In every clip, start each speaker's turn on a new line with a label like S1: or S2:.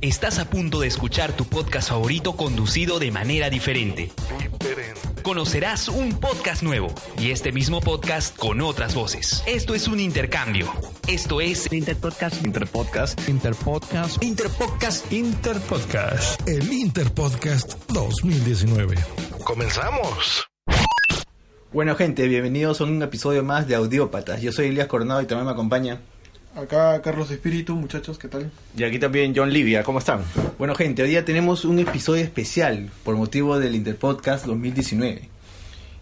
S1: Estás a punto de escuchar tu podcast favorito conducido de manera diferente. Conocerás un podcast nuevo y este mismo podcast con otras voces. Esto es un intercambio. Esto es
S2: Interpodcast.
S3: Interpodcast.
S2: Interpodcast.
S3: Interpodcast. Interpodcast.
S4: El Interpodcast 2019.
S5: Comenzamos.
S6: Bueno gente, bienvenidos a un episodio más de Audiópatas. Yo soy Elías Coronado y también me acompaña.
S7: Acá Carlos Espíritu, muchachos, ¿qué tal?
S6: Y aquí también John Livia, ¿cómo están? Bueno gente, hoy día tenemos un episodio especial por motivo del Interpodcast 2019.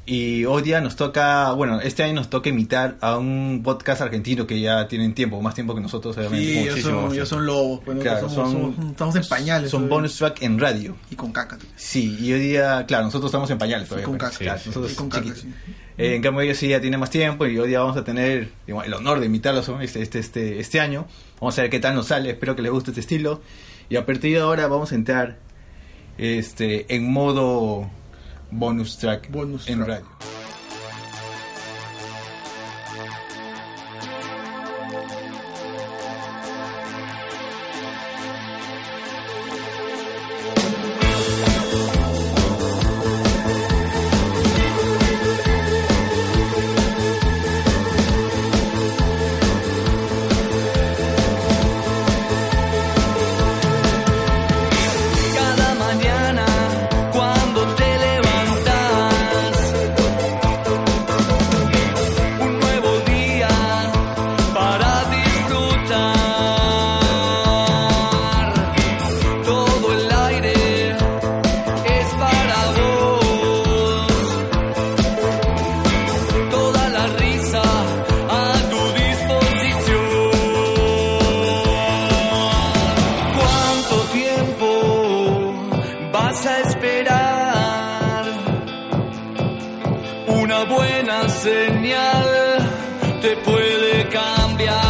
S6: Y hoy día nos toca, bueno, este año nos toca imitar a un podcast argentino que ya tienen tiempo, más tiempo que nosotros obviamente.
S7: Sí, ellos
S6: Muchísimo,
S7: son, ellos son lobos, bueno,
S6: Claro,
S7: somos-
S6: son-
S7: somos- estamos en pañales.
S6: Son
S7: todavía.
S6: bonus track en radio.
S7: Y con caca. tío.
S6: Sí, y hoy día, claro, nosotros estamos en pañales
S7: Y
S6: todavía.
S7: con
S6: pues,
S7: caca.
S6: claro, nosotros
S7: y con caca,
S6: chiquitos.
S7: sí.
S6: Eh, en cambio ellos sí ya tienen más tiempo y hoy día vamos a tener digamos, el honor de imitarlos ¿no? este, este, este, este año. Vamos a ver qué tal nos sale, espero que les guste este estilo. Y a partir de ahora vamos a entrar este, en modo bonus track
S7: Bonus
S6: en
S7: track.
S6: radio.
S8: Cada mañana cuando te levantas, un nuevo día para disfrutar. Todo el aire es para vos, toda la risa a tu disposición. ¿Cuánto tiempo vas a esperar? Una buena señal te puede cambiar.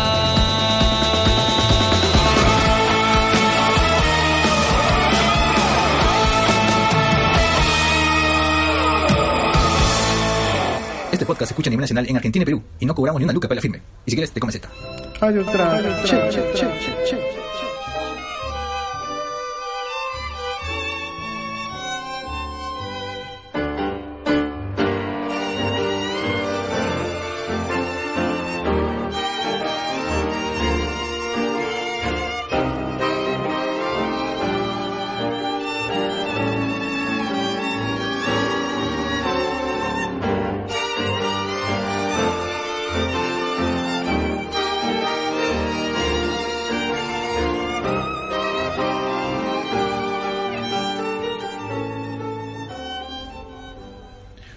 S6: Este podcast se escucha a nivel nacional en Argentina y Perú y no cobramos ni una luca para la firme. Y si quieres, te comes esta.
S7: Hay otra. Che, che, che, che, che.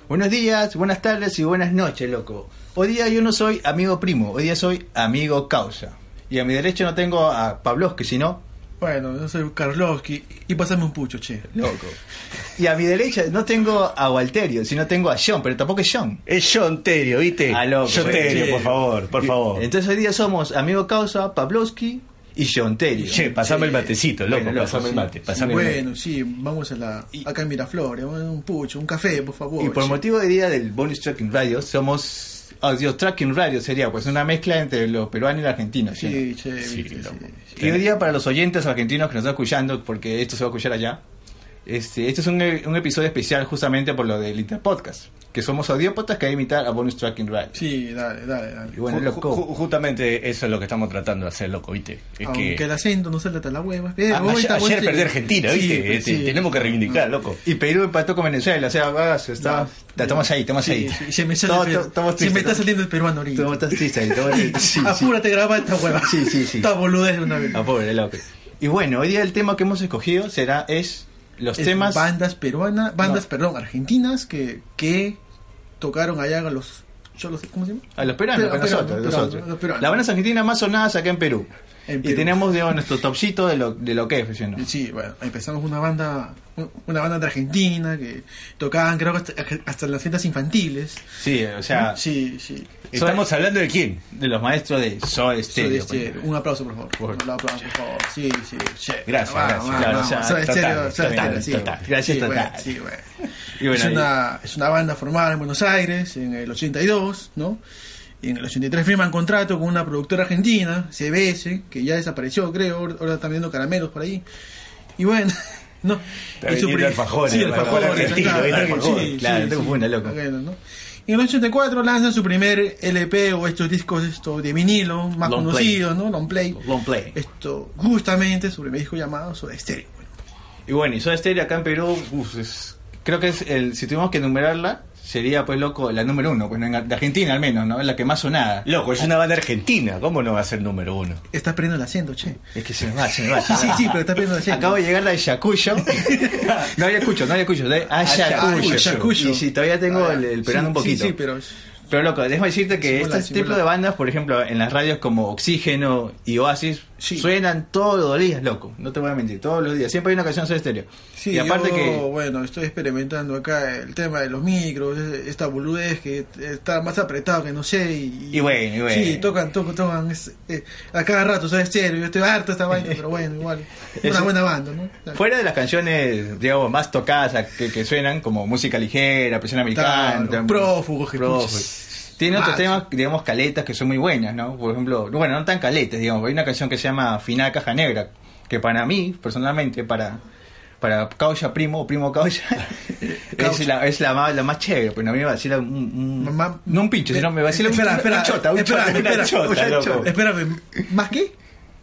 S6: Buenos días, buenas tardes y buenas noches, loco. Hoy día yo no soy amigo primo, hoy día soy amigo causa. Y a mi derecho no tengo a Pavlovsky, sino
S7: Bueno, yo soy Karlovsky y pásame un pucho, che.
S6: Loco. Y a mi derecha no tengo a Walterio, sino tengo a Sean, pero tampoco es Sean.
S3: Es John Terio, ¿viste?
S6: Ah, loco, Eh,
S3: John
S6: sí.
S3: Terio, por favor, por favor.
S6: Entonces hoy día somos Amigo Causa, Pavlovsky y Sean Terio.
S3: Che, pasame el matecito, loco.
S6: eh, Bueno, loco,
S3: pasame el
S6: sí.
S3: mate. Pasame el mate.
S7: Bueno, sí, vamos a la. Acá en Miraflores, bueno, un pucho, un café, por favor.
S6: Y por
S7: che.
S6: motivo de día del Bonus Tracking Radio, somos Audio Tracking Radio, sería pues una mezcla entre los peruanos y los argentinos. ¿sí?
S7: Sí, che,
S3: Sí,
S7: viste,
S3: loco.
S7: sí.
S6: Y hoy día para los oyentes argentinos que nos están escuchando, porque esto se va a escuchar allá, este, este es un, un episodio especial justamente por lo del Interpodcast, que somos audiópatas que hay que imitar a Bonus Tracking Radio.
S7: Sí, dale, dale, dale.
S6: Y bueno,
S3: Ju-
S6: loco.
S3: ju- justamente eso es lo que estamos tratando de hacer, loco, ¿viste? Es
S7: Aunque
S3: que
S7: el acento no se le da la hueva. Eh,
S3: Ah, ayer,
S7: ahorita,
S3: ayer
S7: ahorita-
S3: perdió Argentina,
S7: Sí,
S3: ¿viste?
S7: pues,
S3: Este,
S7: sí.
S3: Tenemos que reivindicar, loco.
S6: Y Perú empató con Venezuela, o sea, vas, está,
S7: No.
S6: está- estamos ahí, estamos
S7: Sí,
S6: ahí.
S7: sí, se me, sale
S6: Estamos-
S7: el peru-
S6: estamos
S7: se me
S6: tristes,
S7: está saliendo el peruano ahorita.
S6: Estamos- estamos tristes ahí, estamos tristes. Sí, sí.
S7: Apúrate, graba esta hueva.
S6: Sí, sí, sí.
S7: Esta boludez de una vez.
S6: Ah, pobre loco. Y bueno, hoy día el tema que hemos escogido será, es los
S7: Es
S6: temas...
S7: Este, Bandas peruanas, bandas, perdón, argentinas que, que tocaron allá a los cholos, ¿cómo se llama?
S6: A los peruanos,
S7: Pero-
S6: a nosotros,
S7: peruanos,
S6: a nosotros.
S7: peruanos, peruanos.
S6: Las bandas argentinas más sonadas acá en Perú.
S7: En
S6: Y
S7: Perú.
S6: tenemos digamos, nuestro topcito de lo, de lo que es, ¿sí o no?
S7: Sí, bueno, empezamos una banda, una banda de Argentina que tocaban, creo que hasta, hasta las fiestas infantiles.
S6: Sí, o sea,
S7: Sí, sí.
S3: ¿Estamos hablando de quién?
S6: de los maestros de Soda Stereo.
S7: Soy Stereo.
S6: pues.
S7: este, Un aplauso, por favor.
S6: Por-
S7: Un aplauso, por favor. Sí, sí. sí.
S3: Gracias, gracias.
S6: Claro,
S7: vamos.
S6: o sea,
S7: Soy
S3: total,
S7: Stereo, soy
S3: total,
S7: Stereo, sí.
S3: total.
S6: Gracias,
S7: Sí,
S6: total.
S7: bueno, sí, bueno.
S6: Y bueno,
S7: es,
S6: ahí-
S7: una, es una banda formada en Buenos Aires en el 82, ¿no? Y en el 83 firman contrato con una productora argentina, CBS, que ya desapareció, creo. Ahora ahora están viendo caramelos por ahí. Y bueno, no.
S3: Está vendiendo
S7: pri-
S3: alfajores,
S7: Sí, alfajores,
S3: alfajores argentinos,
S7: claro,
S3: vende alfajores.
S7: sí,
S6: Claro,
S7: sí,
S6: tengo
S7: sí.
S6: buena, loco.
S7: Bueno, ¿no? Y en el 84 lanzan su primer LP o estos discos esto, de vinilo, más
S6: Long
S7: conocidos, ¿no? Long play.
S6: Long play.
S7: Esto, justamente, su primer disco llamado Soda Stereo. bueno.
S6: Y bueno, y Soda Stereo acá en Perú, uf, es- creo que es el, si tuviéramos que enumerarla, sería pues loco la número uno, pues en- de Argentina al menos, ¿no? La que más sonada.
S3: Loco, es una banda argentina. ¿Cómo no va a ser número uno?
S7: Estás perdiendo el acento, che.
S6: Es que se me va, se me va.
S7: Sí,
S6: se me
S7: sí,
S6: va.
S7: sí, pero estás perdiendo el acento.
S6: Acabo de llegar la de Yacuyo. no Ayacucho, no Ayacucho, de Ayacucho. Ah,
S7: Ayacucho. Ah,
S6: Y Ah, sí, todavía tengo el, el peruano
S7: Sí,
S6: un poquito.
S7: Sí, sí, pero
S6: Pero loco, déjame decirte que
S7: Simula,
S6: este tipo
S7: simula.
S6: de bandas, por ejemplo, en las radios como Oxígeno y Oasis,
S7: Sí.
S6: suenan todos los días, loco. No te voy a mentir, todos los días. Siempre hay una canción de estéreo.
S7: Sí,
S6: y aparte
S7: yo,
S6: que...
S7: bueno, estoy experimentando acá el tema de los micros, es- esta boludez que está más apretado que no sé. Y,
S6: Y bueno, y bueno.
S7: Sí, tocan, tocan, tocan. es- eh, a cada rato, soy estéreo, yo estoy harto de esta vaina, pero bueno, igual. Una
S6: Eso-
S7: buena banda, ¿no? Claro.
S6: Fuera de las canciones, digamos, más tocadas a- que, que suenan, como música ligera, presión americana,
S7: Claro, prófugos, que puchas.
S6: Tiene otros
S7: Más.
S6: temas, digamos, caletas que son muy buenas, ¿no? Por ejemplo, bueno, no tan caletas, digamos, hay una canción que se llama Fina Caja Negra, que para mí, personalmente, para para Caucha Primo o Primo Caucha, es,
S7: Caucha.
S6: la, es la, más, la más chévere, pues a mí me vacila un, un-
S7: Mamá-
S6: no un pincho, sino me vacila un,
S7: Espera,
S6: una
S7: espera,
S6: chota, un
S7: espera,
S6: chota, una
S7: espera,
S6: chota,
S3: una
S6: loco.
S3: chota.
S7: Espérame, ¿más qué?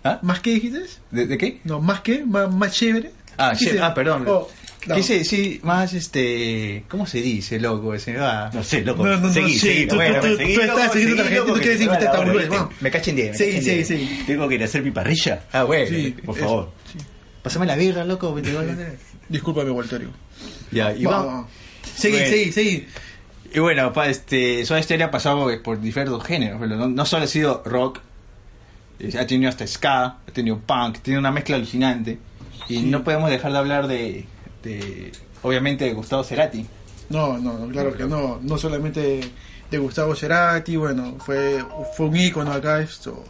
S6: ¿Ah?
S7: ¿Más qué dijiste?
S6: ¿De, de qué?
S7: No, ¿más qué? ¿Más, más chévere?
S6: Ah,
S7: ¿Qué
S6: che-
S7: se-
S6: ah, perdón.
S7: Oh, no.
S6: Quise decir más, este, ¿cómo se dice, loco? Se me va.
S3: No sé, loco.
S7: No, no, no,
S3: seguí,
S7: sí,
S3: seguí.
S7: tú- tú-
S3: bueno,
S7: tú-
S3: seguí,
S7: tú estás siguiendo
S3: loco, seguí,
S7: la gente,
S3: loco,
S7: tú
S3: que
S7: quieres
S3: se me va
S7: inventar
S3: la hora,
S7: tabulú,
S3: ¿viste?
S7: vamos.
S6: Me cachen 10.
S7: Sí, sí, sí.
S3: Tengo que ir a hacer mi parrilla.
S6: Ah, bueno.
S7: Sí.
S3: Por
S7: es-
S3: favor.
S6: Pásame la birra, loco. 22
S7: Discúlpame, Walterio.
S6: ya, y
S7: Vamos.
S6: vamos.
S7: Seguí,
S6: Bueno.
S7: seguí, seguí.
S6: Y bueno, pa, este, Soda Stereo ha pasado por diversos géneros, pero no, no solo ha sido rock, eh, ha tenido hasta ska, ha tenido punk, tiene una mezcla alucinante. Y no podemos dejar de hablar de, de, obviamente, de Gustavo Cerati.
S7: No, no, no, claro que no. No solamente de Gustavo Cerati, bueno, fue, fue un ícono acá esto.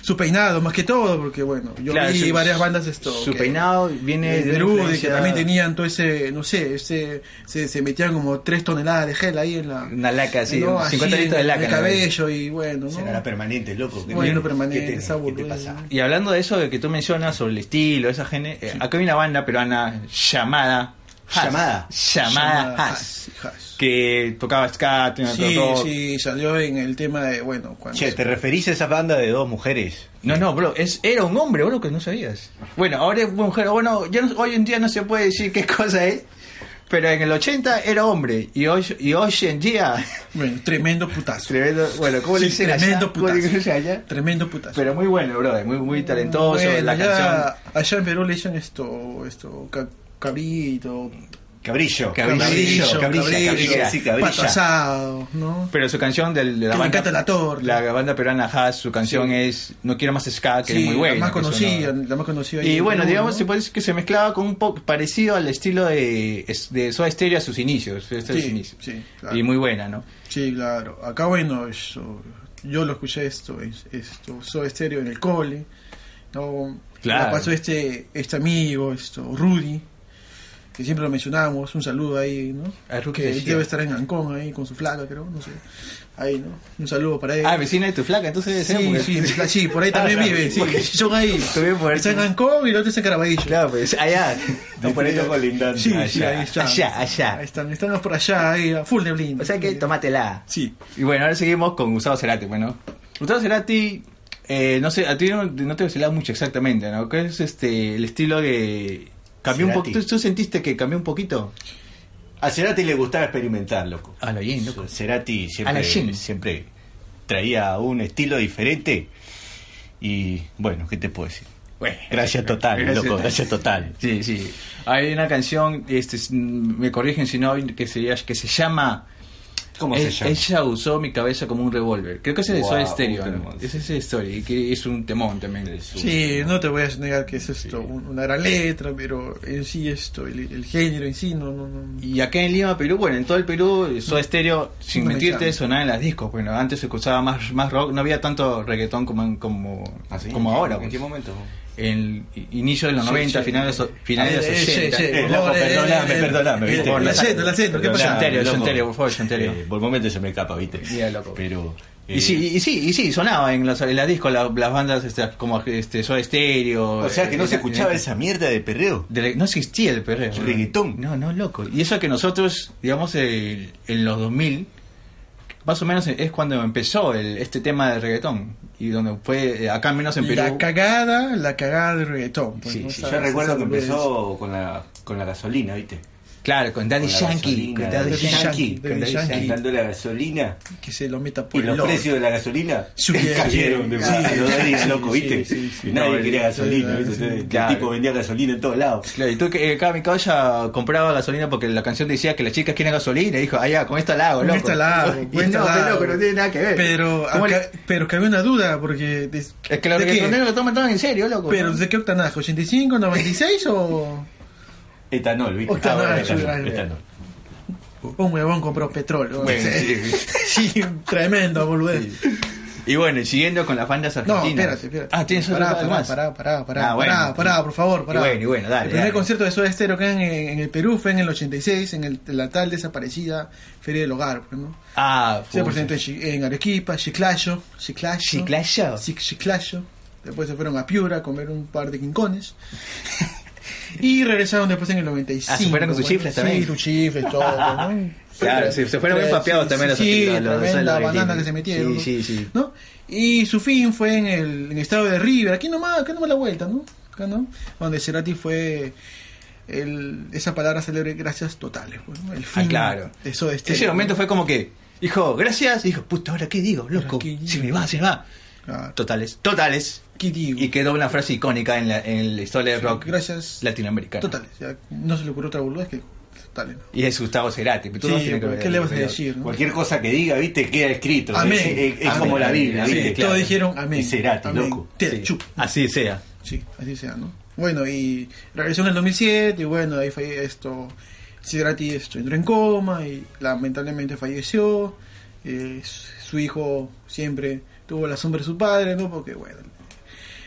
S7: Su peinado, más que todo, porque bueno, yo
S6: Claro,
S7: vi
S6: su-
S7: varias bandas esto.
S6: su
S7: que-
S6: peinado viene
S7: de
S6: de una
S7: Perú, de que
S6: influencia-
S7: también tenían todo ese, no sé, ese, se, se metían como tres toneladas de gel ahí en la.
S6: Una laca así,
S7: ¿no?
S6: 50
S7: Así,
S6: litros de laca.
S7: En el
S6: ¿no?
S7: cabello y bueno, ¿no?
S3: Será la permanente, loco. ¿Qué
S7: Bueno,
S3: tiene?
S7: permanente,
S3: ¿Qué tiene?
S7: esa
S3: ¿Qué te
S7: boludez,
S3: pasa?
S7: ¿no?
S6: Y hablando de eso de que tú mencionas sobre el estilo, esa gente, eh, acá hay una banda peruana llamada Haas.
S3: Llamada.
S6: Llamada
S7: Llamada
S6: Haas.
S7: Haas, Haas.
S6: Que tocaba ska, tenía
S7: Sí,
S6: todo-
S7: sí, salió en el tema de, bueno, cuando.
S3: Che, ¿te referís a esa banda de dos mujeres?
S6: No, no, bro, es, era un hombre, bro, que no sabías. Bueno, ahora es mujer, bueno, ya no- hoy en día no se puede decir qué cosa es, pero en el 80 era hombre, y hoy, y hoy en día,
S7: Bueno, tremendo putazo.
S6: tremendo, bueno, ¿cómo le
S7: Sí,
S6: dicen allá?
S7: tremendo
S6: ¿Cómo le
S7: putazo.
S6: dicen allá?
S7: Tremendo putazo.
S6: Pero muy bueno, bro, muy, muy talentoso,
S7: Bueno,
S6: la
S7: allá,
S6: canción.
S7: allá en Perú le dicen esto, esto, ca- cabrito,
S3: Cabrillo.
S6: Cabrillo,
S3: Cabrillo.
S6: cabrillo,
S3: Cabrilla, cabrilla,
S6: cabrilla.
S3: sí,
S7: pato
S3: cabrilla.
S7: asado, ¿no?
S6: Pero su canción del- de la
S7: Que me
S6: banda,
S7: encanta la torta.
S6: la banda peruana Haas, su canción es No quiero más ska, que
S7: Sí,
S6: es muy buena.
S7: la más
S6: que sonó-
S7: conocida, la más conocida. ahí
S6: Y
S7: en
S6: bueno,
S7: Perú,
S6: digamos,
S7: ¿no?
S6: se puede decir que se mezclaba con un poco parecido al estilo de, es- de Soda Stereo a sus inicios. este a sus
S7: Sí,
S6: inicios.
S7: sí, claro.
S6: Y muy buena, ¿no?
S7: Sí, claro. Acá, bueno, eso, yo lo escuché esto, es- esto, soy estéreo en el cole, ¿no?
S6: Claro.
S7: La pasó este, este amigo, esto, Rudy, que siempre lo mencionamos, un saludo ahí, ¿no?
S6: A Ah, Rudy
S7: que
S6: Teixeira.
S7: debe estar en Ancón ahí con su flaca, creo, no sé. Ahí, ¿no? Un saludo para él.
S6: Ah, vecina de tu flaca, entonces debe
S7: Eh, Sí,
S6: ser porque-
S7: sí, sí, sí, por ahí también
S6: Ah, claro.
S7: vive, sí, son ahí.
S6: Estuve por ahí.
S7: Está en Ancón y el otro está en Caraballo.
S6: Claro, pues allá.
S3: No, por eso colindante.
S7: Sí,
S6: Allá,
S7: sí, ahí están.
S6: allá, allá.
S7: Ahí están, están por allá, ahí, a full de blind.
S6: O sea que tomátela.
S7: Sí.
S6: Y bueno, ahora seguimos con Gustavo Cerati, bueno. Gustavo Cerati, eh, no sé, a ti no, no te vacilaba mucho exactamente, ¿no? ¿Qué es este, el estilo de... Cambió un
S3: Cerati.
S6: poquito, ¿tú, tú sentiste que cambió un poquito?
S3: A Cerati le gustaba experimentar, loco.
S6: A lo bien, loco.
S3: Cerati
S6: A
S3: siempre,
S6: la Jim.
S3: siempre traía un estilo diferente. Y bueno, ¿qué te puedo decir?
S6: Bueno.
S3: Gracias total,
S6: Gracias
S3: loco,
S6: total.
S3: gracias total.
S6: Sí, sí. Hay una canción, este, s- me corrigen si no, que se, que se llama...
S3: ¿Cómo
S6: "E-
S3: se llama?
S6: Ella usó mi cabeza como un revólver. Creo que ese es de
S3: Wow,
S6: Soda
S3: un
S6: Stereo, ¿no?
S3: temón.
S6: Ese es de Story, y que es un temón también.
S7: Sí, no te voy a negar que es esto, un- una gran letra, pero en sí esto, el, el género en sí, no, no, no.
S6: Y acá en Lima, Perú, bueno, en todo el Perú, eh,
S7: Mm.
S6: Soda Stereo, sin
S7: No me
S6: mentirte,
S7: llama.
S6: sonaba en las discos. Bueno, antes se escuchaba más, más rock, no había tanto reggaetón como, en- como,
S7: ¿Ah,
S3: Ah,
S6: como ahora. pues.
S3: momento?
S6: El i- inicio de los
S7: Sí,
S6: 90,
S7: sí.
S6: finales, de los- finales de
S7: Eh,
S6: los
S7: eh,
S6: 80.
S7: sí, sí.
S3: Eh, loco,
S7: Por favor, eh,
S3: perdóname,
S7: eh,
S3: perdóname,
S7: eh,
S3: ¿viste?
S7: por la acento, el acento, ¿qué pasa?
S3: Perdóname,
S6: Yo entero, yo
S3: loco.
S6: entero, por favor, yo entero.
S3: Eh, por el momento se me escapa, ¿viste?
S6: Mira, loco.
S3: Pero Eh,
S6: Y sí, y sí, y sí, sonaba en las, en las discos la- las bandas este, como este, Soda Stereo.
S3: O sea que no
S6: eh,
S3: se escuchaba
S6: eh,
S3: esa mierda de perreo.
S6: de- no existía el perreo. ¿no?
S3: Reggaetón.
S6: No, no, loco. Y eso que nosotros, digamos, el- en los 2000, más o menos es cuando empezó el, este tema del reggaetón. Y donde fue, eh, acá menos en Perú.
S7: La cagada, la cagada del reggaetón. pues,
S3: Sí,
S7: ¿no?
S3: sí,
S7: Esa-
S3: yo recuerdo
S7: esa
S3: que
S7: vez.
S3: empezó con la, con la gasolina, ¿viste?
S6: Claro, con Daddy
S3: Con la
S6: Yankee. Con
S3: gasolina,
S6: Daddy
S3: Daddy
S6: Yankee.
S3: Yankee,
S6: con Daddy
S7: Daddy
S6: Yankee.
S7: Yankee.
S3: Cantando la gasolina
S7: Que se lo meta
S3: y
S7: por el
S3: los
S7: orto.
S3: precios de la gasolina
S7: Subieron.
S3: cayeron de
S7: Sí,
S3: verdad,
S7: sí,
S3: los darían
S7: sí,
S3: loco,
S7: sí,
S3: ¿viste?
S7: sí, sí.
S3: Nadie
S6: No,
S3: quería
S6: sí,
S3: gasolina,
S7: sí,
S3: ¿viste?
S7: sí,
S3: Entonces,
S6: claro.
S3: El tipo vendía gasolina en todos lados.
S6: Claro, y tú que eh, acá mi caballa compraba gasolina porque la canción decía que las chicas quieren gasolina y dijo, ah, ya, con esta la hago,
S7: Con
S6: loco.
S7: esta la hago,
S6: Y
S7: con esta
S6: no,
S7: la
S6: pero
S7: hago.
S6: loco, no tiene nada que ver.
S7: Pero,
S6: ¿Cómo le-
S7: acá- pero cabe una duda, porque. de-
S6: Es que los
S7: ¿de qué?
S6: reggaetoneros lo toman tan en serio, loco.
S7: Pero,
S6: ¿no?
S7: ¿de qué octanaje? ¿85, 96 o.?
S3: Etanol, ¿viste?
S7: Octanol,
S3: Ah, bueno,
S7: sí,
S3: etanol,
S7: grande.
S3: etanol.
S7: Un huevón compró petróleo.
S6: Bueno, sí.
S7: sí, tremendo, boludo.
S6: Y bueno, y siguiendo con las bandas
S7: No,
S6: argentinas.
S7: espérate, espérate.
S6: Ah, tienes otra
S7: pará,
S6: banda
S7: pará,
S6: más.
S7: Pará, pará, pará,
S6: Ah, bueno.
S7: pará, pará, por favor, pará.
S6: Y bueno, y bueno, dale,
S7: El primer
S6: dale.
S7: concierto de Soda Stereo acá en, en el Perú fue en el 86, en, el, en la tal desaparecida Feria del Hogar, pues, ¿no?
S6: Ah,
S7: Se
S6: puta.
S7: presentó en, Chi- en Arequipa, Chiclayo, Chiclayo.
S6: Chiclayo.
S7: Sí, Chiclayo. Después se fueron a Piura a comer un par de quincones. y regresaron después en el 95.
S6: Ah, se fueron con sus
S7: bueno.
S6: chifles también.
S7: Sí, sus chifles, todo. ¿no?
S6: Claro, se- se fueron bien papeados también los
S7: Sí,
S6: argentinos, los-
S7: tremenda
S6: los
S7: banana
S6: argentinos.
S7: que se metieron.
S6: Sí, sí, sí.
S7: ¿no? Y su fin fue en el, en estado de River, aquí nomás, acá nomás la vuelta, ¿no? Acá no, donde Cerati fue el, esa palabra célebre, gracias totales, pues, ¿no? el
S3: Ah,
S7: fin
S6: claro.
S7: de este, Soda Stereo.
S6: Ese momento fue como que, dijo, gracias, y dijo, puta, ¿ahora qué digo, loco?
S7: qué
S6: Se
S7: digo?
S6: me va, se me va.
S7: Claro.
S6: Totales, totales.
S7: ¿Qué ah, digo?
S6: Y quedó una frase icónica en la, en la historia del rock
S7: gracias.
S6: latinoamericano.
S7: Totales, ya, no se le ocurrió otra boluda, es que totales, ¿no?
S6: Y es Gustavo Cerati. pero tú
S7: Sí,
S6: no tienes que
S7: pues,
S6: ver-
S7: ¿qué le vas a
S6: pero-
S7: decir? no?
S3: Cualquier cosa que diga, ¿viste? Queda escrito. Es-
S7: Amén.
S3: Es, es
S6: Amén.
S3: como la Biblia,
S6: Sí,
S3: ¿viste?
S7: todos
S6: claro.
S7: dijeron amén.
S3: Y Cerati,
S7: amén,
S3: loco.
S7: Te
S6: Sí,
S7: chupo.
S6: Así sea.
S7: Sí, así sea, ¿no? Bueno, y regresó en el 2007 y bueno, ahí fue esto, Sidrati esto, entró en coma y lamentablemente falleció. Eh, su hijo siempre tuvo la sombra de su padre, ¿no? Porque bueno,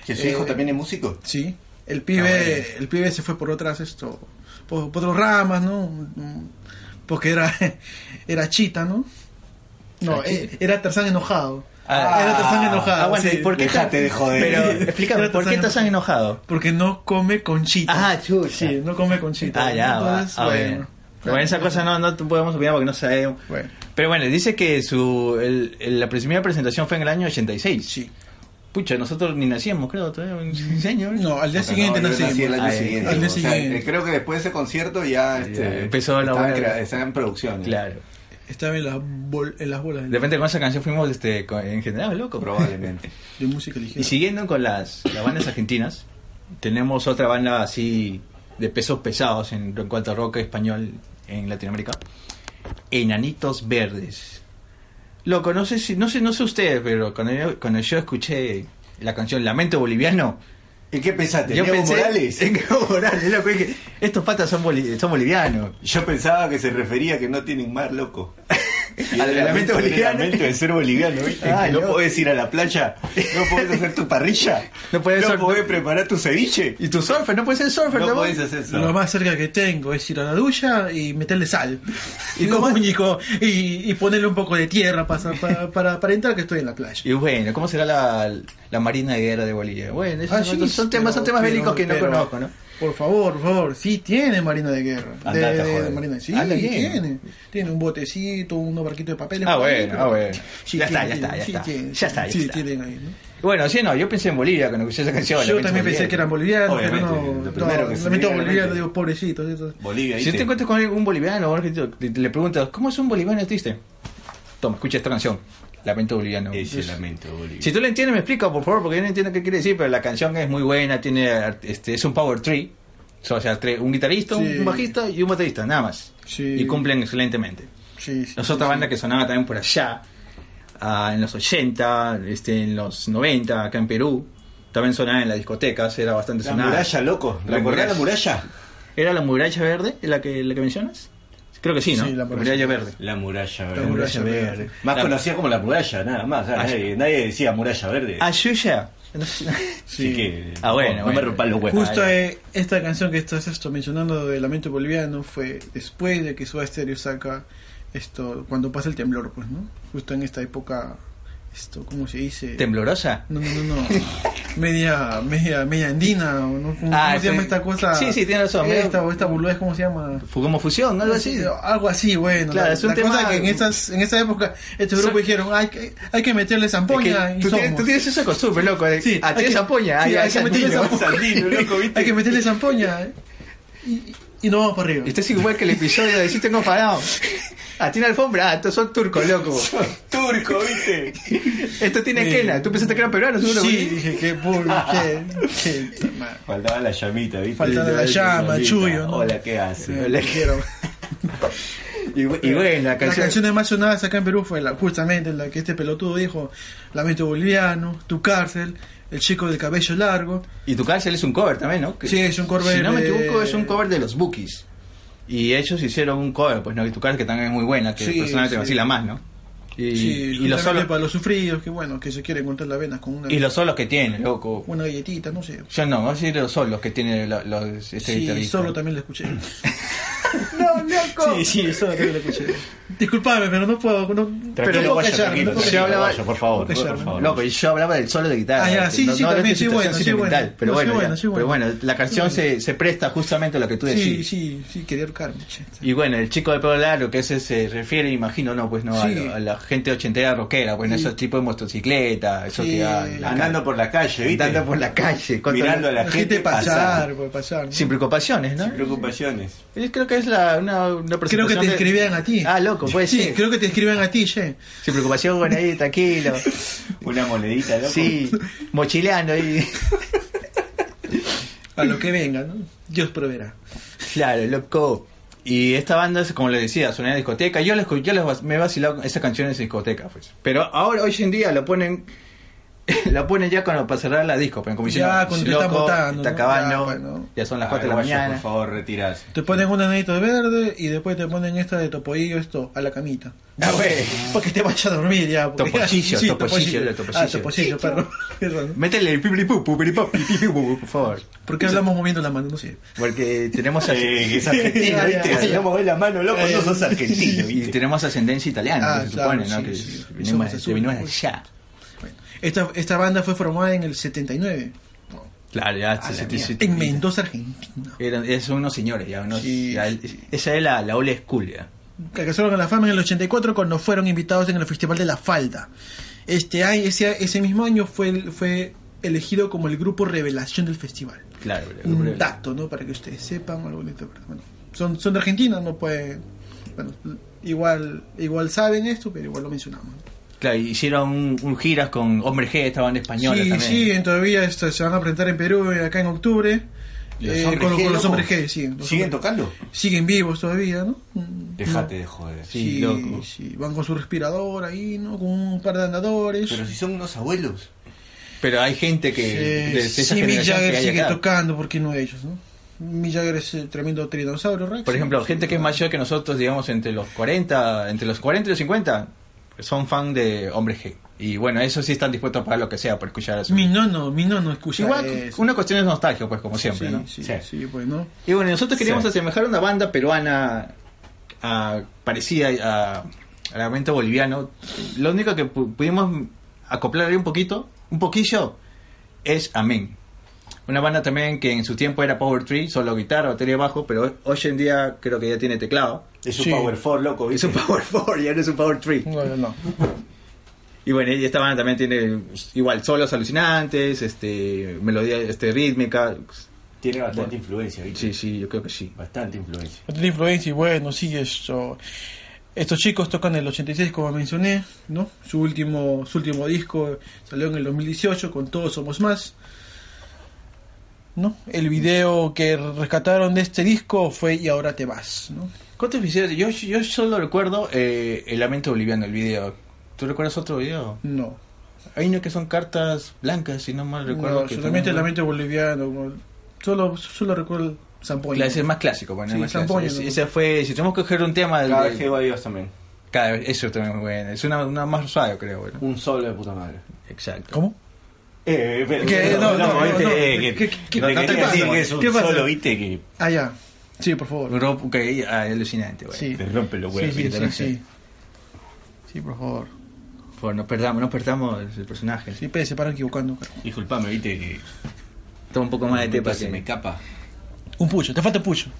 S3: ¿Que su hijo
S7: Eh,
S3: también es músico?
S7: sí, el pibe, el pibe se fue por otras esto, por, por otras ramas, ¿no? Mm, Porque era, era chita, ¿no? No, eh, era Tarzán enojado.
S6: Ah,
S7: era Tarzán enojado.
S6: Ah, bueno,
S7: sí.
S6: ¿y ¿por qué
S3: Dejate
S6: tan-
S3: de joder.
S6: Pero explícame,
S7: Era
S6: ¿por qué
S7: Tarzán
S6: estás tan enojado?
S7: Porque no come conchita.
S6: Ah, chucha.
S7: Sí, no come conchita.
S6: Ah, ya, va.
S7: Entonces,
S6: Ah,
S7: bueno.
S6: bueno. Bueno, esa cosa no, no podemos opinar porque no sabemos.
S7: Bueno.
S6: Pero bueno, dice que su el- el- la primera presentación fue en el año 86.
S7: Sí.
S6: Pucha, nosotros ni nacíamos, creo, todavía. Un año.
S7: No, al día
S3: Porque
S7: siguiente
S3: no, yo
S7: nací.
S3: nací el año
S6: Ay,
S3: siguiente.
S7: al día
S3: o sea,
S7: siguiente.
S3: eh, creo que después de ese concierto ya este,
S6: empezó la
S3: estaba, en
S6: buena-
S3: crea- estaba en producción. ¿eh?
S6: Claro.
S7: Estaba en las, bol- en las bolas
S6: De repente con esa canción fuimos este, co- en general, loco.
S3: Probablemente.
S7: de música ligera.
S6: Y siguiendo con las, las bandas argentinas, tenemos otra banda así de pesos pesados en, en cuanto a rock español en Latinoamérica. Enanitos Verdes. Loco, no sé si, no sé, no sé ustedes, pero cuando yo, cuando yo escuché la canción Lamento Boliviano,
S3: ¿Y qué pensaste?
S6: yo
S3: ¿Diego
S6: pensé
S3: Morales?
S6: en Evo Morales, loco, dije, estos patas son, boli- son bolivianos.
S3: Yo pensaba que se refería a que no tienen mar, loco. Y
S6: Al
S3: el
S6: lamento boliviano.
S3: El lamento de ser boliviano, ¿viste?
S6: Ah,
S3: no,
S6: no.
S3: podés ir a la playa, no podés hacer tu parrilla,
S6: No podés hacer-
S3: podés preparar tu ceviche,
S6: Y tu surfer, no puede ser surfer,
S3: no
S6: ¿no?
S3: podés hacer eso.
S7: Lo más cerca que tengo es ir a la ducha y meterle sal. Y lo único. Y, y ponerle un poco de tierra para, para, para, para entrar que estoy en la playa.
S6: Y bueno, ¿cómo será la, la Marina de Guerra de Bolivia? Bueno, esos
S7: Ah,
S6: son,
S7: sí,
S6: son temas, son
S7: pero-
S6: temas
S7: pero-
S6: bélicos que
S7: pero-
S6: no conozco, ¿no?
S7: Por favor, por favor, sí tiene marina de guerra. De-
S3: Andate,
S7: de,
S3: joder.
S7: de marina, sí,
S6: Anda bien.
S7: tiene. Tiene un botecito, unos barquitos de papeles.
S6: Ah,
S7: por ahí,
S6: bueno,
S7: pero-
S6: ah, bueno.
S7: Sí,
S6: Ya está, ya
S7: tiene,
S6: está, ya
S7: sí
S6: está.
S7: tiene,
S6: Ya está, ya
S7: sí,
S6: está.
S7: tiene ahí, ¿no?
S6: Bueno, sí, no, yo pensé en Bolivia cuando escuché esa canción.
S7: Yo
S6: lamento
S7: también pensé
S6: boliviano.
S7: que eran bolivianos, pero
S3: Obviamente,
S7: no.
S3: lo
S7: no,
S3: primero que se
S7: lamento
S3: viene a la
S7: boliviano,
S3: mente.
S7: digo, pobrecitos. esos.
S3: Bolivia,
S6: Si
S3: ¿viste?
S6: te encuentras con un boliviano o algo que te- le preguntas, ¿cómo es un boliviano triste? Toma, escucha esta canción, Lamento Boliviano.
S3: Es el lamento boliviano.
S6: Si tú lo entiendes, me explica, por favor, porque yo no entiendo qué quiere decir, pero la canción es muy buena, tiene art- este, es un power tree. O sea, tre- un guitarrista,
S7: Sí.
S6: un bajista y un baterista, nada más.
S7: Sí.
S6: Y cumplen excelentemente.
S7: Sí, sí,
S6: Es
S7: sí,
S6: otra
S7: sí.
S6: banda que sonaba también por allá, ah, en los 80, este, en los 90, acá en Perú. También sonaba en las discotecas, era bastante
S3: La
S6: sonada.
S3: muralla, loco.
S6: La
S3: ¿Recordás la
S6: muralla.
S3: muralla?
S6: ¿Era la muralla verde la que, la que mencionas? Creo que sí, ¿no?
S7: Sí, la muralla.
S6: verde.
S3: La muralla
S7: La muralla verde.
S3: Más
S6: La-
S3: conocida como la muralla, nada más. o sea,
S6: Ah,
S3: nadie, nadie decía muralla verde.
S6: Ayuya.
S3: Así
S7: Sí.
S3: que.
S6: Ah, bueno,
S3: No,
S6: bueno.
S3: me rompas los huevos.
S7: Justo eh, esta canción que estás esto, mencionando de Lamento Boliviano fue después de que Soda Stereo saca esto, cuando pasa el temblor, pues, ¿no? Justo en esta época esto, ¿cómo se dice?
S6: ¿Temblorosa?
S7: No, no, no, no. Media, media, media andina, o no, ¿cómo,
S6: Ah,
S7: cómo se llama
S6: sí.
S7: esta cosa?
S6: Sí, sí, tienes razón, medio-
S7: Esta, o esta boludez, ¿cómo se llama? Eh,
S6: Como fusión, ¿no? algo así.
S7: Algo así, bueno.
S6: Claro,
S7: la,
S6: es un
S7: la
S6: tema-
S7: cosa que en, estas, en esa época, este grupo
S6: Son-
S7: dijeron, hay que, hay que meterle zampoña
S6: Es que
S7: y
S6: tú,
S7: somos.
S6: tienes, tú tienes esa costumbre, loco. de-
S7: Sí,
S6: ah,
S7: hay
S6: tienes
S7: que-
S6: zampoña. Ah,
S7: sí,
S6: ya,
S7: hay que
S6: es
S7: meterle
S6: andino,
S7: zampoña.
S6: es andino, loco, ¿viste?
S7: Hay que meterle zampoña, ¿eh? Y, y no vamos para arriba.
S6: Este es igual que el episodio de Si tengo parado. Ah, tiene alfombra. Ah, estos son turcos, loco.
S3: Turco, ¿viste?
S6: Esto tiene
S7: Sí.
S6: quena. ¿Tú pensaste que eran peruanos? seguro,
S7: Sí,
S6: boludo?
S7: dije, qué pobre, qué, qué mal.
S3: Faltaba la llamita, ¿viste?
S7: Faltaba la llama, Chuyo, ¿no?
S3: Hola, ¿qué haces?
S6: Le- Y, bu- y bueno, la
S7: Las
S6: canción.
S7: canciones más sonadas acá en Perú fue la, justamente la que este pelotudo dijo, Lamento Boliviano, Tu Cárcel, El Chico del Cabello Largo.
S6: Y tu cárcel es un cover también, ¿no? Que-
S7: Sí, es un cover
S6: Si no me
S7: de-
S6: equivoco, es un cover de los Bookies. Y ellos hicieron un cover, pues no, y tu cárcel que también es muy buena, que
S7: Sí,
S6: personalmente
S7: sí.
S6: vacila más, ¿no? Y,
S7: Sí,
S6: y los
S7: justamente
S6: solos,
S7: para los sufridos, que bueno, que se quieren contar las venas con una,
S6: y los solos que tiene, loco.
S7: una galletita, no sé.
S6: Yo no, vamos a decir los solos que tiene lo- los, este
S7: Sí,
S6: guitarrista.
S7: solo también la escuché.
S6: No, loco.
S7: Sí, sí, solo también la escuché. Disculpame, pero no puedo. No, pero no
S3: Tranquilo,
S7: puedo
S3: guayo,
S7: callarme,
S3: tranquilo,
S7: no puedo
S3: tranquilo,
S7: callarme.
S6: hablaba-
S3: guayo, por favor,
S7: Porque
S3: por
S7: ya-
S3: favor.
S6: Loco, y yo hablaba del solo de guitarra. este,
S7: Ah, ya, sí,
S6: no,
S7: sí,
S6: no hablé de
S7: también, sí,
S6: situación
S7: bueno, sí,
S6: sentimental,
S7: bueno.
S6: Pero
S7: No, sí,
S6: bueno, ya.
S7: bueno, sí,
S6: pero
S7: bueno.
S6: bueno, la canción se, se presta justamente a lo que tú decís.
S7: Sí, sí, sí, quería ahorcarme. che.
S6: Y bueno, el chico de pelo largo, que ese se refiere, imagino, no, pues no, a,
S7: Sí.
S6: lo- a la gente ochentera rockera, bueno, esos tipos de motocicleta, eso
S7: Sí.
S6: que va en la
S3: Andando por la calle,
S6: calle,
S3: ¿viste?
S6: andando por la calle, con-
S3: Mirando a la,
S7: La gente pasar, pues, pasar. ¿no?
S6: sin preocupaciones, ¿no?
S3: Sin preocupaciones.
S6: Yo creo que es la, una, una
S7: Creo que
S6: presentación
S7: te
S6: de-
S7: escribían a ti.
S6: Ah, loco, puede
S7: sí,
S6: ser.
S7: creo que te escriben a ti, che.
S6: Sin preocupación, bueno, ahí, tranquilo.
S3: Una monedita, loco.
S6: sí, mochileando ahí.
S7: A lo que venga, ¿no? Dios proveerá.
S6: Claro, loco. Y esta banda, como les decía, sonaba en discoteca. Yo, la escu- yo las- me he vacilado con esas canciones en discoteca. Pues. Pero ahora, hoy en día, la ponen la ponen ya cuando, para cerrar la disco. Pero como diciendo,
S7: Ya, cuando te están
S6: loco,
S7: botando,
S6: está
S7: ¿no?
S6: acabando,
S7: Ya, bueno.
S6: ya son las
S3: Ah,
S6: 4 de la
S3: guayo,
S6: mañana.
S3: Por favor, retirarse.
S7: Te ponen un anito verde y después te ponen esta de topoillo, esto, a la camita.
S6: Ah, pues.
S7: Porque te vayas a dormir ya. Porque,
S6: Topollillo,
S7: sí,
S6: topollillo,
S7: topollillo.
S6: topollillo.
S7: Ah, topollillo, perdón. Perdón.
S6: Métele el pipiripu, pipiripu, pipiripu, por favor.
S7: ¿Por qué hablamos moviendo la mano? No sé.
S6: Porque tenemos, as-
S3: Eh, es argentino, ¿viste? Si no movés la mano, loco, no sos argentino,
S6: y
S3: ¿viste?
S6: tenemos ascendencia italiana,
S7: Ah,
S6: que se
S7: claro,
S6: supone, ¿no?
S7: sí,
S6: que
S7: sí.
S6: venimos-
S7: Somos
S6: que
S7: azules,
S6: venimos de
S7: pues.
S6: allá.
S7: Bueno, esta, esta banda fue formada en el 79.
S6: Claro, ya, se- se- se-
S7: En Mendoza, Argentina.
S6: Eran, eran- son unos señores, ya, unos-
S7: Sí.
S6: ya, esa es la, la old school, ya.
S7: Alcanzaron a la fama en el 84 cuando fueron invitados en el Festival de la Falda. Este año, ese, ese mismo año fue, el- fue elegido como el grupo revelación del festival.
S6: Claro, la-
S7: Un
S6: la-
S7: dato, ¿no? Para que ustedes sepan algo de esto, pero Bueno, son, son de Argentina, no pueden... Bueno, igual, igual saben esto, pero igual lo mencionamos.
S6: claro, hicieron un, un giras con Hombre G, esta banda española
S7: sí,
S6: también.
S7: sí, en- todavía esto, se van a presentar en Perú eh, acá en octubre.
S3: Los
S7: eh,
S3: hombres
S7: con,
S3: G,
S7: con los
S3: loco.
S7: hombres G, sí. los
S3: ¿Siguen
S7: hombres-
S3: tocando?
S7: siguen vivos todavía, ¿no? Mm,
S3: Dejate de joder.
S6: Sí,
S7: Sí,
S6: loco.
S7: sí, van con su respirador ahí, ¿no? Con un par de andadores.
S3: Pero si son unos abuelos.
S6: Pero hay gente que.
S7: Eh,
S6: de esa
S7: sí, Mick
S6: generación que
S7: Jagger
S6: hay
S7: sigue
S6: acá.
S7: tocando, ¿por qué no ellos, no? Mick Jagger es el tremendo tiranosaurio, Rex.
S6: Por ejemplo, gente que es mayor que nosotros, digamos, entre los 40, entre los 40 y los 50, son fan de Hombre G. Y bueno, eso sí están dispuestos a pagar lo que sea por escuchar a su.
S7: Mi nono, mi nono escucha
S6: Igual,
S7: eso.
S6: una cuestión es nostalgia, pues, como siempre,
S7: sí,
S6: ¿no?
S7: Sí,
S3: Sí.
S7: sí, pues, ¿no?
S6: Y bueno, nosotros queríamos
S3: Sí.
S6: asemejar una banda peruana a- parecida a, a Lamento Boliviano. Lo único que pu- pudimos acoplar ahí un poquito, un poquillo, es Amén. Una banda también que en su tiempo era Power Tree, solo guitarra, batería, bajo, pero hoy en día creo que ya tiene teclado.
S3: Es un
S7: Sí.
S3: Power Four, loco,
S6: Es
S3: ¿viste?
S6: un Power 4, ya no es un Power Tree.
S7: No, no, no.
S6: Y bueno, y esta banda también tiene igual solos alucinantes, este melodía este rítmica.
S3: Tiene bastante influencia, ¿viste?
S6: Sí, sí, yo creo que sí.
S3: Bastante influencia.
S7: Tiene influencia y bueno, sí, esto. Estos chicos tocan el 86, como mencioné, ¿no? Su último, su último disco salió en el 2018 con Todos Somos Más. ¿No? El video que rescataron de este disco fue Y ahora te vas, ¿no?
S6: ¿Cuántos videos? Yo, yo solo recuerdo eh, el lamento boliviano, el video. ¿Tú recuerdas otro video?
S7: No.
S6: Hay uno que son cartas blancas, si no mal recuerdo.
S7: No,
S6: que
S7: solamente el
S6: también-
S7: lamento boliviano. como- Solo, solo recuerdo Zampoña.
S6: Claro, ese es más clásico, bueno,
S7: Sí,
S6: más clásico.
S7: Zampoña,
S6: Ese-
S7: ¿no?
S6: ese fue, si tenemos que coger un tema,
S3: Cada
S6: de-
S3: vez que va Dios también.
S6: cada vez- eso también es muy bueno. Es una, una más suave, creo, bueno.
S3: Un solo de puta madre.
S6: Exacto.
S7: ¿Cómo?
S3: Eh, pero,
S7: Que- no, no, no,
S3: viste,
S7: no.
S3: eh, que-
S7: ¿Qué- qué-
S3: no
S6: qué
S3: te
S6: pasa?
S3: decir que es un
S7: ¿Qué pasa?
S3: solo, viste, que
S7: Ah, ya. Sí, por favor.
S6: Un rock que- ah, alucinante, bueno.
S7: Sí.
S3: te rompe los
S7: Sí,
S3: huevos.
S7: sí, sí,
S3: ¿viste?
S7: sí. Sí, por favor.
S6: favor, no perdamos, no perdamos el personaje.
S7: Sí, pe, se paran equivocando. carajo.
S3: Disculpame, viste que
S6: Toma un poco más de té para
S3: se
S6: que-
S3: me escapa.
S7: Un pucho, te falta pucho.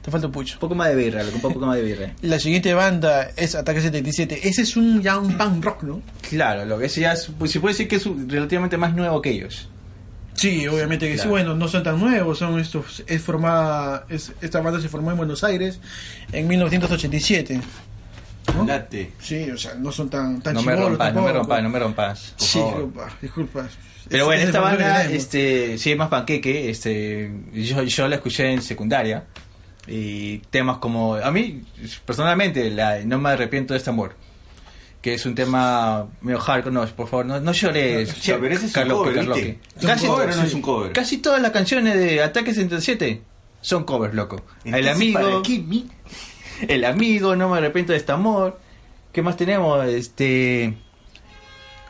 S7: Te falta pucho.
S6: Un poco más de birra, loco, un poco más de birra.
S7: La siguiente banda es Ataque 77. Ese es un ya un punk rock, ¿no?
S6: Claro, lo que ese ya es- pues, se puede decir que es un- relativamente más nuevo que ellos.
S7: Sí, obviamente que sí.
S6: Claro.
S7: Bueno, no son tan nuevos, son estos. Es formada, es- esta banda se formó en Buenos Aires en 1987. ¿no?
S3: Late.
S7: Sí, o sea, no son tan tan
S6: no me
S7: chibolos
S6: rompas, no me
S7: tampoco.
S6: rompas, no me rompas. por
S7: Sí,
S6: favor.
S7: disculpa, disculpa.
S6: Pero
S7: Es-
S6: bueno,
S7: es
S6: esta
S7: el momento
S6: banda,
S7: que tenemos.
S6: este, sí es más panqueque, este, yo, yo la escuché en secundaria y temas como, a mí personalmente, la, no me arrepiento de este amor, que es un tema medio hardcore, no, por favor, no, no llores,
S3: No, ya, pero ese es un
S6: Carloque,
S3: cover,
S6: Carloque.
S3: ¿viste? ¿Es un
S6: Casi,
S3: cover o no es un cover?
S6: casi todas las canciones de Ataque 77 son covers, loco. El
S3: Entonces,
S6: amigo,
S3: ¿para qué mi-
S6: el amigo, no me arrepiento de este amor. ¿Qué más tenemos? Este.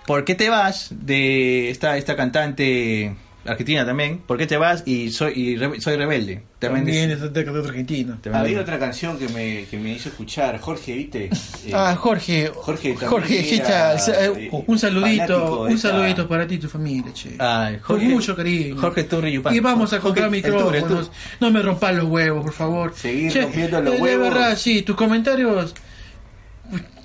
S6: ¿Por qué te vas? De esta, esta cantante argentina también. ¿Por qué te vas? Y soy, y rebe- soy rebelde. También,
S7: También
S6: es-
S7: es de de Argentina.
S6: también-
S3: Había otra canción que me, que me hizo escuchar, Jorge, ¿viste? Eh,
S7: Ah, Jorge,
S3: Jorge también
S7: Jorge
S3: era,
S7: Hicha, sa- eh,
S3: eh,
S7: un
S3: fanático
S7: saludito,
S3: de
S7: un
S3: esta- Ah,
S7: saludito para ti y tu familia, che.
S6: Ay,
S7: Con mucho cariño.
S6: Jorge Turri Yupan.
S7: Y vamos a comprar
S6: Jorge- el Turri, el Turri.
S7: micrófonos. No me rompan los huevos, por favor.
S3: Seguir rompiendo los
S7: eh,
S3: huevos.
S7: De verdad, sí, tus comentarios.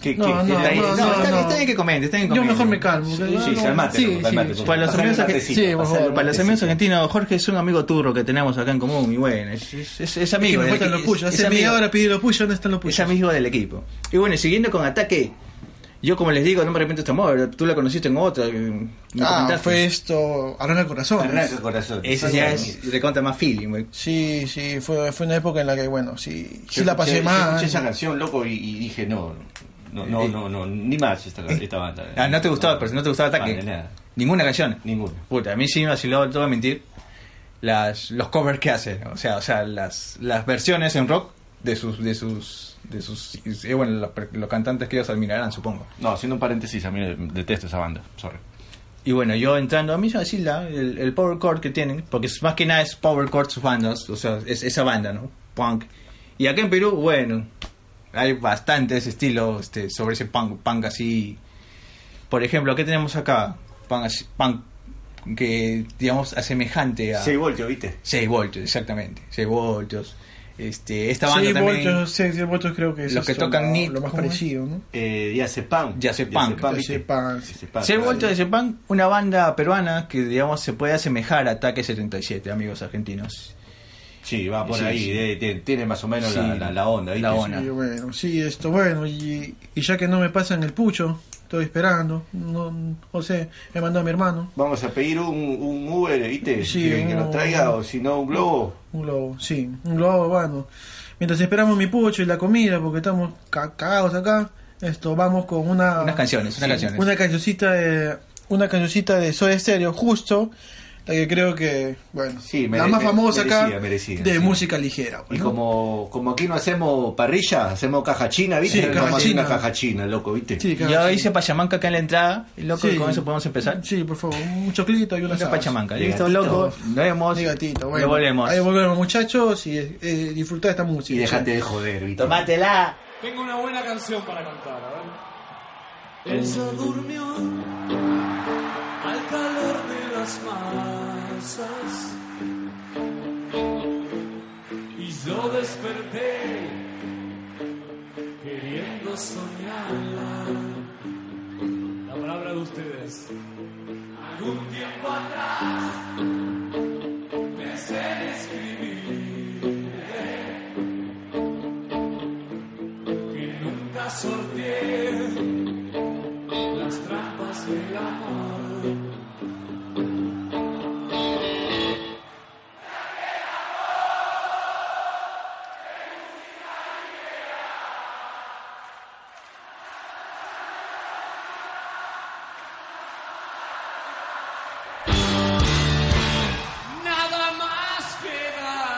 S3: que-
S7: No,
S3: que-
S7: no,
S3: que-
S6: Está bien,
S7: no,
S6: no,
S7: no,
S6: está, bien,
S7: no.
S6: está bien que comenten, está bien que
S7: Yo
S6: comenten.
S7: mejor me calmo.
S3: Sí,
S7: porque no,
S3: sí,
S7: no,
S3: calmate, no, calmate, por
S6: Para los
S3: favor.
S6: amigos
S3: Pasale
S6: que-
S3: un
S7: sí, por
S3: matecito, pasale
S7: favor.
S3: un
S6: Para los amigos
S3: matecito.
S6: argentinos, Jorge es un amigo turro que tenemos acá en común y bueno, es, es, es- es
S7: Que
S6: amigo.
S7: me
S6: del
S7: faltan
S6: equi-
S7: los puyos.
S6: es- es
S7: Hace media
S6: amigo-
S7: hora pedí los puyos, ¿dónde están los
S6: es
S7: puyos?
S6: amigo del equipo. Y bueno, siguiendo con ataque, yo como les digo, no me arrepiento de este amor, tú la conociste en otra. eh, me
S7: Ah,
S6: comentaste.
S7: fue esto. Arranca corazón.
S3: Arranca corazón.
S6: Ese ya es recontra más feeling, güey.
S7: Sí, sí, fue, fue una época en la que, bueno, sí, sí
S3: Yo
S7: la pasé
S3: escuché- yo
S7: mal.
S3: Escuché esa canción, loco, y, y dije, no, no, no, no, no, ni más esta, esta banda.
S6: Ah, no te gustaba, pero si no te gustaba ataque.
S3: Vale, nada,
S6: Ninguna canción.
S3: ninguna.
S6: Puta, a mí sí me vaciló, no te voy a mentir. Las, los covers que hace, o sea, o sea las, las versiones en rock de sus, de sus, de sus, eh, bueno, los, per- los cantantes que ellos admirarán, supongo.
S3: No, haciendo un paréntesis, a mí detesto esa banda, sorry.
S6: Y bueno, yo entrando, a mí me vacila el, el power chord que tienen, porque es- más que nada es power chord sus bandas, o sea, es esa banda, ¿no? Punk. Y acá en Perú, bueno, hay bastante ese estilo este, sobre ese punk, punk así. Por ejemplo, ¿qué tenemos acá? Punk, así- punk que, digamos, asemejante a...
S3: Seis voltios, ¿viste?
S6: 6 voltios, exactamente. 6 voltios. Este, esta banda
S7: 6
S6: también...
S7: voltios, 6 voltios creo que es
S6: Los que
S7: esto,
S6: tocan
S7: lo-
S6: Need,
S7: lo más
S6: ¿cómo es?
S7: parecido, ¿no?
S3: Eh, Yacepan.
S6: Yacepan.
S7: Yacepan.
S6: Se vuelto de Zepan, una banda peruana que digamos se puede asemejar a Ataque 77, amigos argentinos.
S3: Sí, va por
S6: Sí,
S3: ahí,
S6: sí.
S3: de- de- tiene más o menos
S6: Sí.
S3: la, la- la onda, ¿viste?
S6: La onda.
S7: Sí, bueno, sí, esto, bueno, y, y ya que no me pasan el pucho, estoy esperando, no, no sé, me mandó a mi hermano,
S3: Vamos a pedir un, un Uber, ¿viste?
S7: Sí,
S3: que, que nos
S7: un-
S3: traiga, o si no, un globo.
S7: un globo, sí, un globo, bueno. Mientras esperamos mi pucho y la comida, porque estamos ca- cagados acá, esto, vamos con una...
S6: Unas canciones, unas canciones.
S7: Una cancioncita de, una cancioncita de Soda Stereo, justo, la que creo que, bueno,
S3: Sí,
S7: la
S3: mere-
S7: más
S3: me-
S7: famosa acá,
S3: merecida, merecida,
S7: de
S3: sí.
S7: música ligera.
S3: Y
S7: ¿no?
S3: como, como aquí no hacemos parrilla, hacemos caja china, ¿viste?
S7: Sí,
S3: Vamos
S7: caja
S3: a hacer una
S7: china.
S3: caja china, loco, ¿viste?
S7: Sí, claro,
S6: Yo
S7: sí.
S6: hice Pachamanca acá en la entrada, y loco,
S7: Sí.
S6: con eso podemos empezar.
S7: Sí, por favor, un choclito y una
S6: Acá
S7: salsa.
S6: Pachamanca, listo,
S3: Gatito.
S6: loco, nos vemos.
S7: Ahí gatito, bueno.
S6: Nos volvemos.
S7: Ahí volvemos, muchachos, y eh, disfrutad esta música.
S3: Y dejate de joder, ¿viste?
S6: Tomátela.
S2: Tengo una buena canción para cantar, a ver. Ella durmió al calor de las masas y yo desperté queriendo soñarla. La palabra de ustedes. Algún tiempo atrás pensé en escribir que nunca sorteé las trampas del amor. Nada más que dar.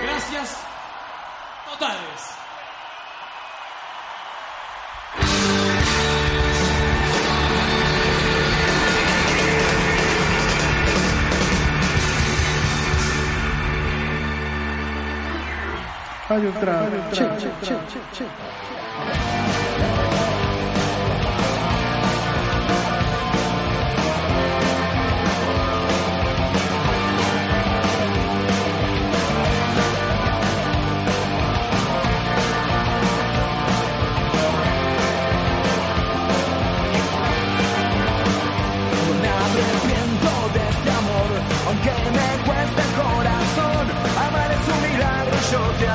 S2: desgracias totales.
S7: Radio Trap. Check, check, check, check.
S9: este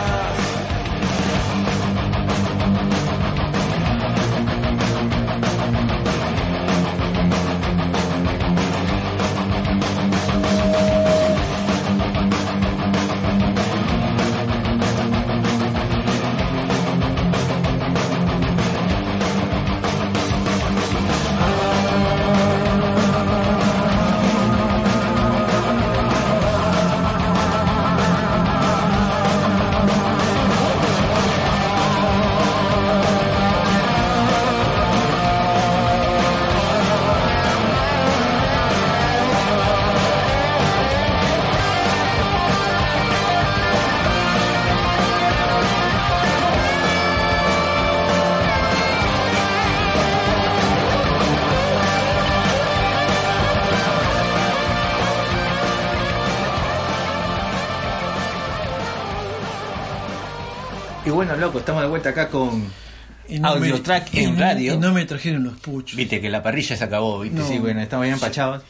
S8: este este
S6: Y bueno, loco, estamos de vuelta acá con
S7: Y
S6: Audio
S7: me-
S6: track
S7: y
S6: en
S7: no-
S6: radio.
S7: Y no me trajeron los puchos.
S6: Viste que la parrilla se acabó, viste,
S7: No.
S6: sí, bueno, estamos bien empachados.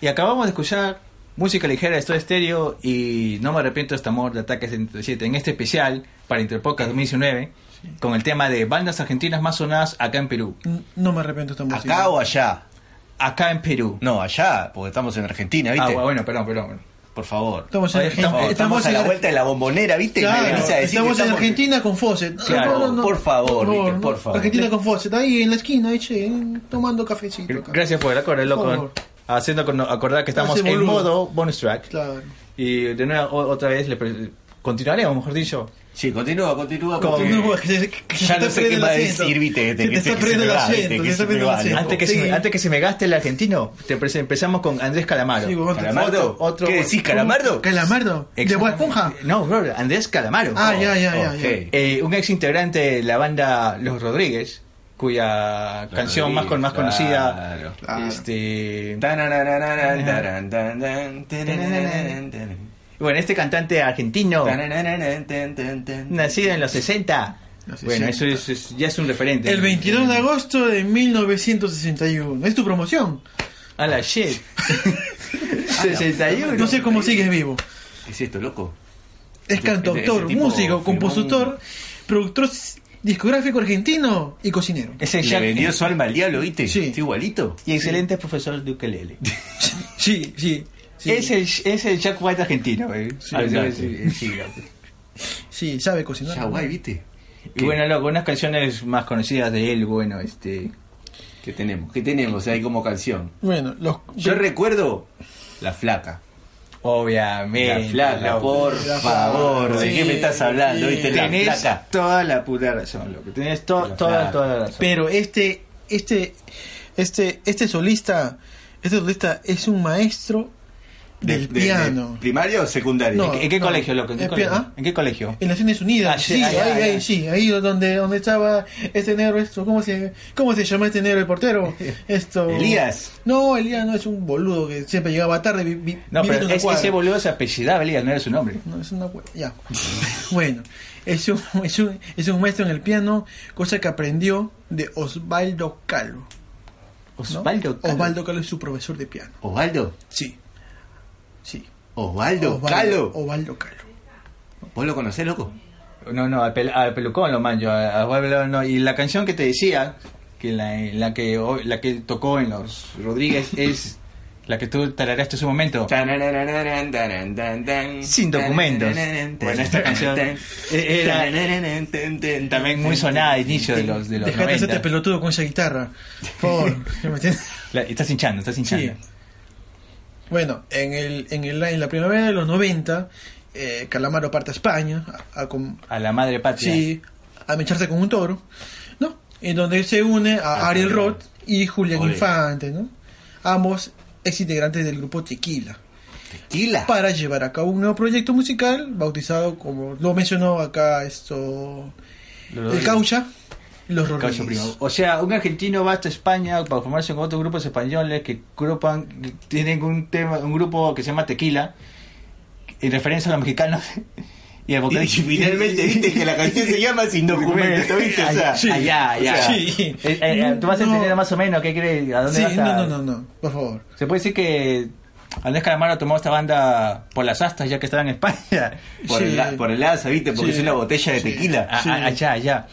S6: Y acabamos de escuchar música ligera de Estudio Estéreo y No me arrepiento de este amor de Ataque 77 en este especial para Interpodcast 2019 con el tema de bandas argentinas más sonadas acá en Perú.
S7: N- No me arrepiento de esta música.
S3: ¿Acá o allá?
S6: Acá en Perú.
S3: No, allá, porque estamos en Argentina,
S6: Mm. Ah,
S3: ¿viste?
S6: bueno, perdón, perdón.
S3: Por favor.
S7: Estamos en
S6: Oye,
S3: Por favor,
S7: Argentina.
S3: estamos, a la
S7: en-
S3: vuelta de la bombonera, ¿viste? Y me
S7: Claro,
S3: venís a decir que
S7: estamos en Argentina con Fawcett. No,
S6: Claro,
S3: por favor, Víctor, por favor.
S7: Argentina con Fawcett, ahí en la esquina, ahí, che, tomando cafecito. acá.
S6: Gracias por el acorde,
S7: Por
S6: loco. ¿eh?
S7: favor.
S6: Haciendo con- acordar que estamos
S7: Gracias,
S6: en
S7: boludo.
S6: modo bonus track.
S7: Claro.
S6: Y de nuevo, o- otra vez, le pre- continuaremos, mejor dicho.
S3: Sí, continúa, continúa.
S6: Con-
S3: porque-
S7: No, que se- que se
S3: Ya
S7: está
S3: no sé
S7: perdiendo
S3: qué
S7: el
S3: más
S7: acento.
S3: decir, viste,
S7: Se
S3: de que-
S7: te está
S3: que se
S7: perdiendo
S3: me
S7: el
S3: va, viste,
S7: acento,
S3: que
S7: se
S3: se
S7: está
S3: me
S7: perdiendo el
S3: va, loco.
S7: acento.
S6: Antes que,
S7: Sí.
S6: se, me- antes que se me gaste el argentino, te pre- empezamos con Andrés Calamaro.
S7: Sí, vos-
S3: ¿Calamardo?
S6: Otro-
S3: ¿Qué decís, Calamardo?
S7: Calamardo,
S6: Ex-
S7: de Boa Esponja.
S6: No, bro, Andrés Calamaro.
S7: Ah, ya, ya, ya.
S3: ok.
S7: ya.
S6: Eh, un ex integrante de la banda Los Rodríguez, cuya canción más, con, más conocida.
S3: Claro.
S7: Claro.
S6: Este,
S3: Tanananananan, taran, tan, tan, tanananan, tan.
S6: bueno, este cantante argentino,
S3: Tanananan, tan, tan, tan.
S6: nacido en los 60,
S7: Así
S6: Bueno,
S7: sí.
S6: eso es, es- ya es un referente.
S7: El 22 de agosto de 1961. Es tu promoción.
S6: A la shit. 61.
S7: No sé cómo sigues vivo.
S3: ¿Qué es esto, loco?
S7: Es
S3: Ese-
S7: cantautor,
S3: ese tipo
S7: músico,
S3: firmó
S7: compositor, productor s- discográfico argentino y cocinero.
S6: Ese
S3: Le
S6: Jack-
S3: vendió su alma al diablo, ¿viste?
S7: Sí.
S3: Está igualito.
S6: Y excelente profesor de ukelele.
S7: Sí, sí. sí.
S6: Es, el, es el Jack White argentino, eh.
S3: Andate.
S6: Sí, sí, sí.
S7: Sí, sabe cocinar.
S3: Ya, guay, ¿viste?
S6: Y bueno, loco, unas canciones más conocidas de él, bueno, este...
S3: ¿Qué tenemos? ¿Qué tenemos ahí como canción?
S7: Bueno, los
S3: Yo recuerdo La Flaca.
S6: Obviamente.
S3: La Flaca,
S6: loco.
S3: por
S7: La
S3: favor.
S7: Flaca.
S3: ¿De qué me estás hablando?
S7: Sí.
S3: ¿Viste? La
S6: Tenés
S3: Flaca.
S6: toda la puta razón, loco. Tenés to-
S3: La
S6: toda,
S3: Flaca.
S6: toda la razón.
S7: pero este este este este solista, este solista es un maestro
S3: De-
S7: del
S3: de- de
S7: piano.
S3: ¿Primaria o secundaria?
S7: No.
S6: ¿En qué
S7: no.
S6: colegio, loco? ¿En qué
S7: Eh,
S6: colegio?
S7: ¿ah?
S6: ¿En qué colegio?
S7: En Naciones Unidas,
S6: Ah,
S7: sí,
S6: sí,
S7: ahí,
S6: ahí, ahí,
S7: ahí,
S6: ahí.
S7: sí, ahí donde, donde estaba este negro, esto, ¿cómo se, cómo se llama este negro el portero? Esto.
S3: Elías.
S7: No, Elías no es un boludo que siempre llegaba tarde. vi- vi-
S6: No,
S7: vive en
S6: pero
S7: una
S6: es,
S7: cuadra.
S6: ese boludo se apellidaba, Elías, no era su nombre.
S7: No, es una hue- ya. bueno, es un, es, un, es un maestro en el piano, cosa que aprendió de Osvaldo Calo. ¿no?
S6: Osvaldo Calo.
S7: Osvaldo Calo es su profesor de piano.
S3: ¿Osvaldo?
S7: Sí. Sí.
S3: ¿Osvaldo? ¿Calo?
S7: Osvaldo Calo.
S3: ¿Vos lo conocés, loco?
S6: No, no, al, pel- al pelucón lo manjo. a- a Osvaldo no. Y la canción que te decía, que la, la que hoy- la que tocó en los Rodríguez es la que tú tarareaste hace un momento. Sin documentos. Bueno, esta canción era- También muy sonada al inicio de los de los
S7: Dejate hacerte
S6: 90.
S7: este pelotudo con esa guitarra. Por favor. ¿me entiendes?
S6: La- estás hinchando, estás
S7: Sí.
S6: hinchando.
S7: Bueno, en el, en el en la primavera de los 90, eh, Calamaro parte a España a, a com-
S6: A la madre patria.
S7: sí, a mecharse con un toro, ¿no? En donde se une a
S3: Ah,
S7: Ariel
S3: claro.
S7: Roth y Julián
S3: Ole.
S7: Infante, ¿no? Ambos ex integrantes del grupo Tequila,
S3: ¿Tequila?
S7: para llevar a cabo un nuevo proyecto musical bautizado como lo mencionó acá esto
S6: Los
S7: el Caucha, los
S6: Rodríguez. Caucho
S7: Rodríguez.
S6: Primo. O sea, un argentino va hasta España para formarse con otros grupos españoles que agrupan, que tienen un tema, un grupo que se llama Tequila, en referencia a los mexicanos. Y al
S3: Y
S6: vocalista-
S3: finalmente viste que la canción se llama Sin Documento, ¿viste? O sea,
S6: Ay, allá, allá.
S7: Sí. Mm,
S6: Eh, eh, tú vas a
S7: No.
S6: entender más o menos qué crees, a dónde
S7: Sí,
S6: vas a-
S7: no, no, no, no, por favor.
S6: Se puede decir que Andrés Calamaro tomó esta banda por las astas ya que estaba en España.
S3: por,
S7: Sí.
S3: el, la- por el asa, ¿viste? Porque
S7: Sí. Ah,
S3: es una botella de
S7: Sí.
S3: tequila.
S6: A-
S7: Sí.
S6: a- allá, allá.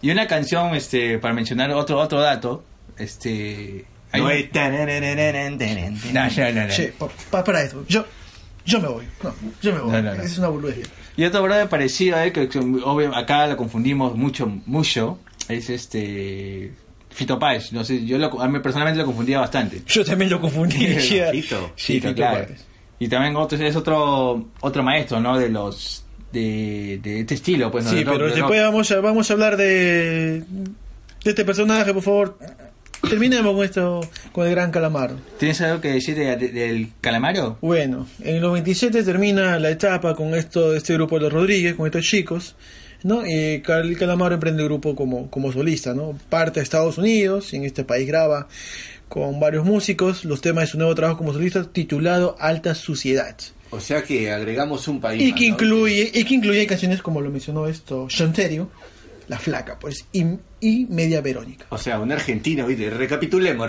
S6: Y una canción, este, para mencionar otro, otro dato, este. hay
S3: No
S6: una-
S3: es tararararán, tarán,
S6: No,
S3: tarán.
S6: no, no, no.
S7: Che, pa- pa- para eso, yo, yo me voy. No, yo me voy.
S6: No, no, no.
S7: Es una boludez.
S6: Y otro brother parecido a él, que, que obvio, acá lo confundimos mucho, mucho, es este. Fito Páez. No sé, yo lo, a mí personalmente lo confundía bastante.
S7: Yo también lo confundí.
S3: Fito. Fito,
S7: Sí, Fito
S6: claro.
S7: Páez.
S6: Y también otro, es otro, otro maestro, ¿no? De los. De, de este estilo, pues. ¿no?
S7: Sí,
S6: De rock,
S7: pero
S6: de
S7: después
S6: rock.
S7: vamos a, vamos a hablar de, de este personaje, por favor. Terminemos con esto, con el gran calamar.
S6: ¿Tienes algo que decir de- de- del Calamaro?
S7: Bueno, en el 97 termina la etapa con esto, este grupo de los Rodríguez, con estos chicos, ¿no? Y Cal Calamaro emprende el grupo como, como solista, ¿no? Parte a Estados Unidos, y en este país graba con varios músicos los temas de su nuevo trabajo como solista titulado Alta Suciedad.
S3: O sea que agregamos un país.
S7: Y
S3: más,
S7: que
S3: ¿no?
S7: incluye, y que incluye canciones como lo mencionó esto, Shanterio, La Flaca, pues, y, y Media Verónica.
S3: O sea, un argentino, ¿viste? Recapitulemos,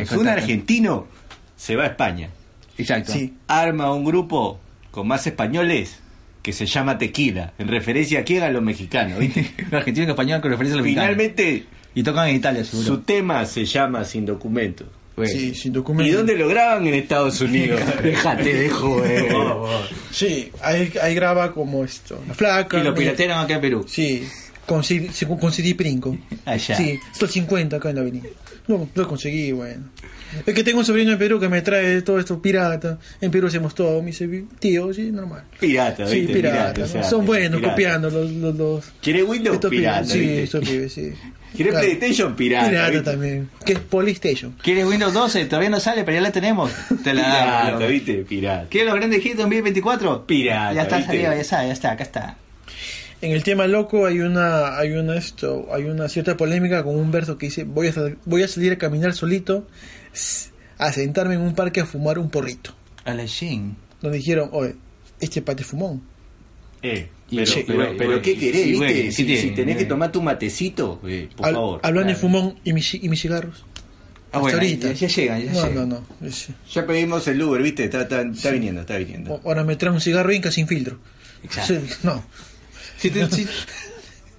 S6: Eh,
S3: un
S6: contame.
S3: argentino se va a España,
S6: Exacto.
S7: Sí.
S3: arma un grupo con más españoles que se llama Tequila, en referencia a quién a los mexicanos, ¿viste?
S6: Los argentinos y español con referencia a los mexicanos.
S3: Finalmente,
S6: Y tocan en Italia, seguro.
S3: su tema se llama Sin Documento.
S6: Pues.
S7: Sí, sin documento.
S3: ¿Y dónde lo graban? En Estados Unidos. eh. Déjate de joder.
S7: Sí, ahí, ahí graba como esto, La Flaca.
S6: Y lo
S7: Media-
S6: piratearon acá en Perú.
S7: Sí, con, CD sí, con CD Princo.
S3: Ah,
S6: Allá.
S7: Sí, 150 acá en la avenida. No, lo conseguí, bueno. Es que tengo un sobrino en Perú que me trae todo esto pirata. En Perú hacemos todo. Me dice, tío, sí, normal.
S3: Pirata,
S7: Sí,
S3: ¿viste?
S7: pirata.
S3: Pirata, o
S7: ¿no?
S3: sea,
S7: Son buenos
S3: pirata.
S7: copiando los, los, los-
S3: ¿Quiere Windows?
S7: estos
S3: Pirata.
S7: pibes. Sí,
S3: ¿viste?
S7: estos pibes, sí.
S3: ¿Quiere
S7: Claro.
S3: PlayStation? Pirata.
S7: Pirata
S3: ¿viste?
S7: también. Que es Polystation.
S6: ¿Quieres Windows 12? Todavía no sale, pero ya la tenemos. Te la
S3: Pirata,
S6: damos.
S3: ¿viste? Pirata.
S6: ¿Quieres los grandes hits 2024?
S3: Pirata,
S6: Ya está,
S3: ¿viste?
S6: salido, ya está, ya está, acá está.
S7: En el tema loco hay una, hay una esto, hay una cierta polémica con un verso que dice voy a, sal- voy a salir a caminar solito, s- a sentarme en un parque a fumar un porrito.
S6: A la Shin.
S7: donde dijeron, oye, este pate fumón.
S3: Eh,
S6: Y
S3: pero,
S6: che,
S3: pero,
S6: güey,
S3: pero
S6: güey,
S3: ¿qué
S6: sí,
S3: querés,
S6: sí,
S3: viste?
S6: güey,
S3: si,
S6: sí,
S3: si
S6: sí,
S3: tenés
S6: eh.
S3: que tomar tu matecito, güey, por
S7: Hab-
S3: favor.
S7: Hablando de
S6: claro.
S7: fumón y, mis chi- y mis cigarros.
S6: Ah,
S7: Hasta
S6: bueno,
S7: ahorita.
S6: ya- ya llegan, ya
S7: no,
S6: llegan.
S7: No, no, es-
S3: Ya pedimos el Uber, viste, está, está, está viniendo, está viniendo.
S6: Oh,
S7: o- Ahora me traen un cigarro Inca sin filtro.
S6: Exacto.
S7: Sí, no.
S6: Si te- si-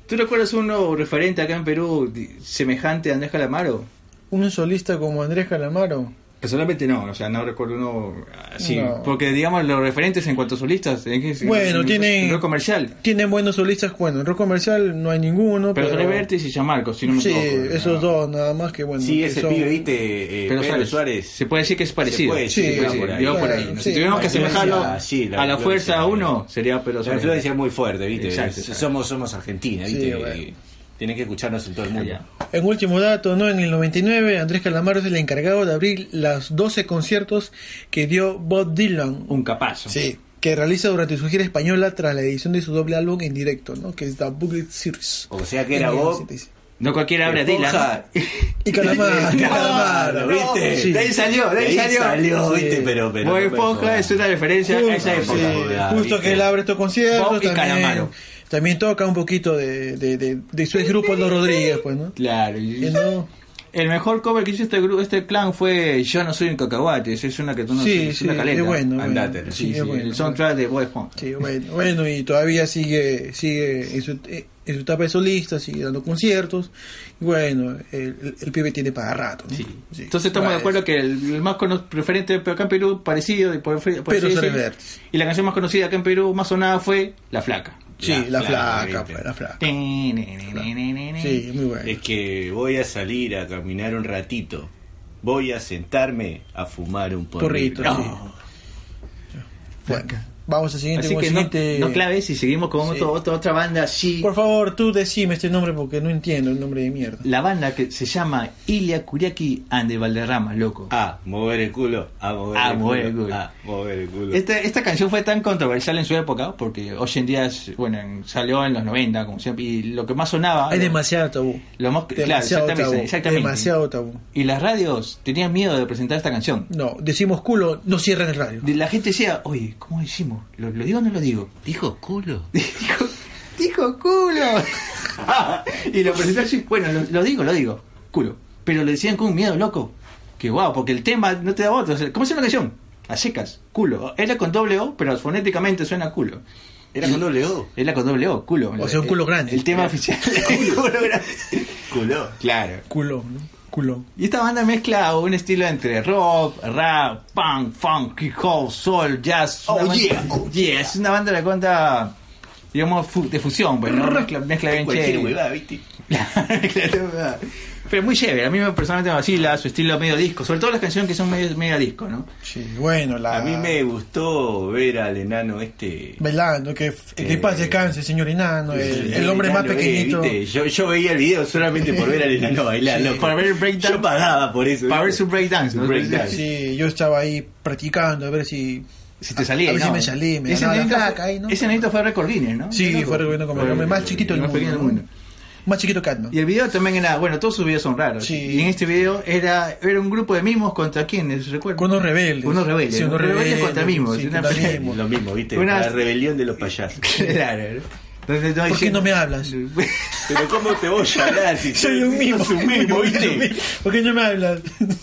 S6: ¿Tú recuerdas uno referente acá en Perú di- semejante a Andrés Calamaro?
S7: Un solista como Andrés Calamaro.
S6: Personalmente no, o sea, no recuerdo uno así.
S7: No.
S6: Porque, digamos, los referentes en cuanto a solistas. en que-
S7: Bueno,
S6: en-
S7: tienen-
S6: en rock comercial.
S7: Tienen buenos solistas, bueno, en rock comercial no hay ninguno.
S6: Pero
S7: Pero,
S6: Soledad Vértiz y Chamarco, si no me
S7: sí,
S6: equivoco.
S7: esos
S6: ¿no?
S7: dos nada más que bueno.
S3: Sí,
S7: que
S3: ese
S7: son-
S3: pibe, viste, eh,
S6: Pero
S3: Pedro
S6: Suárez.
S3: Suárez.
S6: Se puede decir que es parecido.
S3: puede
S7: decir que va
S6: sí,
S7: por ahí.
S6: yo por ahí.
S7: Claro,
S6: ¿no?
S7: sí,
S6: si tuviéramos
S7: la
S6: que asemejarlo
S3: influencia, sí, la
S6: a la
S3: influencia,
S6: fuerza
S3: eh.
S6: 1, sería Pedro
S3: La
S6: Suárez.
S3: influencia es muy fuerte, viste.
S6: Exacto, exacto.
S3: Somos, somos Argentina,
S7: Sí,
S3: viste.
S7: güey.
S3: Tienen que escucharnos en todo el mundo.
S6: Ya.
S7: En último dato, ¿no? En el 99, Andrés Calamaro es el encargado de abrir las 12 conciertos que dio Bob Dylan.
S6: Un capazo.
S7: Sí. Que realiza durante su gira española tras la edición de su doble álbum en directo, ¿no? Que es The Booklet Series.
S3: O sea que era vos.
S6: No cualquiera habla de Dylan.
S3: Esponja.
S7: Y Calamaro.
S6: Ah,
S3: Calamaro,
S7: Calamaro.
S3: viste.
S7: Sí.
S6: De ahí salió, de ahí salió.
S7: Sí.
S3: viste, pero.
S6: Bob
S3: pero no puedes
S6: Esponja
S3: joder.
S6: es una referencia a esa
S3: Justo,
S6: época.
S3: sí.
S6: joder.
S7: Justo
S3: viste.
S7: que él abre estos conciertos.
S6: Bob y
S7: también,
S6: Calamaro.
S7: también toca un poquito de, de, de, de su grupo Los Rodríguez, pues, ¿no?
S6: Claro.
S7: Que
S6: y-
S7: no-
S6: El mejor cover que hizo este grupo, este clan fue Yo no soy un cacahuate, esa es una que tú no
S7: Sí,
S6: sabes, es una
S7: sí,
S6: caleta.
S7: es bueno,
S6: Andate.
S7: bueno.
S6: sí,
S7: Sí,
S6: sí,
S7: es bueno,
S6: el soundtrack de Bob Esponja.
S7: Sí, bueno, bueno, y todavía sigue, sigue en su, eh, en su etapa de solista, sigue dando conciertos. Y bueno, el, el- el pibe tiene para rato. ¿no? Sí.
S6: Entonces estamos de
S7: Para
S6: acuerdo que el, el más cono- referente acá en Perú, parecido, y por, por
S7: Pero
S6: así
S7: Soledad
S6: decir,
S7: Vértiz.
S6: y la canción más conocida acá en Perú, más sonada, fue La Flaca.
S7: Sí, la,
S3: La flaca,
S7: flaca,
S3: viste.
S7: pues, la flaca. Sí,
S6: Sí.
S7: muy bueno.
S3: Es que voy a salir a caminar un ratito. Voy a sentarme a fumar un porrito.
S7: Porrito,
S6: No.
S7: Bueno, vamos al siguiente.
S6: Así
S7: con
S6: que
S7: el
S6: no,
S7: siguiente-
S6: no claves y seguimos con
S7: Sí.
S6: otro- otra- otra banda así.
S7: Por favor, tú decime este nombre porque no entiendo el nombre de mierda.
S6: La banda que se llama Ilia Kuriaki and the Valderrama, loco.
S3: A mover el culo. A mover,
S6: A
S3: el,
S6: mover el
S3: culo,
S6: culo. Este
S3: A mover el culo.
S6: Esta, esta canción fue tan controversial en su época, porque hoy en día, es- bueno, en- salió en los 90, como siempre, y lo que más sonaba...
S7: Hay
S6: lo-
S7: demasiado tabú.
S6: lo más- claro,
S7: Demasiado
S6: exactamente,
S7: tabú.
S6: exactamente.
S7: Demasiado tabú.
S6: Y las radios tenían miedo de presentar esta canción.
S7: No, decimos culo, no cierran el radio.
S6: De- La gente decía, oye, ¿cómo decimos? ¿Lo, lo digo o no lo digo?
S3: Dijo culo.
S6: Dijo, dijo culo. y lo presentó así, bueno, lo, lo digo, lo digo, culo. Pero lo decían con un miedo loco. Que guau, porque el tema no te da otro. O sea, ¿Cómo se llama la canción? A secas, culo. Era con doble O, pero fonéticamente suena culo.
S3: Era con doble O.
S6: Era con doble O, culo.
S7: O sea, un culo grande.
S6: El tema oficial. culo grande.
S3: Culo.
S6: Claro.
S7: Culón, ¿no? Culón.
S6: Y esta banda mezcla un estilo entre rock, rap, punk, funk, hip hop, soul, jazz.
S3: Oh,
S6: una banda-
S3: yeah, oh,
S6: yeah. Es una banda de la cuenta, digamos, fu- de fusión, pues, ¿no? mezcla, mezcla bien
S3: Cualquier
S6: chévere.
S3: huevada, viste.
S6: Mezcla de huevada. Pero muy chévere, a mí me- personalmente me vacila su estilo medio disco, sobre todo las canciones que son medio, medio disco, ¿no?
S7: Sí, bueno, la.
S3: A
S6: Ah.
S3: mí me gustó ver al enano este.
S7: Velando, que, que,
S3: Eh,
S7: paz descanse, señor enano, el, el hombre más
S3: enano, eh,
S7: pequeñito.
S3: viste, yo, yo veía el video solamente por ver al enano bailar.
S6: Sí,
S3: loco.
S6: para ver el breakdance.
S3: Yo pagaba por eso.
S6: Para ver
S3: viste.
S6: su breakdance, ¿no?
S3: breakdance.
S7: Sí, yo estaba ahí practicando a ver si.
S6: Si te salía.
S7: A ver si
S6: ¿no?
S7: me salí, me
S6: ese
S7: ganaba la
S6: nenito
S7: flaca
S6: fue-
S7: ahí, ¿no?
S6: Ese nenito fue récord Guinness, ¿no?
S7: Sí,
S6: Loco.
S7: fue el con el hombre más chiquito del
S6: más
S7: mundo.
S6: pequeño del
S7: ¿no?
S6: mundo.
S7: Más chiquito que Atman.
S6: Y el video también era, bueno, todos sus videos son raros.
S7: Sí.
S6: Y en este video era, era un grupo de mimos contra quiénes, recuerdo.
S7: Con unos rebeldes.
S6: Unos rebeldes.
S7: Sí, unos
S6: unos rebeldes,
S7: rebeldes,
S6: contra mimos.
S7: sí,
S6: una
S7: contra
S6: pelea-
S7: mimos.
S3: Lo mismo, viste.
S6: Una-
S3: La rebelión de los payasos.
S6: Claro. Entonces, no,
S7: ¿Por qué no me hablas?
S3: Pero ¿cómo te voy a hablar si
S7: Soy un mimo.
S3: sos un mimo, viste?
S7: ¿Por qué no me hablas?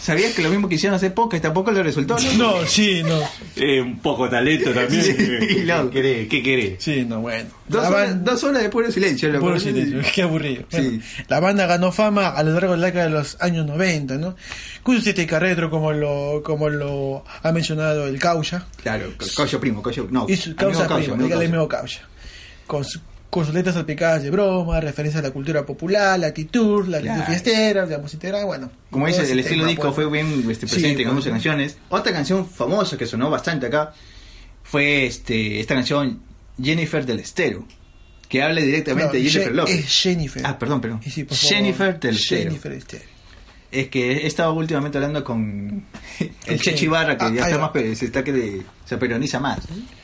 S6: ¿Sabías que lo mismo que hicieron hace poco y tampoco le resultó?
S7: No, sí, no.
S3: Eh, un poco talento también. Eh,
S6: Sí,
S3: ¿Qué
S6: loco.
S3: querés? ¿Qué querés?
S7: Sí, no, bueno.
S6: Dos,
S7: La
S6: horas,
S7: banda-
S6: dos horas de puro silencio. loco.
S7: Puro silencio, qué aburrido. Bueno,
S6: Sí.
S7: La banda ganó fama a lo largo de la década de los años 90, ¿no? Con su este carretro, como lo, como lo ha mencionado el Caucha.
S6: Claro, co- coyo primo, coyo. No,
S7: Y su
S6: amigo
S7: causa
S6: coyo,
S7: prima,
S6: amigo
S7: dígale
S6: coyo.
S7: amigo causa. Con, su- con sus letras salpicadas de broma, referencias a la cultura popular, la actitud, la actitud
S6: Claro.
S7: fiestera, la música, bueno.
S6: Como
S7: todo
S6: dice,
S7: ese
S6: el estilo
S7: tema,
S6: disco
S7: pues.
S6: fue bien este,
S7: Sí,
S6: presente
S7: bueno.
S6: con muchas canciones. Otra canción famosa que sonó bastante acá fue este esta canción Jennifer del Estero, que habla directamente
S7: No,
S6: de Jennifer
S7: Je-
S6: López.
S7: Es Jennifer.
S6: Ah, perdón, perdón.
S7: Y sí, por favor,
S6: Jennifer del Estero.
S7: Jennifer del Estero.
S6: es que he estado últimamente hablando con el Che Chivarra, que
S7: Ah,
S6: ya
S7: ahí
S6: está
S7: va.
S6: más, pe- se está que le- se peroniza más.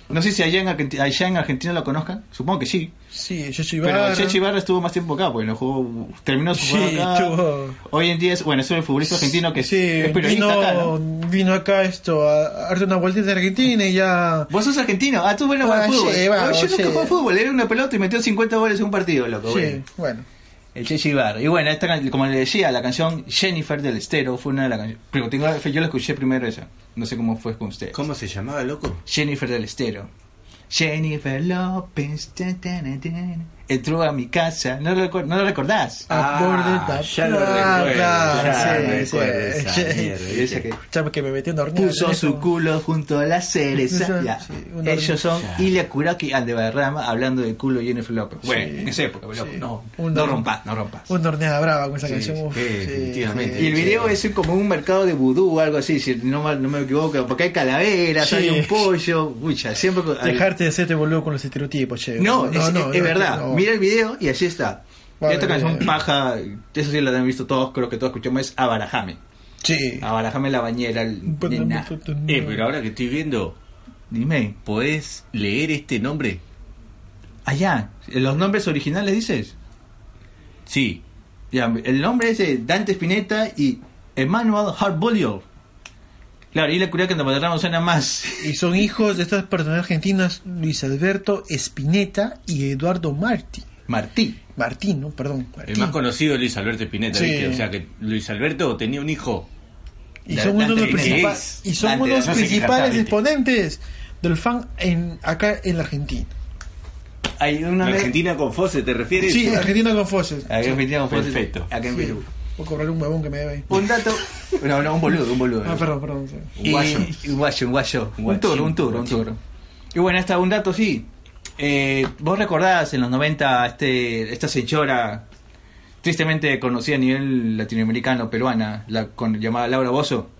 S6: No sé si allá en, Argenti- allá en Argentina lo conozcan, supongo que sí.
S7: Sí, yo soy
S6: Pero
S7: Ibarra.
S6: Che Chivarra estuvo más tiempo acá, porque no jugó, terminó su juego
S7: Sí,
S6: acá.
S7: chupo.
S6: Hoy en día es, bueno, es un futbolista argentino que es-
S7: sí,
S6: es periodista
S7: vino,
S6: acá, ¿no?
S7: vino acá esto a a darte una vueltita de Argentina y ya.
S6: Vos sos argentino, ah, tú bueno para
S7: Ah,
S6: el fútbol.
S7: sí, va,
S6: No, yo
S7: sí.
S6: nunca jugué fútbol, era una pelota y metió 50 goles en un partido, loco.
S7: Sí,
S6: bueno.
S7: bueno.
S6: El Che Chivar. Y bueno, esta, can- como le decía, la canción Jennifer del Estero fue una de las canciones. Yo la escuché primero esa. No sé cómo fue con usted.
S3: ¿Cómo se llamaba, loco?
S6: Jennifer del Estero. Jennifer López. ta, ta, na, ta, na. Entró a mi casa. ¿No lo, recu- no lo recordás?
S3: Ah,
S7: Acorde
S3: ya lo
S7: Ah,
S3: recuerdo, ya recuerdo esa mierda.
S6: Y esa que
S7: Chame que me metió una horneada.
S6: Puso su culo junto a la cereza.
S7: Sí,
S6: Ya.
S7: sí, un
S6: Ellos son
S3: Ya.
S6: Ilya Kuraki y Aldebarrama hablando del culo de Jennifer López. Bueno, en esa época, loco.
S7: Sí.
S6: No,
S7: Un-
S6: no rompas, no rompas.
S7: Una horneada brava con esa
S6: Sí,
S7: canción. uf,
S3: sí, definitivamente.
S6: Y el video es como un mercado de vudú o algo así, si no, mal- no me equivoco, porque hay calaveras,
S7: Sí.
S6: hay un pollo, pucha, siempre... con- al-
S7: Dejarte de hacerte este boludo con los estereotipos, che.
S6: No, es, es
S7: no,
S6: verdad,
S7: no.
S6: mira el video y así está.
S7: Vale,
S6: Esta canción
S7: bien.
S6: paja, eso sí la han visto todos, creo que todos escuchamos, es Abarajame.
S7: Sí.
S6: Abarajame Ah, la bañera, el nena.
S3: Eh, pero ahora que estoy viendo,
S6: Dime,
S3: ¿podés leer este nombre?
S6: allá, ¿los nombres originales dices?
S3: Sí.
S6: Ya, el nombre es eh, Dante Spinetta y Emmanuel Harbolio. Claro, y la curia que nos agarramos suena más...
S7: Y son hijos de estas personas argentinas, Luis Alberto Espineta y Eduardo Martí.
S6: Martí.
S7: Martín, ¿no? Perdón. Martín.
S3: El más conocido Luis Alberto Spinetta,
S7: Sí.
S3: ¿viste? O sea que Luis Alberto tenía un hijo.
S7: y
S6: de
S7: son uno de los
S6: Dante
S7: principa-
S3: Inés,
S7: y son
S6: Dante,
S7: uno de los
S3: no sé qué
S7: principales
S3: cantar,
S7: exponentes del fan en, acá en la Argentina.
S6: Hay una
S3: ¿La
S6: vez-
S3: Argentina con Fose te refieres?
S7: Sí, Argentina con Fosses.
S6: Acá en Argentina con Fossi-
S3: Perfecto.
S6: pues, Acá en Perú.
S7: Voy a cobrar un huevón que me debe. ahí.
S6: Un dato. No, no, un boludo, un boludo.
S7: Ah, perdón, perdón. sí.
S6: Y-
S3: Guayo.
S6: Un guayo, un guayo. Un
S3: Guachín,
S6: toro, un toro, un
S3: guachín.
S6: toro. Y bueno, hasta un dato, sí. Eh, Vos recordás en los 90 este, esta señora tristemente conocida a nivel latinoamericano, peruana, la con, llamada Laura Bozo.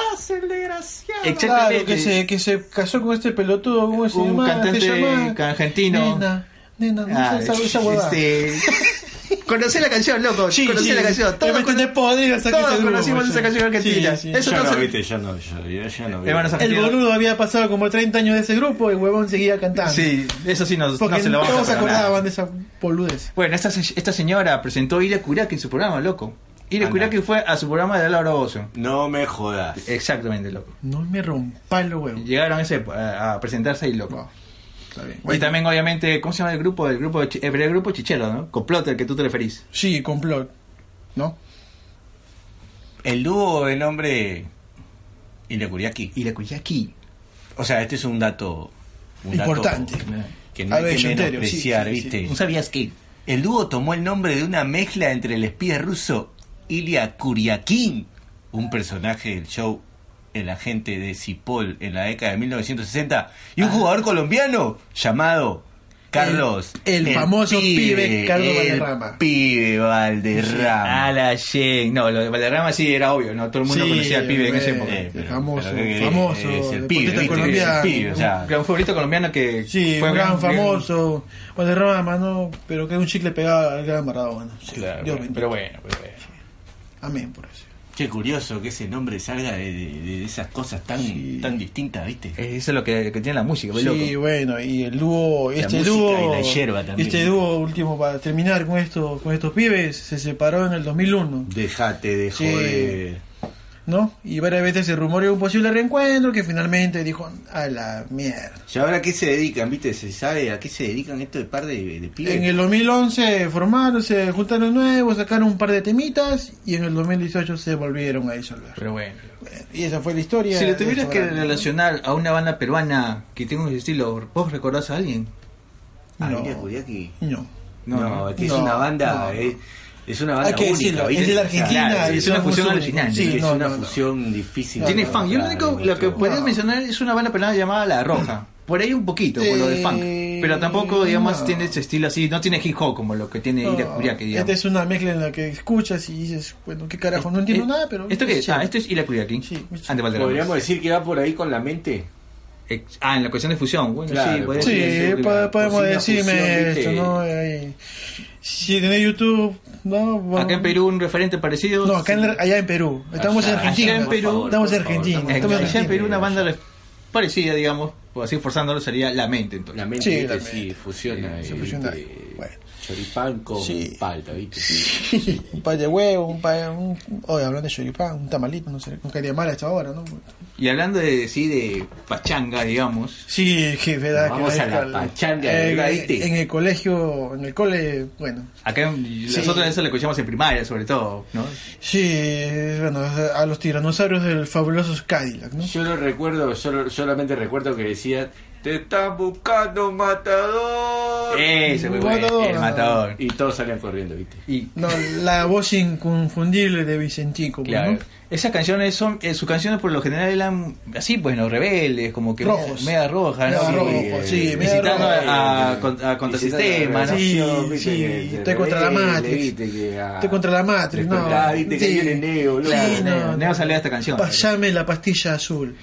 S6: ¡Qué pase el desgraciado!
S7: Claro, que se, que se casó con este pelotudo, ¿cómo se
S6: Un
S7: llama?
S6: cantante
S7: Se llama-
S6: argentino.
S7: Nena, nena, ¿cómo
S6: Ah,
S7: se llama esa huevada?
S6: este, Conocé la canción, loco. conocí la canción.
S7: Todo
S6: Todos
S7: con el poder hasta que
S6: todos
S7: se durma,
S6: conocimos
S7: ya.
S6: esa canción argentina.
S7: Sí, sí.
S6: Eso
S3: Ya
S6: no Eh,
S3: no,
S6: se-
S3: viste, ya no, ya, ya- ya no. vi.
S6: Hermanos
S7: El
S6: argentinos.
S7: boludo había pasado como 30 años de ese grupo y el huevón seguía cantando.
S6: Sí, eso sí nos,
S7: Porque
S6: no se lo vamos
S7: todos
S6: a
S7: se
S6: perdonar.
S7: acordaban de esa boludez.
S6: Bueno, esta, se- esta señora presentó a Iria Kuraki en su programa, loco. Iria
S3: Anda.
S6: Kuraki fue a su programa de Laura Bozo.
S3: No me jodas.
S6: Exactamente, loco.
S7: No me rompa el huevo.
S6: Llegaron ese, a, a presentarse ahí, loco.
S7: Está bien.
S6: Y también, obviamente, ¿cómo se llama el grupo? El grupo, chi- el primer grupo Chichero, ¿no? Complot, el que tú te referís.
S7: Sí, complot. ¿No?
S3: El dúo de nombre Ilacuriaki.
S6: Iria Kuraki.
S3: O sea, este es un dato. un dato
S7: Importante.
S3: que no
S7: A
S3: hay
S7: ver,
S3: que
S7: yo entero,
S3: menospreciar,
S7: sí, sí, sí.
S3: ¿viste?
S6: ¿No sabías qué?
S3: El dúo tomó el nombre de una mezcla entre el espía ruso Ilya Kuryakin, un personaje del show El agente de Cipoll en la década de 1960, y
S7: Ah.
S3: un jugador colombiano llamado Carlos.
S7: El- el famoso pibe Carlos Valderrama. Ah,
S3: El pibe Valderrama.
S6: A la Shen. No, lo de Valderrama sí era obvio, ¿no? Todo el mundo
S7: Sí,
S6: conocía al pibe en esa
S7: eh,
S6: época.
S3: Eh, pero-
S7: famoso,
S3: pero ¿qué querés?
S7: famoso,
S3: Es el
S7: deportista
S3: pibe, ¿viste? Es el
S7: colombiano.
S3: pibe, o sea,
S6: Eh. Gran futbolista colombiano que
S7: Sí, un gran,
S6: gran-
S7: famoso. Valderrama, ¿no? Pero que un chicle pegado al gran Maradona. Sí,
S6: Claro,
S7: Dios
S6: bueno,
S7: bendito.
S6: pero bueno, pero bueno.
S7: Amén por eso.
S3: Qué curioso que ese nombre salga de, de- de esas cosas tan, tan distintas, ¿viste?
S6: Eh, Eso es lo que, que tiene la música, pues,
S7: Sí,
S6: loco.
S7: bueno, y el dúo, este
S3: música
S7: dúo,
S3: y la yerba también.
S7: este dúo último para terminar con esto, con estos pibes, se separó en el 2001,
S3: Dejate de
S7: Sí.
S3: joder.
S7: ¿no? Y varias veces se rumoreó un posible reencuentro que finalmente dijo a la mierda.
S3: ¿Y ahora qué se dedican, viste? ¿Se sabe a qué se dedican estos par de, de pibes?
S7: En el 2011 formaron, se juntaron nuevos, sacaron un par de temitas y en el 2018 se volvieron a disolver.
S6: Pero bueno.
S7: Y esa fue la historia.
S6: Si lo
S7: de
S6: tuvieras
S7: esta
S6: que
S7: banda.
S6: relacionar a una banda peruana que tenga un estilo, ¿vos recordás a alguien?
S3: Ah,
S7: no.
S3: mira, Curiaqui.
S7: No.
S3: No, no, es que
S7: no,
S3: es una banda.
S7: no.
S3: Es, es una banda
S7: Hay que
S3: única,
S7: decirlo,
S3: ¿viste?
S7: es de Ah, la
S3: O sea,
S7: Argentina.
S6: claro,
S7: y
S6: es una
S7: somos
S6: fusión
S7: únicos.
S6: original,
S7: Sí,
S3: que es
S7: no,
S3: una
S7: no, no.
S3: fusión difícil. de
S6: Tiene
S7: no,
S6: fan. Yo lo
S3: encontrar
S6: único
S3: en
S6: lo que
S3: otro-
S6: podría
S7: No.
S6: mencionar es una banda peruana llamada La Roja. Por ahí un poquito, por lo de
S7: Eh,
S6: funk. Pero tampoco, digamos,
S7: no.
S6: tiene ese estilo así. No tiene hip hop como lo que tiene Ira
S7: No,
S6: Kuriaki, digamos.
S7: Esta es una mezcla en la que escuchas y dices, bueno, qué carajo, no entiendo
S6: Eh,
S7: nada, pero.
S6: ¿Esto qué es? Ah,
S7: chévere.
S6: esto es Ila Kuriaki.
S7: Sí,
S6: Ante Valderrama.
S3: Podríamos decir que va por ahí con la mente.
S6: Ex- Ah, en la cuestión de fusión, bueno,
S3: Claro,
S6: sí, podría
S7: Sí,
S6: ser,
S7: pa-
S6: claro.
S7: podemos
S3: cocina fusión,
S7: decirme
S3: ¿viste?
S7: esto, ¿no? Ahí. Si tenés YouTube, ¿no? Bueno,
S6: Acá en Perú un referente parecido.
S7: No, acá en, allá en Perú. Estamos
S3: Allá-
S7: en Argentina.
S6: allá en Perú.
S7: Estamos en
S3: Por favor,
S7: Argentina.
S3: estamos
S6: Eh,
S7: Estamos en
S6: allá en
S7: Argentina.
S6: Perú una banda re- parecida, digamos, o así forzándolo sería La Mente, entonces.
S3: La mente,
S7: Sí,
S3: ¿viste?
S7: la
S3: sí,
S7: mente.
S3: fusiona. eh,
S7: se fusiona.
S3: ¿viste?
S7: Bueno.
S3: Choripán con
S7: Sí.
S3: palta, ¿viste?
S7: un par de huevos, un par un, oye, hablando de choripán, un tamalito, no sé, no caería mal a esta hora, ¿no?
S6: Y hablando de sí de pachanga, digamos,
S7: Sí, que es verdad
S3: Vamos
S7: que
S3: a la
S7: al-
S3: pachanga,
S7: eh,
S3: ¿verdad,
S7: en,
S3: viste?
S7: el colegio, en el cole, bueno,
S6: acá en-
S7: Sí.
S6: nosotros eso lo escuchamos en primaria, sobre todo, ¿no?
S7: sí, bueno, a los tiranosaurios del fabuloso Cadillac, ¿no?
S3: Yo no recuerdo, yo no- solamente recuerdo que decían: Te están buscando un matador.
S6: Ese, muy bueno,
S7: Matador.
S6: el matador.
S3: Y todos salían corriendo, ¿viste?
S6: Y
S7: No, la voz inconfundible de Vicentico, pues,
S6: Claro.
S7: ¿no?
S6: Esas canciones son, eh, sus canciones por lo general eran así, pues, los rebeldes, como que
S7: Rojos.
S6: media roja,
S7: Media
S6: ¿no? Y,
S7: roja,
S6: eh,
S7: sí, media
S6: visitando
S7: roja.
S6: a, a con- a contrasistema, ¿no?
S7: Sí, sí, te contra la matriz. Te contra la matriz,
S3: matriz,
S7: no.
S3: ah, viste que
S7: Sí.
S3: viene Neo,
S7: Sí,
S3: claro.
S7: no.
S6: Neo salió esta canción.
S7: Pasame la pastilla azul.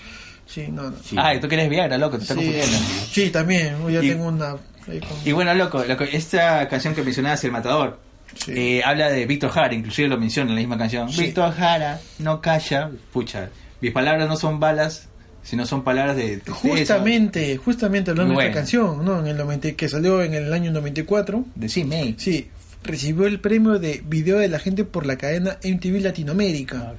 S7: Sí, no, no.
S3: Sí.
S6: Ah, tú querés Viagra, loco, te está
S7: Sí,
S6: confundiendo.
S7: sí, también, yo
S6: Y-
S7: tengo una... ahí con-
S6: Y bueno, loco, loco, esta canción que mencionabas, El Matador,
S7: Sí.
S6: eh, habla de Víctor Jara, inclusive lo menciona en la misma canción.
S7: Sí.
S6: Víctor Jara no calla, pucha, mis palabras no son balas, sino son palabras de tristeza,
S7: Justamente, justamente hablando de
S6: Bueno.
S7: esta canción, ¿no? En el 90, que salió en el año 94.
S6: Decime.
S7: Sí, recibió el premio de video de la gente por la cadena MTV Latinoamérica.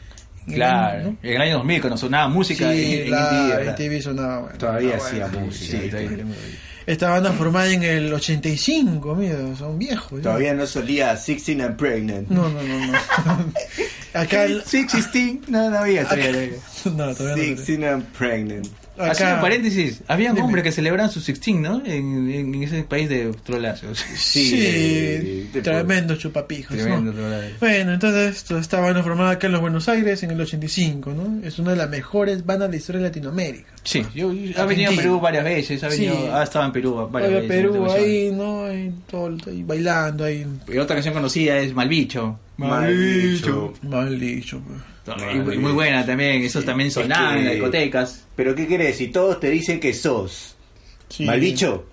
S7: En el
S6: Ah, Claro,
S7: año, ¿no?
S6: en el año 2000 cuando sonaba música
S7: Sí,
S6: en- en
S7: la
S6: MTV, ¿verdad?
S7: MTV sonaba bueno.
S3: Todavía
S7: Ah,
S3: hacía
S7: bueno.
S3: música.
S6: Sí,
S3: ¿viste?
S6: todavía-
S7: Esta banda formada en el 85, mira, son viejos. ya.
S3: Todavía no solía Sixteen and Pregnant.
S7: No, no, no, no. Acá... el-
S6: Sí, existí. No, no había. todavía, todavía.
S7: No, todavía no.
S3: Sixteen and Pregnant.
S6: Haciendo
S7: Acá-
S6: paréntesis, había
S7: Dime.
S6: hombres que celebraban su 16, ¿no? En, en ese país de trolazos.
S3: Sí,
S7: Sí,
S3: te-
S7: tremendo chupapijos. ¿no?
S6: Tremendo trolazos.
S7: Bueno, entonces esto, esta banda formada acá en los Buenos Aires en el 85, ¿no? Es una de las mejores bandas de la historia de Latinoamérica.
S6: Sí, yo, yo- ha
S7: Argentina.
S6: venido a Perú varias veces, ha venido,
S7: Sí.
S6: ha estado en Perú varias
S7: Oye,
S6: veces.
S7: Perú
S6: en
S7: ahí, ¿no? Ahí, todo, ahí bailando, ahí.
S6: Y otra canción conocida es Malbicho.
S3: Maldicho.
S7: Mal dicho, pues.
S6: Y muy- muy buena también, eso también sonaba en
S3: que-
S6: las discotecas.
S3: Pero ¿qué querés? Si todos te dicen que sos
S7: Sí.
S3: mal bicho,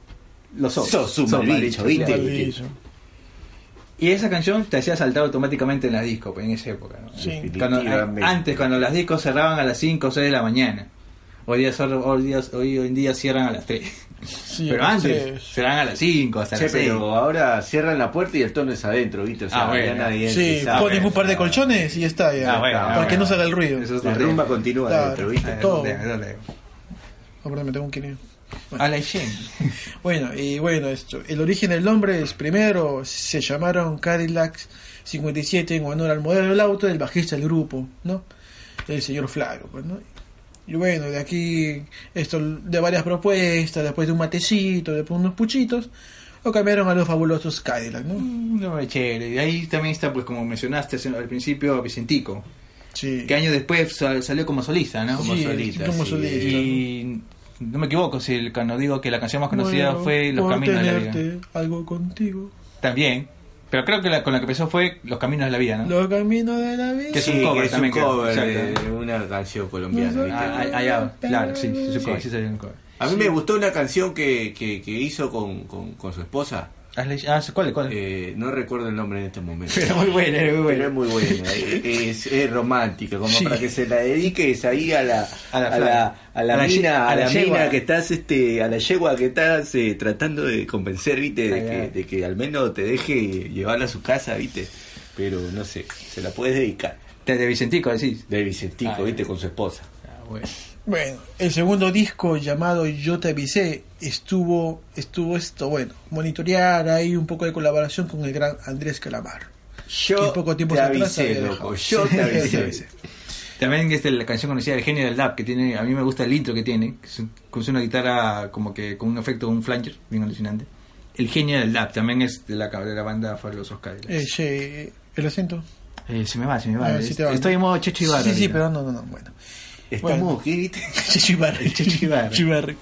S6: Lo sos.
S3: sos un
S6: Sos
S3: mal bicho,
S6: malbicho,
S3: ¿viste?
S7: Mal dicho.
S6: Y esa canción te hacía saltar automáticamente en las discos pues, en esa época. ¿no?
S7: Sí.
S6: Cuando-
S3: Definitivamente.
S6: antes, cuando las discos cerraban a las 5 o 6 de la mañana. Hoy, día, son- hoy, día- hoy en día cierran a las 3.
S7: Sí,
S6: pero antes,
S7: entonces-
S6: cerraban a las 5, hasta
S3: Che,
S6: las 6.
S3: pero ahora cierran la puerta y el tono es adentro, ¿viste? O sea,
S6: Ah, bueno.
S3: ya nadie
S7: Sí,
S3: sabe.
S7: ponen un par de colchones y ya está ya.
S6: Ah, bueno,
S7: para
S6: ah,
S7: que
S6: bueno.
S7: no salga el ruido.
S6: Eso es
S3: La
S6: otro
S3: rumba
S6: tema.
S3: continúa
S7: Claro.
S3: adentro, ¿viste?
S6: Ah,
S7: todo.
S6: otro tema, otro tema.
S7: Ah, perdón, me tengo que ir.
S6: A la Shen.
S7: Bueno, y bueno, esto, el origen del nombre es primero, se llamaron Cadillacs 57 en honor al modelo del auto del bajista del grupo, ¿no? El señor Flavio, pues, ¿no? Y bueno, de aquí, esto, de varias propuestas, después de un matecito, después de unos puchitos, lo cambiaron a los fabulosos Cadillacs, ¿no?
S6: No, chévere. Y ahí también está, pues como mencionaste al principio, Vicentico.
S7: Sí.
S6: Que años después sal- salió como solista, ¿no?
S7: Sí, como solista,
S6: Y no me equivoco si el- cuando digo que la canción más conocida
S7: Bueno,
S6: fue Los
S7: por
S6: Caminos de la Vida.
S7: tenerte algo contigo.
S6: También. Pero creo que la- con la que empezó fue Los Caminos de la Vida, ¿no?
S7: Los caminos de la vida.
S6: Ah. Que es
S3: Sí,
S6: un
S3: que
S6: cover
S3: es un
S6: también, creo.
S3: cover
S6: Exacto.
S3: de una canción colombiana,
S7: No sé.
S3: ¿viste?
S6: Ah, ah, ah, ya, claro, sí, sí, es un cover, sí, salió un cover.
S3: A mí me gustó una canción que, que, que hizo con, con, con su esposa.
S6: Hazle- Ah, sí, ¿cuál es? ¿Cuál es?
S3: Eh, no recuerdo el nombre en este momento.
S6: Pero muy buena, era muy
S3: Pero es
S6: buena.
S3: muy buena, es, es romántica, como
S7: Sí.
S3: para que se la dediques ahí a la a
S6: A la
S3: la, a la
S6: a la ye-
S3: mina, a
S6: a la
S3: la
S6: yegua.
S3: mina que estás este, a la yegua que estás eh, tratando de convencer, viste, de
S6: Ahí
S3: que,
S6: va.
S3: de que al menos te deje llevarla a su casa, viste, pero no sé, se la puedes dedicar
S6: De, de Vicentico, decís.
S3: de Vicentico,
S6: Ah,
S3: viste, con su esposa.
S6: Ah, bueno.
S7: Bueno, el segundo disco llamado Yo te avisé estuvo, estuvo esto, bueno, monitorear ahí un poco de colaboración con el gran Andrés Calamar. que
S3: Yo
S7: poco tiempo
S3: te
S7: atrás
S3: avisé,
S7: había
S3: loco,
S7: dejado.
S3: yo te
S7: Yo te
S3: avisé.
S7: avisé.
S6: También este, la canción conocida El genio del rap que tiene, a mí me gusta el intro que tiene, que es, un- que es una guitarra como que con un efecto de un flanger, bien alucinante. El genio del rap también es de la, de la banda Fabulosos Cadillacs.
S7: Eh, che, el acento.
S6: Eh, se me va, se me va.
S7: Ah,
S6: Es-
S7: sí te va.
S6: Estoy en modo Checho Ibarra.
S7: Sí, sí,
S6: ahorita.
S7: pero no, no, no, bueno.
S3: Estamos
S7: Bueno.
S3: aquí, viste.
S7: Checho Ibarra.
S6: Checho Ibarra.
S7: Checho Ibarra.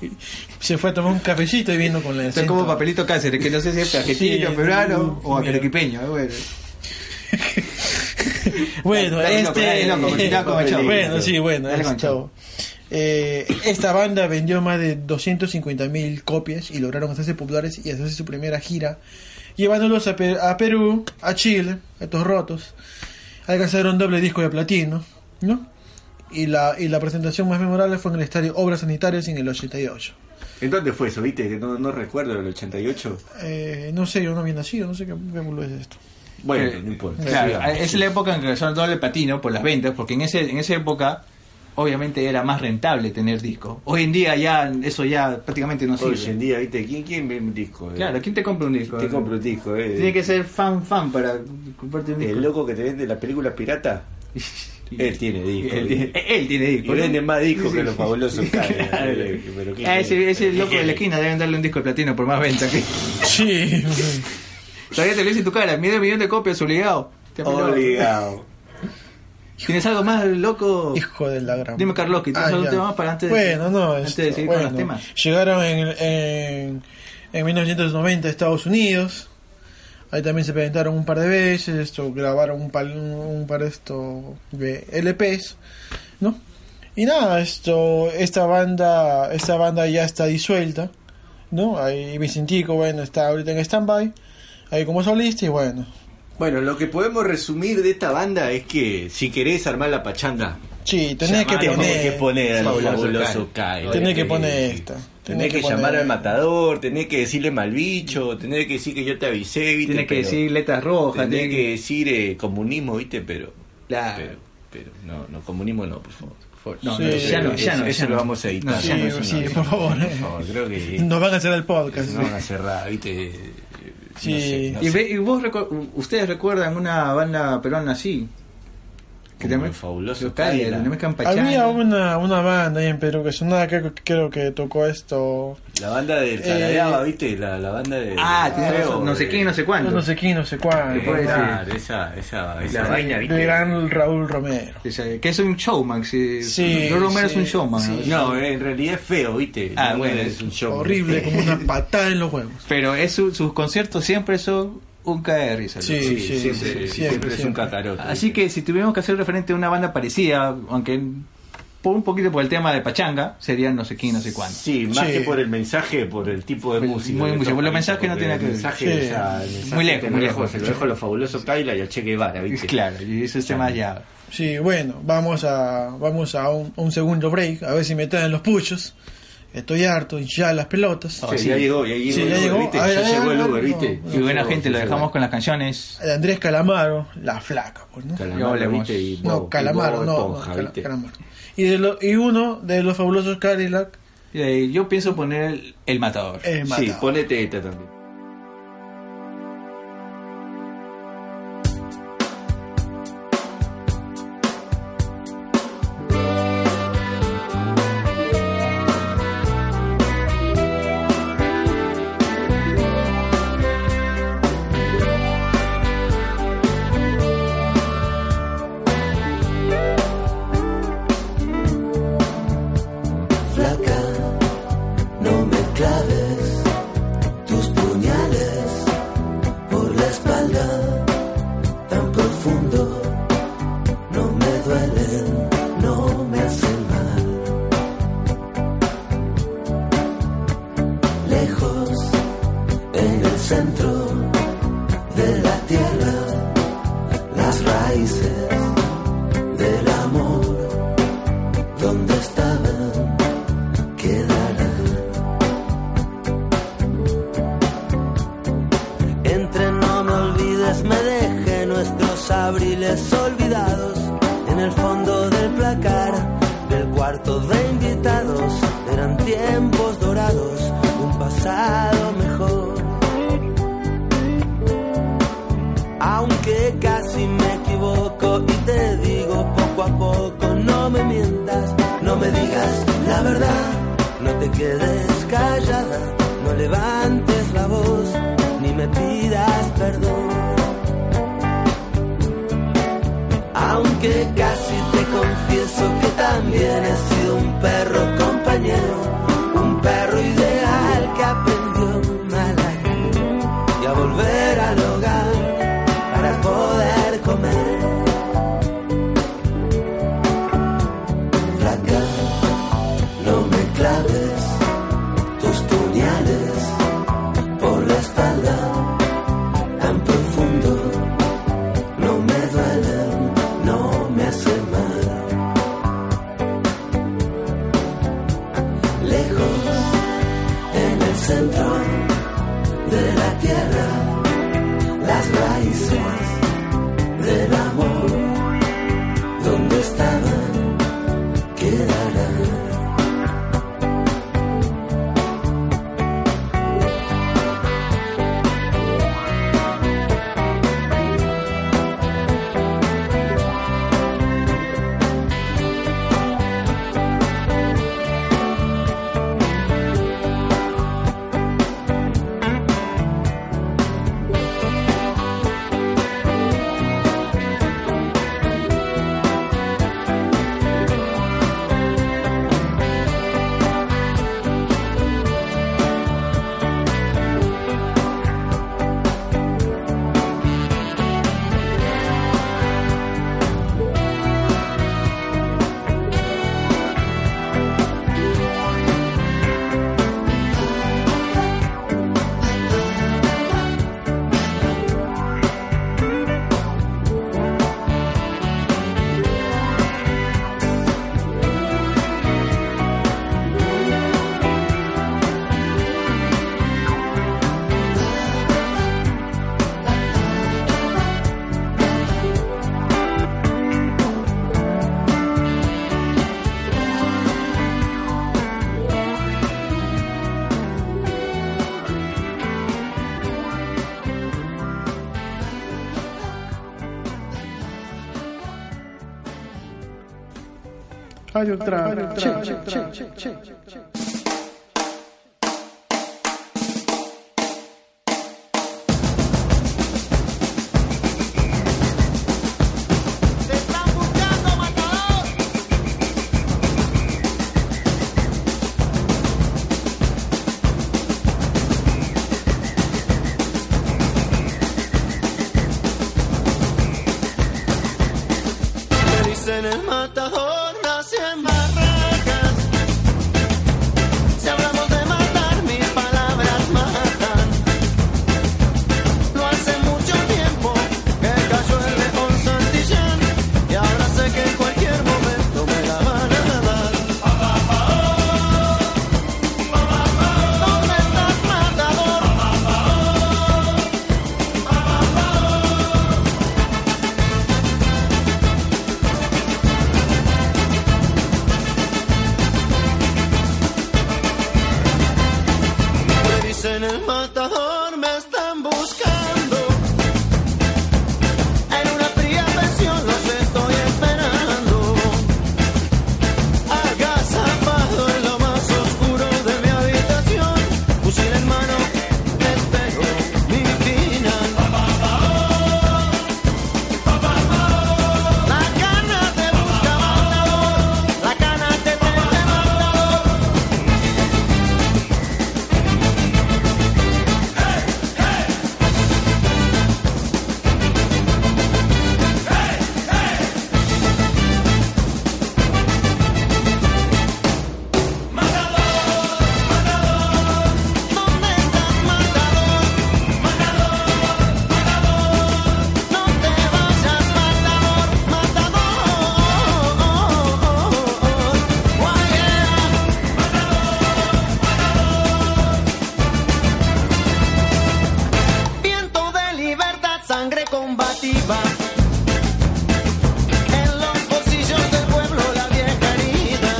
S7: Se fue a tomar un cafecito y vino con la
S6: Estoy como papelito Cáceres, que no sé si es argentino,
S7: Sí,
S6: peruano o
S7: mira.
S6: arequipeño. eh, bueno.
S7: Bueno,
S6: Dale, loco,
S7: este.
S6: dale, loco, continúa con el chavo.
S7: eh, bueno, sí, bueno,
S6: Dale con el
S7: esto. Eh, esta banda vendió más de 250.000 copias y lograron hacerse populares y hacerse su primera gira, llevándolos a, Pe- a Perú, a Chile, a estos rotos. Alcanzaron doble disco de platino, ¿no? Y la, y la presentación más memorable fue en el estadio Obras Sanitarias en el 88.
S3: ¿En dónde fue eso, viste? Que no, no recuerdo, el 88.
S7: Eh, no sé, yo no había nacido, no sé qué vémulo es esto.
S3: Bueno, no importa.
S6: Eh, Claro,
S3: Sigamos.
S6: es la época en que regresaron todo el platino por las ventas, porque en ese en esa época obviamente era más rentable tener disco. Hoy en día ya eso ya prácticamente no
S3: Hoy
S6: sirve.
S3: en día, viste, ¿quién, quién ve un disco? eh?
S6: Claro, ¿quién te compra un disco?
S3: Te compra un disco, eh.
S6: Tiene que ser fan fan para comprarte un disco.
S3: El loco que te vende la película pirata, él tiene disco.
S6: Él, tiene- él tiene
S3: Y
S6: disco. ¿no?
S3: vende más discos
S6: Sí,
S3: que
S6: sí.
S3: los fabulosos Cadillacs,
S6: Claro.
S3: eh, pero ¿qué
S6: A ese,
S3: quiere?
S6: ese loco de la esquina deben darle un disco de platino por más venta que.
S7: Sí,
S6: Todavía te lo dice en tu cara, medio millón de copias, obligado. Te apeló.
S3: Obligado.
S6: ¿Tienes algo más loco?
S7: hijo de la gran.
S6: Dime, Carlos, ¿tienes
S7: Ah,
S6: algún
S7: ya.
S6: tema más para antes de-
S7: Bueno, no,
S6: antes de
S7: esto,
S6: seguir con los
S7: bueno,
S6: temas?
S7: Llegaron en, en, en 1990 a Estados Unidos. Ahí también se presentaron un par de veces, esto, grabaron un par, un par de esto, de LPs, ¿no? Y nada, esto, esta banda, esta banda ya está disuelta, ¿no? Ahí Vicentico, bueno, está ahorita en stand-by, ahí como solista y bueno,
S3: Bueno, lo que podemos resumir de esta banda es que si querés armar la pachanda,
S7: sí, tenés que
S3: te tenés que
S7: poner,
S3: poner al
S6: Fabuloso
S3: fabuloso
S6: Kai.
S3: Kai.
S7: tenés que
S3: Sí.
S7: poner esta.
S3: Tenés que,
S7: poner-
S3: llamar al matador, tenés que decirle mal bicho, tenés que decir que yo te avisé, viste.
S6: Tienes que
S3: pero-
S6: decir letras rojas.
S3: Tenés
S6: tiene
S3: que decir eh, comunismo, viste, pero.
S6: Claro.
S3: Pero, pero no, no, comunismo no, por favor. Por favor.
S6: No,
S7: Sí. no, ya no,
S3: Eso-
S6: ya no,
S3: Eso
S6: ya
S3: lo
S6: no.
S3: vamos a editar.
S6: No,
S7: Sí,
S6: ya no,
S3: eso
S7: sí,
S3: eso
S7: por favor.
S3: Por favor, creo que.
S7: Nos van a hacer el podcast.
S3: eso No van a cerrar, viste. eh,
S7: Sí.
S3: No sé, no
S6: Y,
S3: sé.
S6: ve- y vos recu- ustedes recuerdan una banda peruana así que
S3: Como
S6: también
S3: el fabuloso
S6: los Cadillac,
S3: Cadillac.
S6: también Campachana.
S7: Había una, una banda ahí en Perú que sonaba, creo, creo que tocó esto.
S3: La banda del Sarayaba, viste. La, la banda de.
S6: Eh, ah, tenés
S3: Feo,
S6: razón, no sé
S3: de-
S6: quién, no sé cuándo.
S7: Eh, No sé quién, no sé
S3: de-
S7: cuál.
S6: puede ser.
S3: claro, esa, esa, esa vaina, viste.
S7: De gran Raúl Romero.
S6: O sea, que es un showman, si
S7: Sí,
S6: Lolo Romero
S7: sí,
S6: es un showman.
S7: sí.
S6: ¿no? eh,
S3: No, en realidad es feo, viste.
S6: Ah,
S3: No,
S6: bueno,
S3: es un show.
S7: Horrible, como una patada en los huevos.
S6: Pero es su- sus conciertos siempre son un caer de risa.
S7: Sí,
S6: loco.
S3: Sí, sí, siempre,
S7: sí,
S3: siempre
S7: siempre,
S3: es un
S7: siempre.
S3: cacarote.
S6: Así que si tuviéramos que hacer referente a una banda parecida, aunque por un poquito por el tema de Pachanga, sería no sé quién, no sé cuándo.
S3: Sí, más
S7: Sí.
S3: que por el mensaje, por el tipo de
S6: Muy
S3: música.
S6: música,
S3: Entonces,
S6: por los mensajes no
S3: porque
S6: tiene
S3: el
S6: que ver.
S7: Sí.
S3: mensaje, o sea, el mensaje
S6: Muy lejos,
S3: está
S6: muy lejos.
S3: Se lo dejo a los fabulosos Kaila y a Che Guevara, ¿viste?
S6: Claro, y eso es tema ya.
S7: Sí, bueno, vamos a vamos a un, un segundo break, a ver si me traen los puchos. Estoy harto, ya las pelotas.
S3: Oh, Sí, ya llegó, ya llegó.
S7: Sí,
S3: el
S7: ya
S3: Uber,
S7: llegó.
S3: ¿viste?
S7: A ver,
S3: Ya
S7: a ver,
S3: llegó
S7: a
S3: el
S7: ver,
S3: Uber,
S7: no,
S3: ¿viste?
S7: no.
S6: Y buena gente, lo dejamos con las canciones.
S7: De Andrés Calamaro, la flaca, pues, ¿no?
S3: Calamaro,
S6: Ya hablemos.
S3: ¿viste? Y
S7: No,
S3: Bob- y
S7: Calamaro,
S3: Bob
S7: no, no,
S3: Esponja,
S7: Cala-
S3: ¿viste?
S7: Calamaro. Y, de lo- y uno de los fabulosos Cadillac,
S6: Eh, Yo pienso poner el, el matador.
S7: eh,
S3: Sí, pues.
S7: Matador.
S3: ponete esta también.
S9: Flaca, no me claves tus puñales por la espalda tan profundo. No me duelen, no me hacen mal. Lejos, en el centro de la tierra, las raíces del amor, donde estaban quedará. Entre no me olvides, me deje nuestros abriles olvidados en el fondo del placar del cuarto de invitados. Eran tiempos dorados, un pasado mejor. Aunque casi me equivoco y te digo poco a poco, no me mientas, no me digas la verdad, no te quedes callada, no levantes la voz, ni me pidas perdón. Aunque casi te confieso que también he sido un perro compañero, un perro ideal que aprendió a latir y a volver al hogar para poder comer. Flaca,
S7: Rádio Trap. Tchê, tchê, tchê, tchê, tchê.
S8: Me dicen el matador, nací en barracas. Si hablamos de matar, mis palabras matan. No hace mucho tiempo que cayó el león Santillán. Y ahora sé que en cualquier momento me la van a dar. ¿Dónde estás, matador? Me dicen el matador, me están buscando. En una fría pensión los estoy esperando. Agazapado en lo más oscuro de mi habitación. Fusil en mano, espero mi final. La cana te busca matador, la cana te mete matador. ¿Dónde estás, matador? Matador, matador. No te vayas, matador, matador. Guayera. Matador, matador. Viento de libertad, sangre combativa. En los bolsillos del pueblo la vieja herida.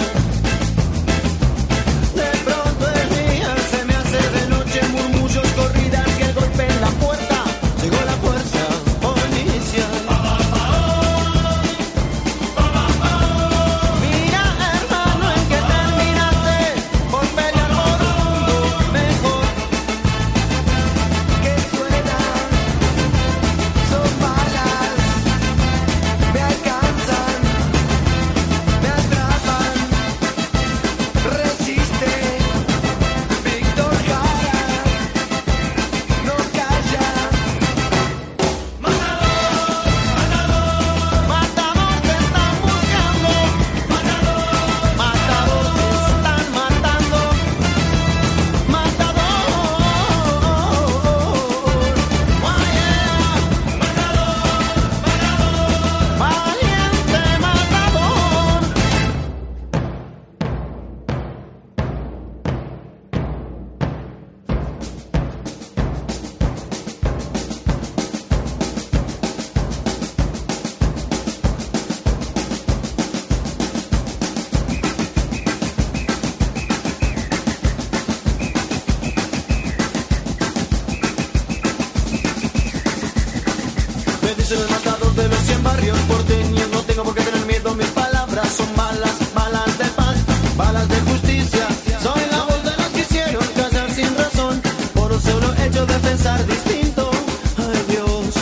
S8: De pronto el día se me hace de noche, murmullos, corridas y el golpe en la puerta. Llegó la fuerza policial. Mira, hermano, en que terminaste por pelear por un mundo mejor. Que suenan, son balas, me alcanzan, me atrapan. Resiste, Víctor Jara, no calla. Matador, matador, matador te están buscando. Matador, matador te están matando. Matador, matador, matador, valiente matador. Me dicen el matador de los 100 barrios porteños No tengo por qué tener miedo, mis palabras son malas Balas de paz, balas de justicia Soy la voz de los que hicieron callar sin razón Por un solo hecho de pensar distinto Ay Dios,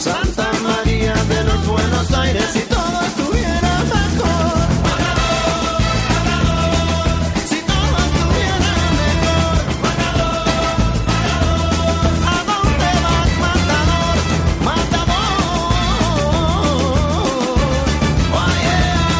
S8: Santa María de los Buenos Aires Si todo estuviera mejor Si todo estuviera mejor ¿A dónde vas, matador? Matador. Oh, yeah.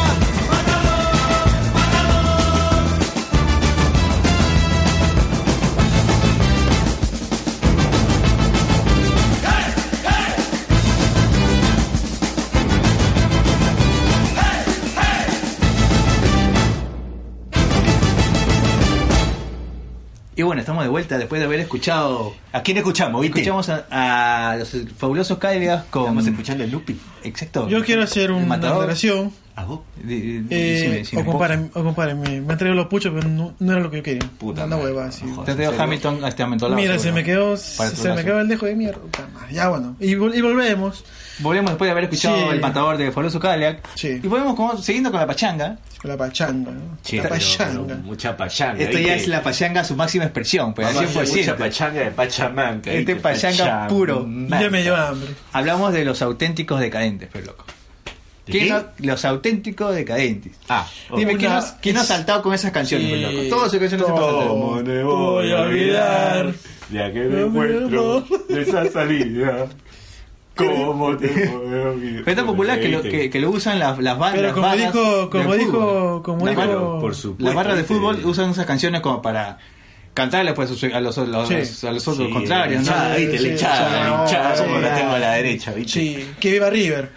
S6: Y bueno, estamos de vuelta después de haber escuchado.
S3: ¿A quién escuchamos, viste?
S6: Escuchamos Mm. a, a los fabulosos Caigas con.
S3: Vamos a escucharle a Lupi.
S6: Exacto.
S7: Yo quiero hacer
S6: El
S7: una
S6: matador.
S7: aclaración
S3: ¿A vos?
S6: Di- di-
S7: Eh,
S6: decime, decime.
S7: o compárame, o compárame. Me han traído los puchos, pero no, no era lo que yo quería.
S3: Puta
S7: Una
S3: madre,
S7: hueva
S3: no
S7: así.
S3: jodas.
S6: Te ha traído Hamilton, este aumentó la
S7: Mira,
S6: basura.
S7: se me quedó,
S6: Para
S7: se,
S6: tu
S7: se me
S6: brazo.
S7: quedó el dejo de mierda. Puta madre. Ya bueno. Y, vol- y volvemos
S6: Volvemos después de haber escuchado
S7: Sí.
S6: El Matador de Foroso Cadillac.
S7: Sí.
S6: Y volvemos con- siguiendo con la pachanga.
S7: con la pachanga, ¿no?
S3: Che,
S7: la
S3: pero-
S7: pachanga.
S3: pero mucha pachanga.
S6: Esta ya
S3: ¿viste?
S6: es la pachanga a su máxima expresión, pues al
S3: Mamá, mucha
S6: 100%.
S3: pachanga de Pachamanca.
S6: Este
S3: ¿viste?
S6: pachanga puro.
S7: ya me dio hambre.
S6: Hablamos de los auténticos decadentes, pero loco.
S3: ¿De
S6: ¿Quién
S3: qué?
S6: no- los auténticos decadentes.
S3: Ah, ok.
S6: Dime, ¿quién,
S7: Una-
S6: nos- quién nos ha saltado con esas canciones,
S7: Sí.
S6: pues, loco? Todas esas canciones se pasan.
S3: ¿Cómo me voy a olvidar de aquel
S7: No me
S3: encuentro,
S7: amo.
S3: de esa salida? ¿Cómo te puedo olvidar?
S6: Pero es tan popular que lo,
S3: ¿Viste?
S6: que, que lo usan las, las ba-
S7: Pero
S6: las
S7: como
S6: barras.
S7: dijo, como
S6: del
S7: dijo,
S6: fútbol.
S7: como
S6: Las
S7: dijo,
S3: Claro, por supuesto.
S6: Las barras de
S3: este,
S6: fútbol usan esas canciones como para cantarle pues, a sus- a los, a los,
S7: Sí.
S6: a los otros
S3: Sí,
S6: contrarios, ¿no?
S3: la hinchada,
S7: Sí,
S3: ¿viste? La
S7: sí,
S3: hinchada,
S7: sí.
S3: la hinchada,
S7: Sí.
S3: como la tengo a la derecha, ¿viste?
S7: Sí, que viva River.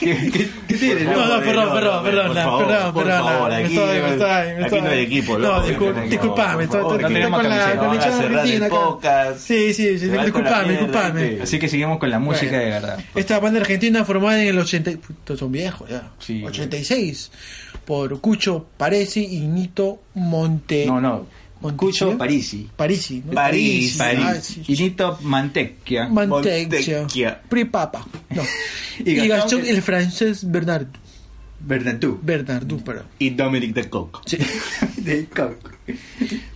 S6: ¿Qué, qué- qué tiene,
S7: No,
S6: loco?
S7: no,
S3: Joder,
S7: perdón,
S3: no,
S7: perdón,
S3: por
S7: perdón,
S3: favor,
S7: perdón,
S3: por
S7: perdón.
S3: favor,
S7: me
S3: aquí
S7: estoy, me
S3: no-
S7: estoy, me
S3: aquí no hay
S7: estoy. No,
S3: equipo, loco,
S7: discul-
S3: no hay equipo,
S7: disculpame,
S3: por
S7: estoy,
S3: favor,
S7: estoy-
S3: que
S7: estoy
S6: tenemos
S7: con la
S6: camiseta,
S7: con la
S6: van a
S7: hinchada
S3: cerrar el
S7: argentina acá.
S3: podcast.
S7: Sí, sí, sí,
S3: Se van con la
S7: disculpame,
S3: mierda,
S7: disculpame.
S3: ¿viste?
S6: Así que seguimos con la música de verdad.
S7: Esta banda argentina formada en el 80. y- puta, son viejos ya.
S6: Sí.
S7: 86. Por Cucho Paresi y Nito
S3: Eh,
S7: Monte.
S6: No, no.
S7: Monte-
S6: Cucho
S7: ¿sí?
S6: Parisi.
S7: Parisi. ¿no?
S3: París,
S7: Parisi, ah,
S3: París.
S7: sí.
S6: Y Nito Mantecchia.
S7: Mantequia.
S3: Mantequia.
S7: Pripapa. No.
S6: Y
S7: y
S6: Gastón-
S7: Gastón, el francés Bernard.
S6: Bernatú.
S7: Bernardú, perdón.
S3: Y Dominic de Coco.
S7: Sí.
S6: Del Cauco.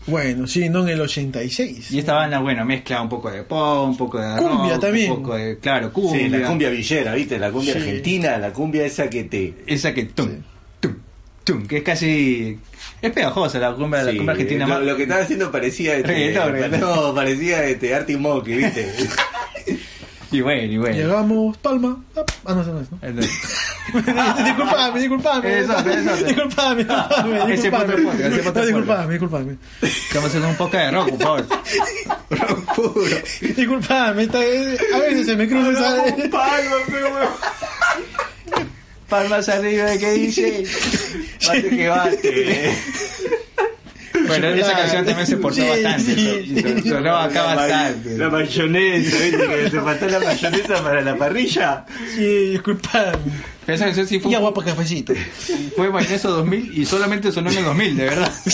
S7: Bueno, sí, no en el 86.
S6: Y esta banda, bueno, mezcla un poco de pop, un poco de
S7: Cumbia
S6: rock,
S7: también.
S6: Un poco de, claro, cumbia.
S3: Sí, la cumbia villera, ¿viste? La cumbia
S7: Sí.
S3: argentina, la cumbia esa que te...
S6: Esa que tum, tum, tum, que es casi... Es pegajosa la cumbia, la
S3: Sí,
S6: cumbia argentina.
S3: Lo,
S6: más-
S3: lo que estaba haciendo parecía este,
S6: Reggaetón, reggaetón.
S3: No, parecía este Artie Monkey, ¿viste?
S6: Y bueno, y bueno.
S7: Llegamos, Palma. Ah, no, esa no es, ¿no?
S6: Entonces,
S7: disculpame, disculpame.
S6: Eso, eso.
S7: Disculpame, disculpame.
S6: Ese
S7: disculpame.
S6: otro podcast, ese otro
S7: No, disculpame, disculpame.
S6: Estamos haciendo un poco de rock, por favor. rock puro.
S7: Disculpame, esta- eh, a veces se me cruza esa.
S6: Palmas arriba de que dice. Bate que bate. Bueno, esa canción también se portó
S7: Sí,
S6: bastante.
S7: sí.
S6: son- son- Sonó acá bastante.
S3: la mayonesa, ¿viste? Que te faltó la mayonesa para la parrilla.
S7: Sí, disculpame.
S6: Pero esa canción sí
S7: Y
S6: fue,
S7: agua para cafecito.
S6: fue Mayonesa 2000 y solamente sonó en el 2000, de verdad.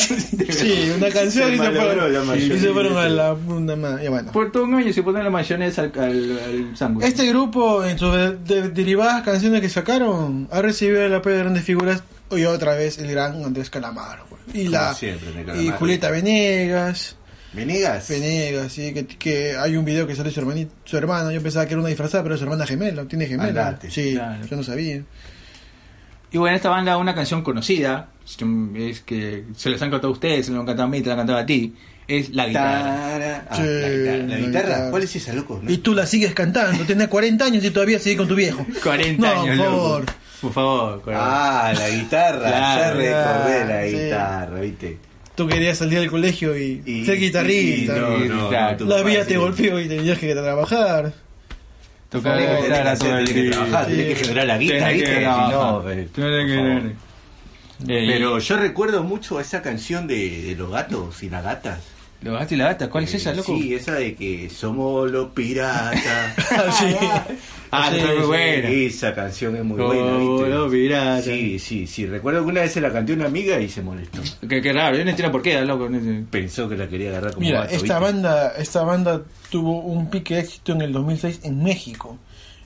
S7: Sí, una canción
S3: Se
S7: y se
S3: malogró la
S7: fueron. Y se
S3: mayonesa.
S7: fueron a la. Una más. Y bueno.
S6: Por todo un año se pone la mayonesa al, al, al sándwich.
S7: Este grupo, en sus de- de- derivadas canciones que sacaron, ha recibido el apoyo de grandes figuras y otra vez el gran Andrés Calamaro. güey. Y
S3: Como
S7: la
S3: siempre, de
S7: y
S3: Calamaro.
S7: Julieta Venegas,
S3: ¿Venegas?
S7: Venegas, sí, que, que hay un video que sale su hermanito, su hermana, yo pensaba que era una disfrazada, pero es su hermana gemela, tiene gemela.
S3: Andate,
S7: sí,
S6: claro.
S7: yo no sabía.
S6: Y bueno, esta banda, una canción conocida, es que se les han cantado a ustedes, se les han cantado a mí, te la han cantado a ti, es La Guitarra.
S3: Tara. Ah,
S7: Sí,
S3: la
S7: la
S3: guitarra. ¿La
S7: guitarra.
S3: guitarra? ¿Cuál es esa, loco? No-
S7: Y tú la sigues cantando, tenés 40 años y todavía sigues con tu viejo.
S6: 40
S7: no,
S6: años,
S7: por
S6: loco.
S7: favor.
S6: Por favor, 40.
S3: Ah, la guitarra.
S6: Claro.
S3: ya recordé
S7: Ah,
S3: la
S7: sí.
S3: guitarra, ¿viste?
S7: Tú querías salir del colegio y,
S3: Y-
S7: ser
S3: y-
S7: guitarrista.
S3: y no, no, no,
S6: Claro.
S3: tu
S7: la
S3: papá
S7: vida
S3: sí.
S7: te golpeó y tenías que trabajar.
S6: Tocar
S3: Tenés
S6: la
S3: que-
S6: guitarra
S3: tenés que-
S6: todo el
S3: tenés que
S6: día.
S3: trabajar, tenés que generar la guita,
S6: Tenés que
S3: ¿viste? Si
S6: trabajar.
S3: no, eh,
S6: Tenés que
S3: por favor.
S6: tener. Eh,
S3: Pero yo recuerdo mucho esa canción de, de los gatos y las gatas.
S6: ¿Los gatos y la gata? ¿Cuál es
S3: Eh,
S6: esa, loco?
S3: Sí, esa de que somos los piratas.
S7: Sí.
S6: Ah,
S3: Sí,
S6: esa es muy
S3: sí,
S6: buena.
S3: Esa canción es muy
S6: Como
S3: buena, ¿viste?
S6: los piratas.
S3: Sí, sí, sí. Recuerdo que una vez se la canté a una amiga y se molestó.
S6: Que, que raro, yo no entiendo por qué, loco. no entiendo.
S3: Pensó que la quería agarrar como
S7: Mira,
S3: gato,
S7: esta
S3: ¿viste?
S7: banda, esta banda tuvo un pique de éxito en el 2006 en México,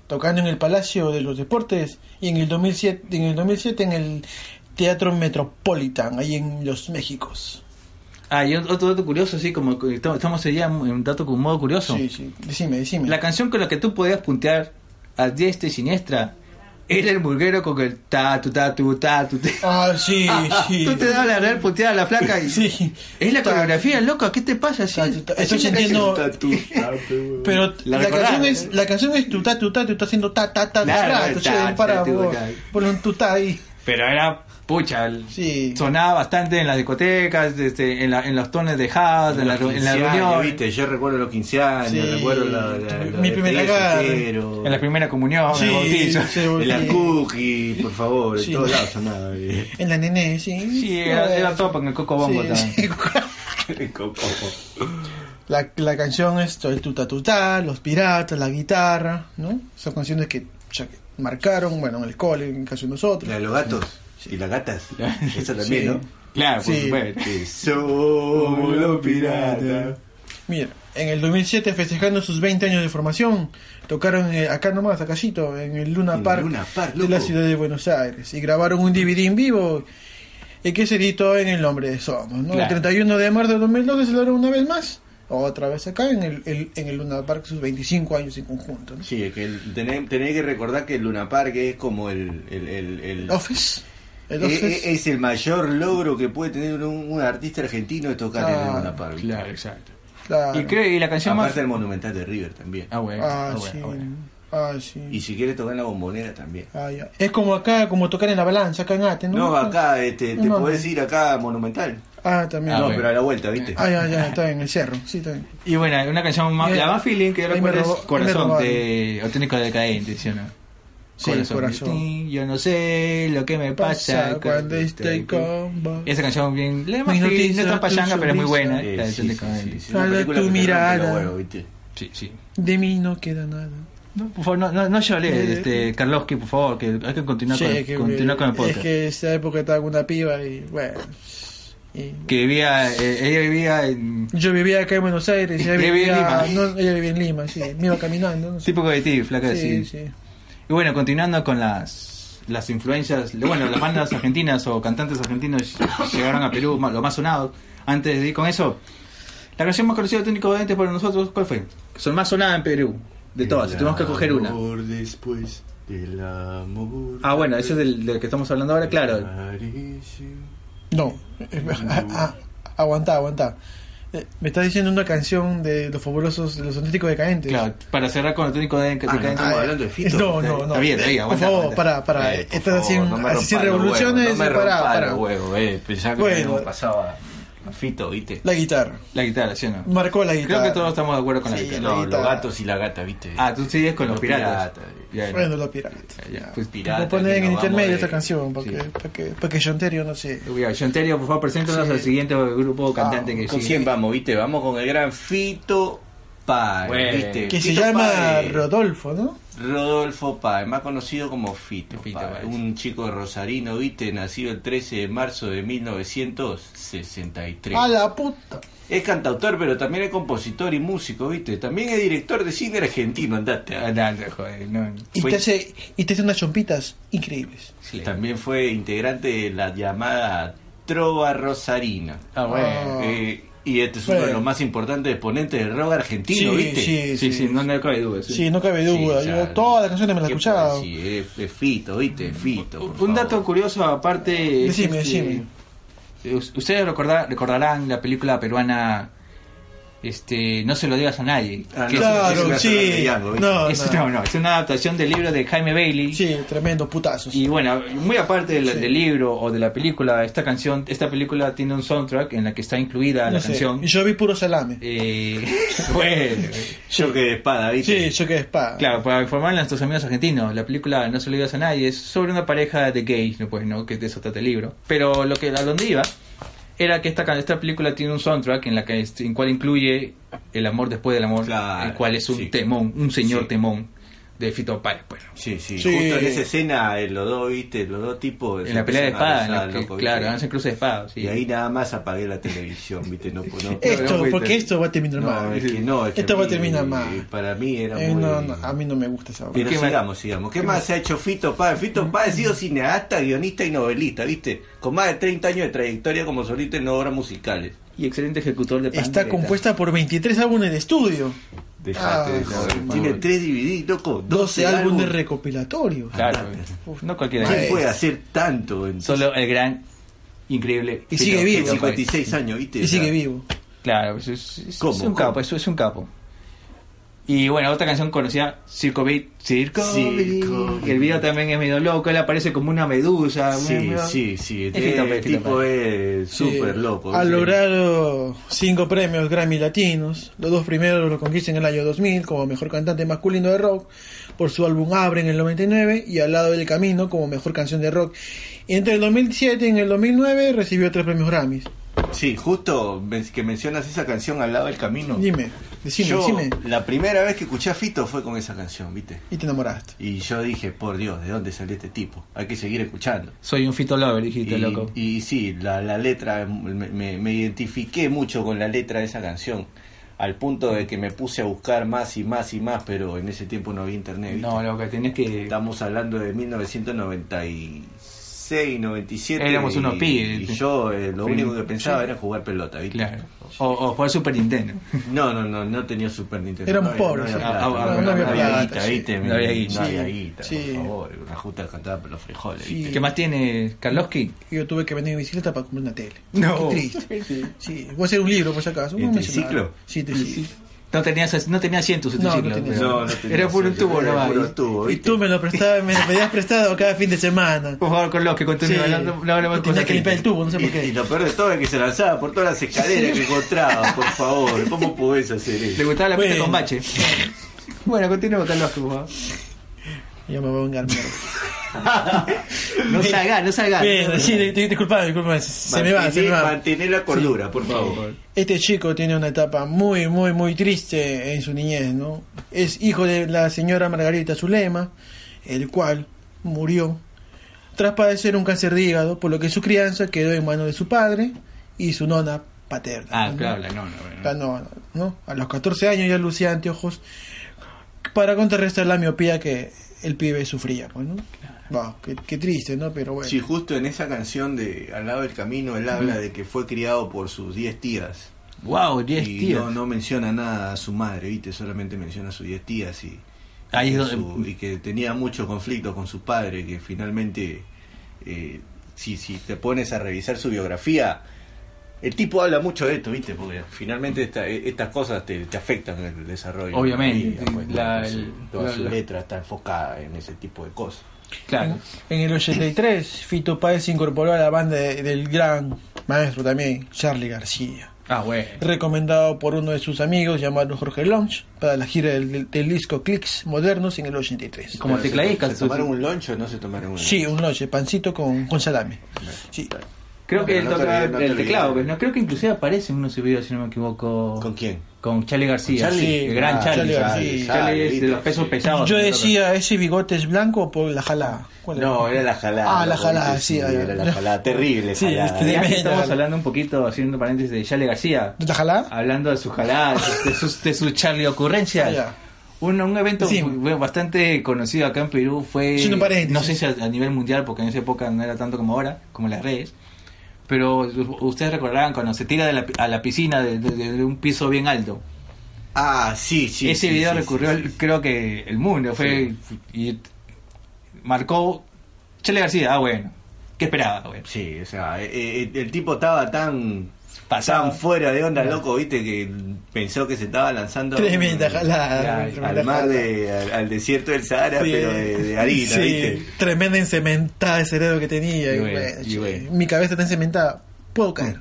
S7: tocando en el Palacio de los Deportes y en el 2007 en el 2007 en el Teatro Metropolitan, ahí en los Méxicos.
S6: Ah, y otro dato curioso, así como que estamos estamos hoy día en un dato con modo curioso.
S7: Sí, sí, decime, decime.
S6: La canción con la que tú podías puntear a diestra y siniestra era el burguero con el ta tu ta tu ta tu te.
S7: Ah, sí, sí.
S6: Tú te dabas la real punteada a la flaca y.
S7: Sí.
S6: Es la
S7: Ta-
S6: coreografía, loca, ¿qué te pasa? Sí,
S7: ta- tu- Ah, ta-
S6: es
S7: Estoy
S6: una
S7: sintiendo pero
S6: La
S7: la,
S6: recordás,
S7: canción
S6: ¿no?
S7: es la canción es tu ta tu ta tu está haciendo ta ta ta
S6: Claro,
S7: ta,
S6: el
S7: che,
S6: ta,
S7: para
S6: ta, tu,
S7: vos,
S6: ta.
S7: ponle un tu ta ahí.
S6: canción- Pero era pucha. el-
S7: Sí.
S6: Sonaba bastante en las discotecas, este, en, la- en los tones de house, en, la,
S3: Los
S6: en la
S3: 15 años,
S6: reunión,
S3: ¿viste? Yo recuerdo los 15 años,
S7: Sí.
S3: recuerdo la, la- la-
S7: Mi
S3: la
S7: primer
S3: despedida
S7: agarre.
S3: soltero,
S6: en la primera comunión, en el bautizo.
S7: sí,
S3: en la
S7: sí.
S3: cookie, por favor,
S7: Sí.
S3: en todos lados sonaba. eh.
S7: En la nene, sí.
S6: Sí, era, era top en el coco bongo
S7: Sí,
S6: también.
S7: sí.
S3: Como-
S7: La, la canción esto, el tuta tuta, los piratas, la guitarra, ¿no? Son canciones que, ya que marcaron, bueno, en el cole, en el caso de nosotros.
S3: La de los gatos y las gatas. Esa también,
S7: Sí.
S3: ¿no?
S6: Claro, por
S7: Sí.
S6: supuesto.
S3: Somos los piratas.
S7: Mira, en el 2007, festejando sus 20 años de formación, tocaron eh, acá nomás, a Callito, en el Luna
S3: En
S7: Park,
S3: Luna Park,
S7: de la
S3: loco.
S7: ciudad de Buenos Aires. Y grabaron un DVD en vivo eh, que se editó en El Nombre de Somos. ¿no? El
S6: Claro.
S7: 31 de marzo de 2012 se lo una vez más, otra vez acá, en el, el- en el Luna Park, sus 25 años en conjunto. ¿no?
S3: Sí, es que el- tené- tenéis que recordar que el Luna Park es como el. el, el, el-
S7: El Office. El
S3: e-
S7: Office.
S3: e- es el mayor logro que puede tener un, un artista argentino es tocar en el
S7: Ah,
S3: Luna Park.
S6: Claro, exacto.
S7: claro.
S6: Y creo y la canción
S3: Aparte del
S6: más.
S3: Monumental de River también.
S6: Ah, bueno.
S7: Ah,
S6: ah,
S7: sí.
S6: bueno, ah, bueno.
S7: Ah, sí.
S3: Y si quieres tocar en la bombonera también.
S7: Ah, ya. Es como acá, como tocar en la balanza, acá en Ate, ¿no?
S3: No, acá este, te
S7: No.
S3: podés ir acá a Monumental.
S7: Ah, también.
S6: Ah,
S3: no,
S6: bueno.
S3: pero a la vuelta, ¿viste?
S7: Ah, ya, ya, está bien, el cerro, sí, está bien.
S6: Y bueno, una canción más,
S7: Bien.
S6: la más feeling que yo
S7: Ahí me
S6: recuerdo
S7: robó-
S6: es Corazón
S7: ahí me
S6: de Auténtico Decadente, ¿sí o no?
S7: Sí, corazón.
S6: Tin, Yo no sé lo que me pasa,
S7: Pasa cuando estoy con vos.
S6: Esa canción bien, la más
S7: Me
S6: feeling, no
S7: hipnotiza
S6: es tan
S7: tu
S6: pachanga, pero es muy
S7: sonrisa.
S6: buena.
S3: Eh,
S6: la de
S3: sí, sí,
S6: Auténtico Decadente.
S3: sí, sí. Una
S7: Sale
S3: película
S7: tu
S3: que te rompe los
S7: mirada.
S3: huevos, ¿viste?
S6: Sí, sí.
S7: De mí no queda nada.
S6: No, por favor, no, no, no llore, este, Karlovsky, por favor, que hay que continuar,
S7: Sí,
S6: con,
S7: es que-
S6: continuar con el podcast.
S7: Es
S6: que,
S7: que esa época estaba con una piba y bueno. y-
S6: vivía, eh, ella vivía en
S7: yo vivía acá en Buenos Aires, ella
S6: Ella vivía en
S7: vivía,
S6: Lima.
S7: no, ella vivía en Lima, sí, me iba caminando. No sé.
S6: típico de ti, flaca,
S7: sí,
S6: sí,
S7: sí.
S6: Y bueno, continuando con las, las influencias, bueno, las bandas argentinas o cantantes argentinos llegaron a Perú, ma- lo más sonado. Antes de ir con eso, la canción más conocida de Técnico Dente para nosotros, ¿cuál fue? Son más sonada en Perú, de todas,
S3: El
S6: tenemos que coger una.
S3: amor después del amor.
S6: Ah, bueno, ese es del, del que estamos hablando ahora, claro.
S3: Clarísimo.
S7: No, ah, ah, aguantá, aguantá. Eh, Me estás diciendo una canción de los fabulosos, de los auténticos decadentes.
S6: Claro, para cerrar con el Técnico Dente.
S3: Ah, no estamos hablando de Fito.
S7: No, no, no.
S6: Está bien, está bien,
S7: Por
S6: aguanta,
S7: favor,
S6: aguanta.
S7: para, para.
S3: Eh, por
S7: Ah, Estás así,
S3: favor,
S7: en-
S3: no me
S7: así sin
S3: rompa los
S7: revoluciones,
S3: huevos, no me
S7: para,
S3: rompa
S7: para.
S3: los huevos, eh. Pensaba que
S7: Bueno.
S3: bueno. pasaba a Fito, ¿viste?
S7: La guitarra.
S6: La guitarra, ¿sí o no?
S7: Marcó la guitarra.
S6: Creo que todos estamos de acuerdo con la
S7: Sí,
S6: guitarra.
S7: la
S3: No, los
S7: guitarra.
S3: gatos y la gata, ¿viste?
S6: Ah, tú sigues con los,
S3: Los
S6: piratas.
S3: piratas.
S6: Ya, ya.
S7: Bueno, los piratas.
S6: Ya, pues
S3: pirata,
S7: Lo ponen
S3: que
S7: en
S3: nos
S7: intermedio
S3: vamos
S7: esta
S3: de-
S7: canción, para
S6: sí.
S7: que, para que, para que Yonterio no se...
S6: Ya, Chanterio, por favor, preséntanos
S7: Sí.
S6: al siguiente grupo cantante que
S3: ¿Con
S6: sigue.
S3: quién vamos, viste? Vamos con el gran Fito Páez,
S6: Bueno.
S3: ¿viste?
S7: Que se
S3: Fito
S7: llama
S3: Páez.
S7: Rodolfo, ¿no?
S3: Rodolfo Páez, más conocido como Fito,
S6: Fito
S3: Páez,
S6: Páez.
S3: un chico rosarino, ¿viste? Nacido el 13 de marzo de 1963.
S7: A la puta.
S3: Es cantautor, pero también es compositor y músico, ¿viste? También es director de cine argentino, andate. a-
S6: Adelante, joder, no.
S7: Y
S3: Fue-
S7: te, hace, y te hace unas chompitas increíbles.
S3: Sí. También fue integrante de la llamada Trova Rosarina.
S6: Ah, bueno.
S7: Ah.
S3: Eh, y este es uno
S7: Bueno.
S3: de los más importantes exponentes del rock argentino,
S7: Sí,
S3: ¿viste?
S7: sí,
S6: Sí, sí, no, no cabe duda. sí.
S7: Sí, no cabe duda.
S3: Sí,
S7: Yo
S3: ya,
S7: todas las canciones me las
S3: ¿qué
S7: escuchaba. Mm,
S3: puedo decir? eh, Es, es Fito, ¿viste? Es Fito. por
S6: Un
S3: favor.
S6: dato curioso aparte... es
S7: Decime,
S6: este,
S7: decime.
S6: eh, Ustedes recordar- recordarán la película peruana este No se lo digas a nadie.
S3: Ah,
S6: que
S3: no.
S6: es-
S3: es
S7: Claro,
S3: una
S7: sí.
S3: sonata de algo,
S7: No,
S6: es,
S7: no.
S6: no, no, es una adaptación del libro de Jaime Bailey.
S7: Sí, tremendo putazos.
S6: Y bueno, muy aparte del,
S7: Sí.
S6: del libro o de la película, esta canción, esta película tiene un soundtrack en la que está incluida
S7: No
S6: la
S7: sé,
S6: canción.
S7: Yo vi puro salame.
S6: Eh, bueno,
S3: Yo que de espada,
S7: Sí,
S3: ¿viste?
S7: yo que de espada.
S6: claro, para informar a nuestros amigos argentinos, la película No se lo digas a nadie es sobre una pareja de gays, ¿no? Pues, ¿no? Que de eso trata el libro. Pero lo que a donde iba era que esta, can- esta película tiene un soundtrack en la que en cual incluye El amor después del amor,
S3: Claro,
S6: el cual es un
S3: sí.
S6: temón, un señor
S3: Sí.
S6: temón de Fito Páez, pues. ¿no?
S3: Sí, sí,
S7: Sí.
S3: Justo en esa escena, eh, los dos, ¿viste? Los dos tipos.
S6: En
S3: se
S6: la pelea de
S3: empiezan a
S6: espada, en la
S3: besar,
S6: que-
S3: loco, ¿viste?
S6: claro, hacen cruce de espada. sí.
S3: Y ahí nada más apagué la televisión, ¿viste? No, no,
S7: Esto,
S6: No, no,
S7: porque
S6: fuiste.
S7: esto va a terminar
S3: no,
S7: mal.
S3: es que no, es que
S7: esto
S3: a
S7: va a
S3: mí,
S7: terminar mal.
S3: Para mí era
S7: Eh,
S3: muy.
S7: no, no, a mí no me gusta esa obra.
S3: Pero
S6: ¿Qué más?
S3: sigamos, sigamos. ¿Qué más se ha hecho Fito Páez? Fito Páez ha sido cineasta, guionista y novelista, ¿viste? Con más de 30 años de trayectoria como solista en obras musicales.
S6: Y excelente ejecutor de
S7: Está
S6: panderetas.
S7: compuesta por 23 álbumes de estudio,
S3: Dejate,
S7: Ah,
S3: dejate.
S6: joder,
S3: Tiene
S6: madre.
S3: 3 DVD, loco. 12
S7: 12 álbumes
S3: álbumes.
S7: recopilatorios.
S6: Claro, Uf, no cualquiera.
S3: ¿Quién
S7: Maestro.
S3: puede hacer tanto en
S6: Solo el gran, increíble.
S7: Y sigue
S6: Fito-
S7: vivo.
S6: Fito
S3: 56 años, viste?
S7: Y sigue vivo.
S6: Páez. Claro, pues es, es- es
S3: ¿Cómo?
S6: un
S3: ¿Cómo?
S6: capo, eso es un capo. Y bueno, otra canción conocida, Circo Beat. Circo,
S3: Circo
S6: Beat.
S3: Beat.
S6: El video también es medio loco, él aparece como una medusa.
S3: Sí,
S6: una-
S3: sí, sí.
S6: Es
S3: este
S6: Fito Páez, Fito
S3: tipo es súper loco.
S7: Ha
S3: ¿viste?
S7: logrado cinco premios Grammy latinos. Los dos primeros los conquista en el año 2000 como mejor cantante masculino de rock por su álbum Abre en el 99 y Al lado del camino como mejor canción de rock. Y entre el 2007 y en el 2009 recibió tres premios Grammys.
S3: Sí, justo men- que mencionas esa canción al lado del camino.
S7: Dime, decime,
S3: yo,
S7: decime.
S3: La primera vez que escuché a Fito fue con esa canción, ¿viste?
S7: Y te enamoraste.
S3: Y yo dije, por Dios, ¿de dónde salió este tipo? Hay que seguir escuchando.
S6: Soy un fito lover, dijiste,
S3: y,
S6: loco.
S3: y sí, la, la letra, me, me- me identifiqué mucho con la letra de esa canción, al punto de que me puse a buscar más y más y más, pero en ese tiempo no había internet. ¿viste?
S6: No, eh. loco, tenés que...
S3: Estamos hablando de 1996, 97.
S6: Éramos
S3: y-
S6: unos pibes.
S3: Y yo eh, lo
S6: Sí.
S3: único que pensaba era jugar pelota, ¿viste?
S6: Claro. O, o jugar Super Nintendo.
S3: No, no, no, no tenía Super Nintendo.
S7: Éramos
S3: No había-
S7: pobres,
S3: No
S7: sí.
S3: había,
S6: Ah,
S3: plata,
S6: ah,
S3: no,
S6: no
S3: había
S6: había
S7: plata,
S3: guita,
S7: sí.
S3: ¿viste?
S6: No había guita.
S3: No había
S7: Sí,
S3: guita,
S7: sí.
S3: por favor. Una justa cantada por los frijoles,
S7: Sí.
S3: ¿viste?
S6: ¿Qué más tiene Karlovsky?
S7: Y yo tuve que vender mi bicicleta para comprar una tele.
S6: No.
S7: Qué triste. Sí. Voy a hacer un libro por si acaso.
S3: ¿Y
S7: No me
S3: triciclo?
S7: mencionaron. Sí, triciclo.
S6: No tenía, no tenía asientos en tu
S7: No, no
S6: ciclo,
S7: tenía.
S6: pero-
S3: No, no tenía
S6: Era puro un
S3: asientos,
S6: tubo,
S3: era
S6: ¿no?
S3: puro
S6: Y-
S3: tubo.
S7: Y tú me lo prestabas, me lo pedías prestado cada fin de semana.
S6: Por favor, Karlovsky, continúa.
S7: Sí.
S6: No, no, no hablemos de
S7: Tenía
S6: cosas
S7: que limpiar el
S6: tristes.
S7: tubo, no sé por
S3: Y, y
S7: qué.
S3: lo peor de todo es que se lanzaba por todas las escaleras que encontraba, por favor. ¿Cómo podés hacer
S6: Le
S3: eso?
S6: gustaba la pista
S7: Bueno.
S6: con bache. bueno, continúa, Karlovsky, por favor.
S7: Ya me voy a vengar, mierda.
S6: No salga, no salga.
S7: Bien, sí, di- di- disculpame, disculpame, se me va, se me
S3: Mantener-
S7: va.
S3: mantener la cordura, por favor.
S7: Este chico tiene una etapa muy, muy, muy triste en su niñez, ¿no? Es hijo de la señora Margarita Zulema, el cual murió tras padecer un cáncer de hígado, por lo que su crianza quedó en manos de su padre y su nona paterna.
S6: Ah,
S7: ¿no?
S6: claro, la no, no,
S7: La nona, ¿no? A los 14 años ya lucía anteojos para contrarrestar la miopía que el pibe sufría, pues, ¿no? Wow, qué, qué triste, ¿no? Pero bueno.
S3: Sí, justo en esa canción de Al lado del camino, él habla de que fue criado por sus 10 tías.
S6: Wow, 10
S3: y
S6: tíos.
S3: No, no menciona nada a su madre, ¿viste? Solamente menciona a sus 10 tías y,
S6: Ahí es
S3: y
S6: donde-
S3: su- y que tenía mucho conflicto con su padre, que finalmente, eh, si, si te pones a revisar su biografía, el tipo habla mucho de esto, ¿viste? Porque finalmente esta- e- estas cosas te, te afectan en el desarrollo.
S6: Obviamente,
S3: de la vida, pues, ¿no?
S6: la-
S3: Entonces,
S6: el-
S3: toda
S6: la-
S3: su
S6: la-
S3: letra está enfocada en ese tipo de cosas.
S6: Claro.
S7: En el 83, Fito Páez se incorporó a la banda de- del gran maestro también, Charlie García,
S6: Ah, bueno.
S7: recomendado por uno de sus amigos llamado Jorge Lunch para la gira del, del- del disco Clicks Modernos en el 83.
S6: Como
S3: Pero,
S6: tecladista.
S3: ¿Se, se
S6: su-
S3: tomaron un loncho o no se tomaron un
S7: Sí, un noche, pancito con, con salame. Sí.
S6: Creo que
S3: Pero
S6: él
S3: no te
S6: tocaba
S3: olvides, no te
S6: el
S3: olvides.
S6: teclado, pues, ¿no? Creo que inclusive aparece en uno de sus videos, si no me equivoco.
S3: ¿Con quién?
S6: Con Charlie García.
S7: Charlie.
S6: Sí, el gran
S7: Ah,
S6: Charlie.
S7: Charlie
S6: Charlie,
S7: García.
S6: Charlie es de los
S3: Sí.
S6: pesos pesados.
S7: Yo decía, ¿ese bigote es blanco por la jalada? ¿Cuál era?
S3: No, era la jalada.
S7: Ah, la
S3: loco,
S7: jalada,
S3: ¿viste?
S7: sí, ahí va.
S3: era la jalada, terrible.
S7: Sí,
S3: jalada. ¿eh?
S7: este,
S6: Ya que estamos
S7: Tremendo.
S6: hablando un poquito, haciendo paréntesis, de Charlie García.
S7: ¿De la jalada?
S6: Hablando de su jalada, de sus, de sus Charlie ocurrencias.
S7: Ah, ya.
S6: Un, un evento
S7: Sí.
S6: muy- bueno, bastante conocido acá en Perú fue,
S7: Haciendo un paréntesis.
S6: no sé si a, a nivel mundial, porque en esa época no era tanto como ahora, como las redes, pero u- ustedes recordarán cuando se tira de la, pi- a la piscina de, de- de un piso bien alto.
S3: Ah, sí, sí.
S6: Ese
S3: sí,
S6: video
S3: sí,
S6: recurrió,
S3: sí, sí.
S6: creo que el mundo, fue y marcó Chele García, ah bueno, ¿qué esperaba? Bueno,
S3: Sí, o sea, eh, eh, el tipo estaba tan,
S6: Pasado.
S3: tan fuera de onda, loco, viste, que pensó que se estaba lanzando a un-
S7: Tremenda jalada.
S6: Ya,
S7: tremenda
S3: al mar,
S7: jalada.
S3: de, al, al desierto del Sahara,
S7: Sí,
S3: pero de, de harina,
S7: sí,
S3: viste.
S7: Tremenda encementada de cerebro que tenía.
S6: Y
S7: y
S6: bueno,
S7: bueno,
S6: y
S7: che,
S6: bueno.
S7: Mi cabeza está encementada. Puedo caer.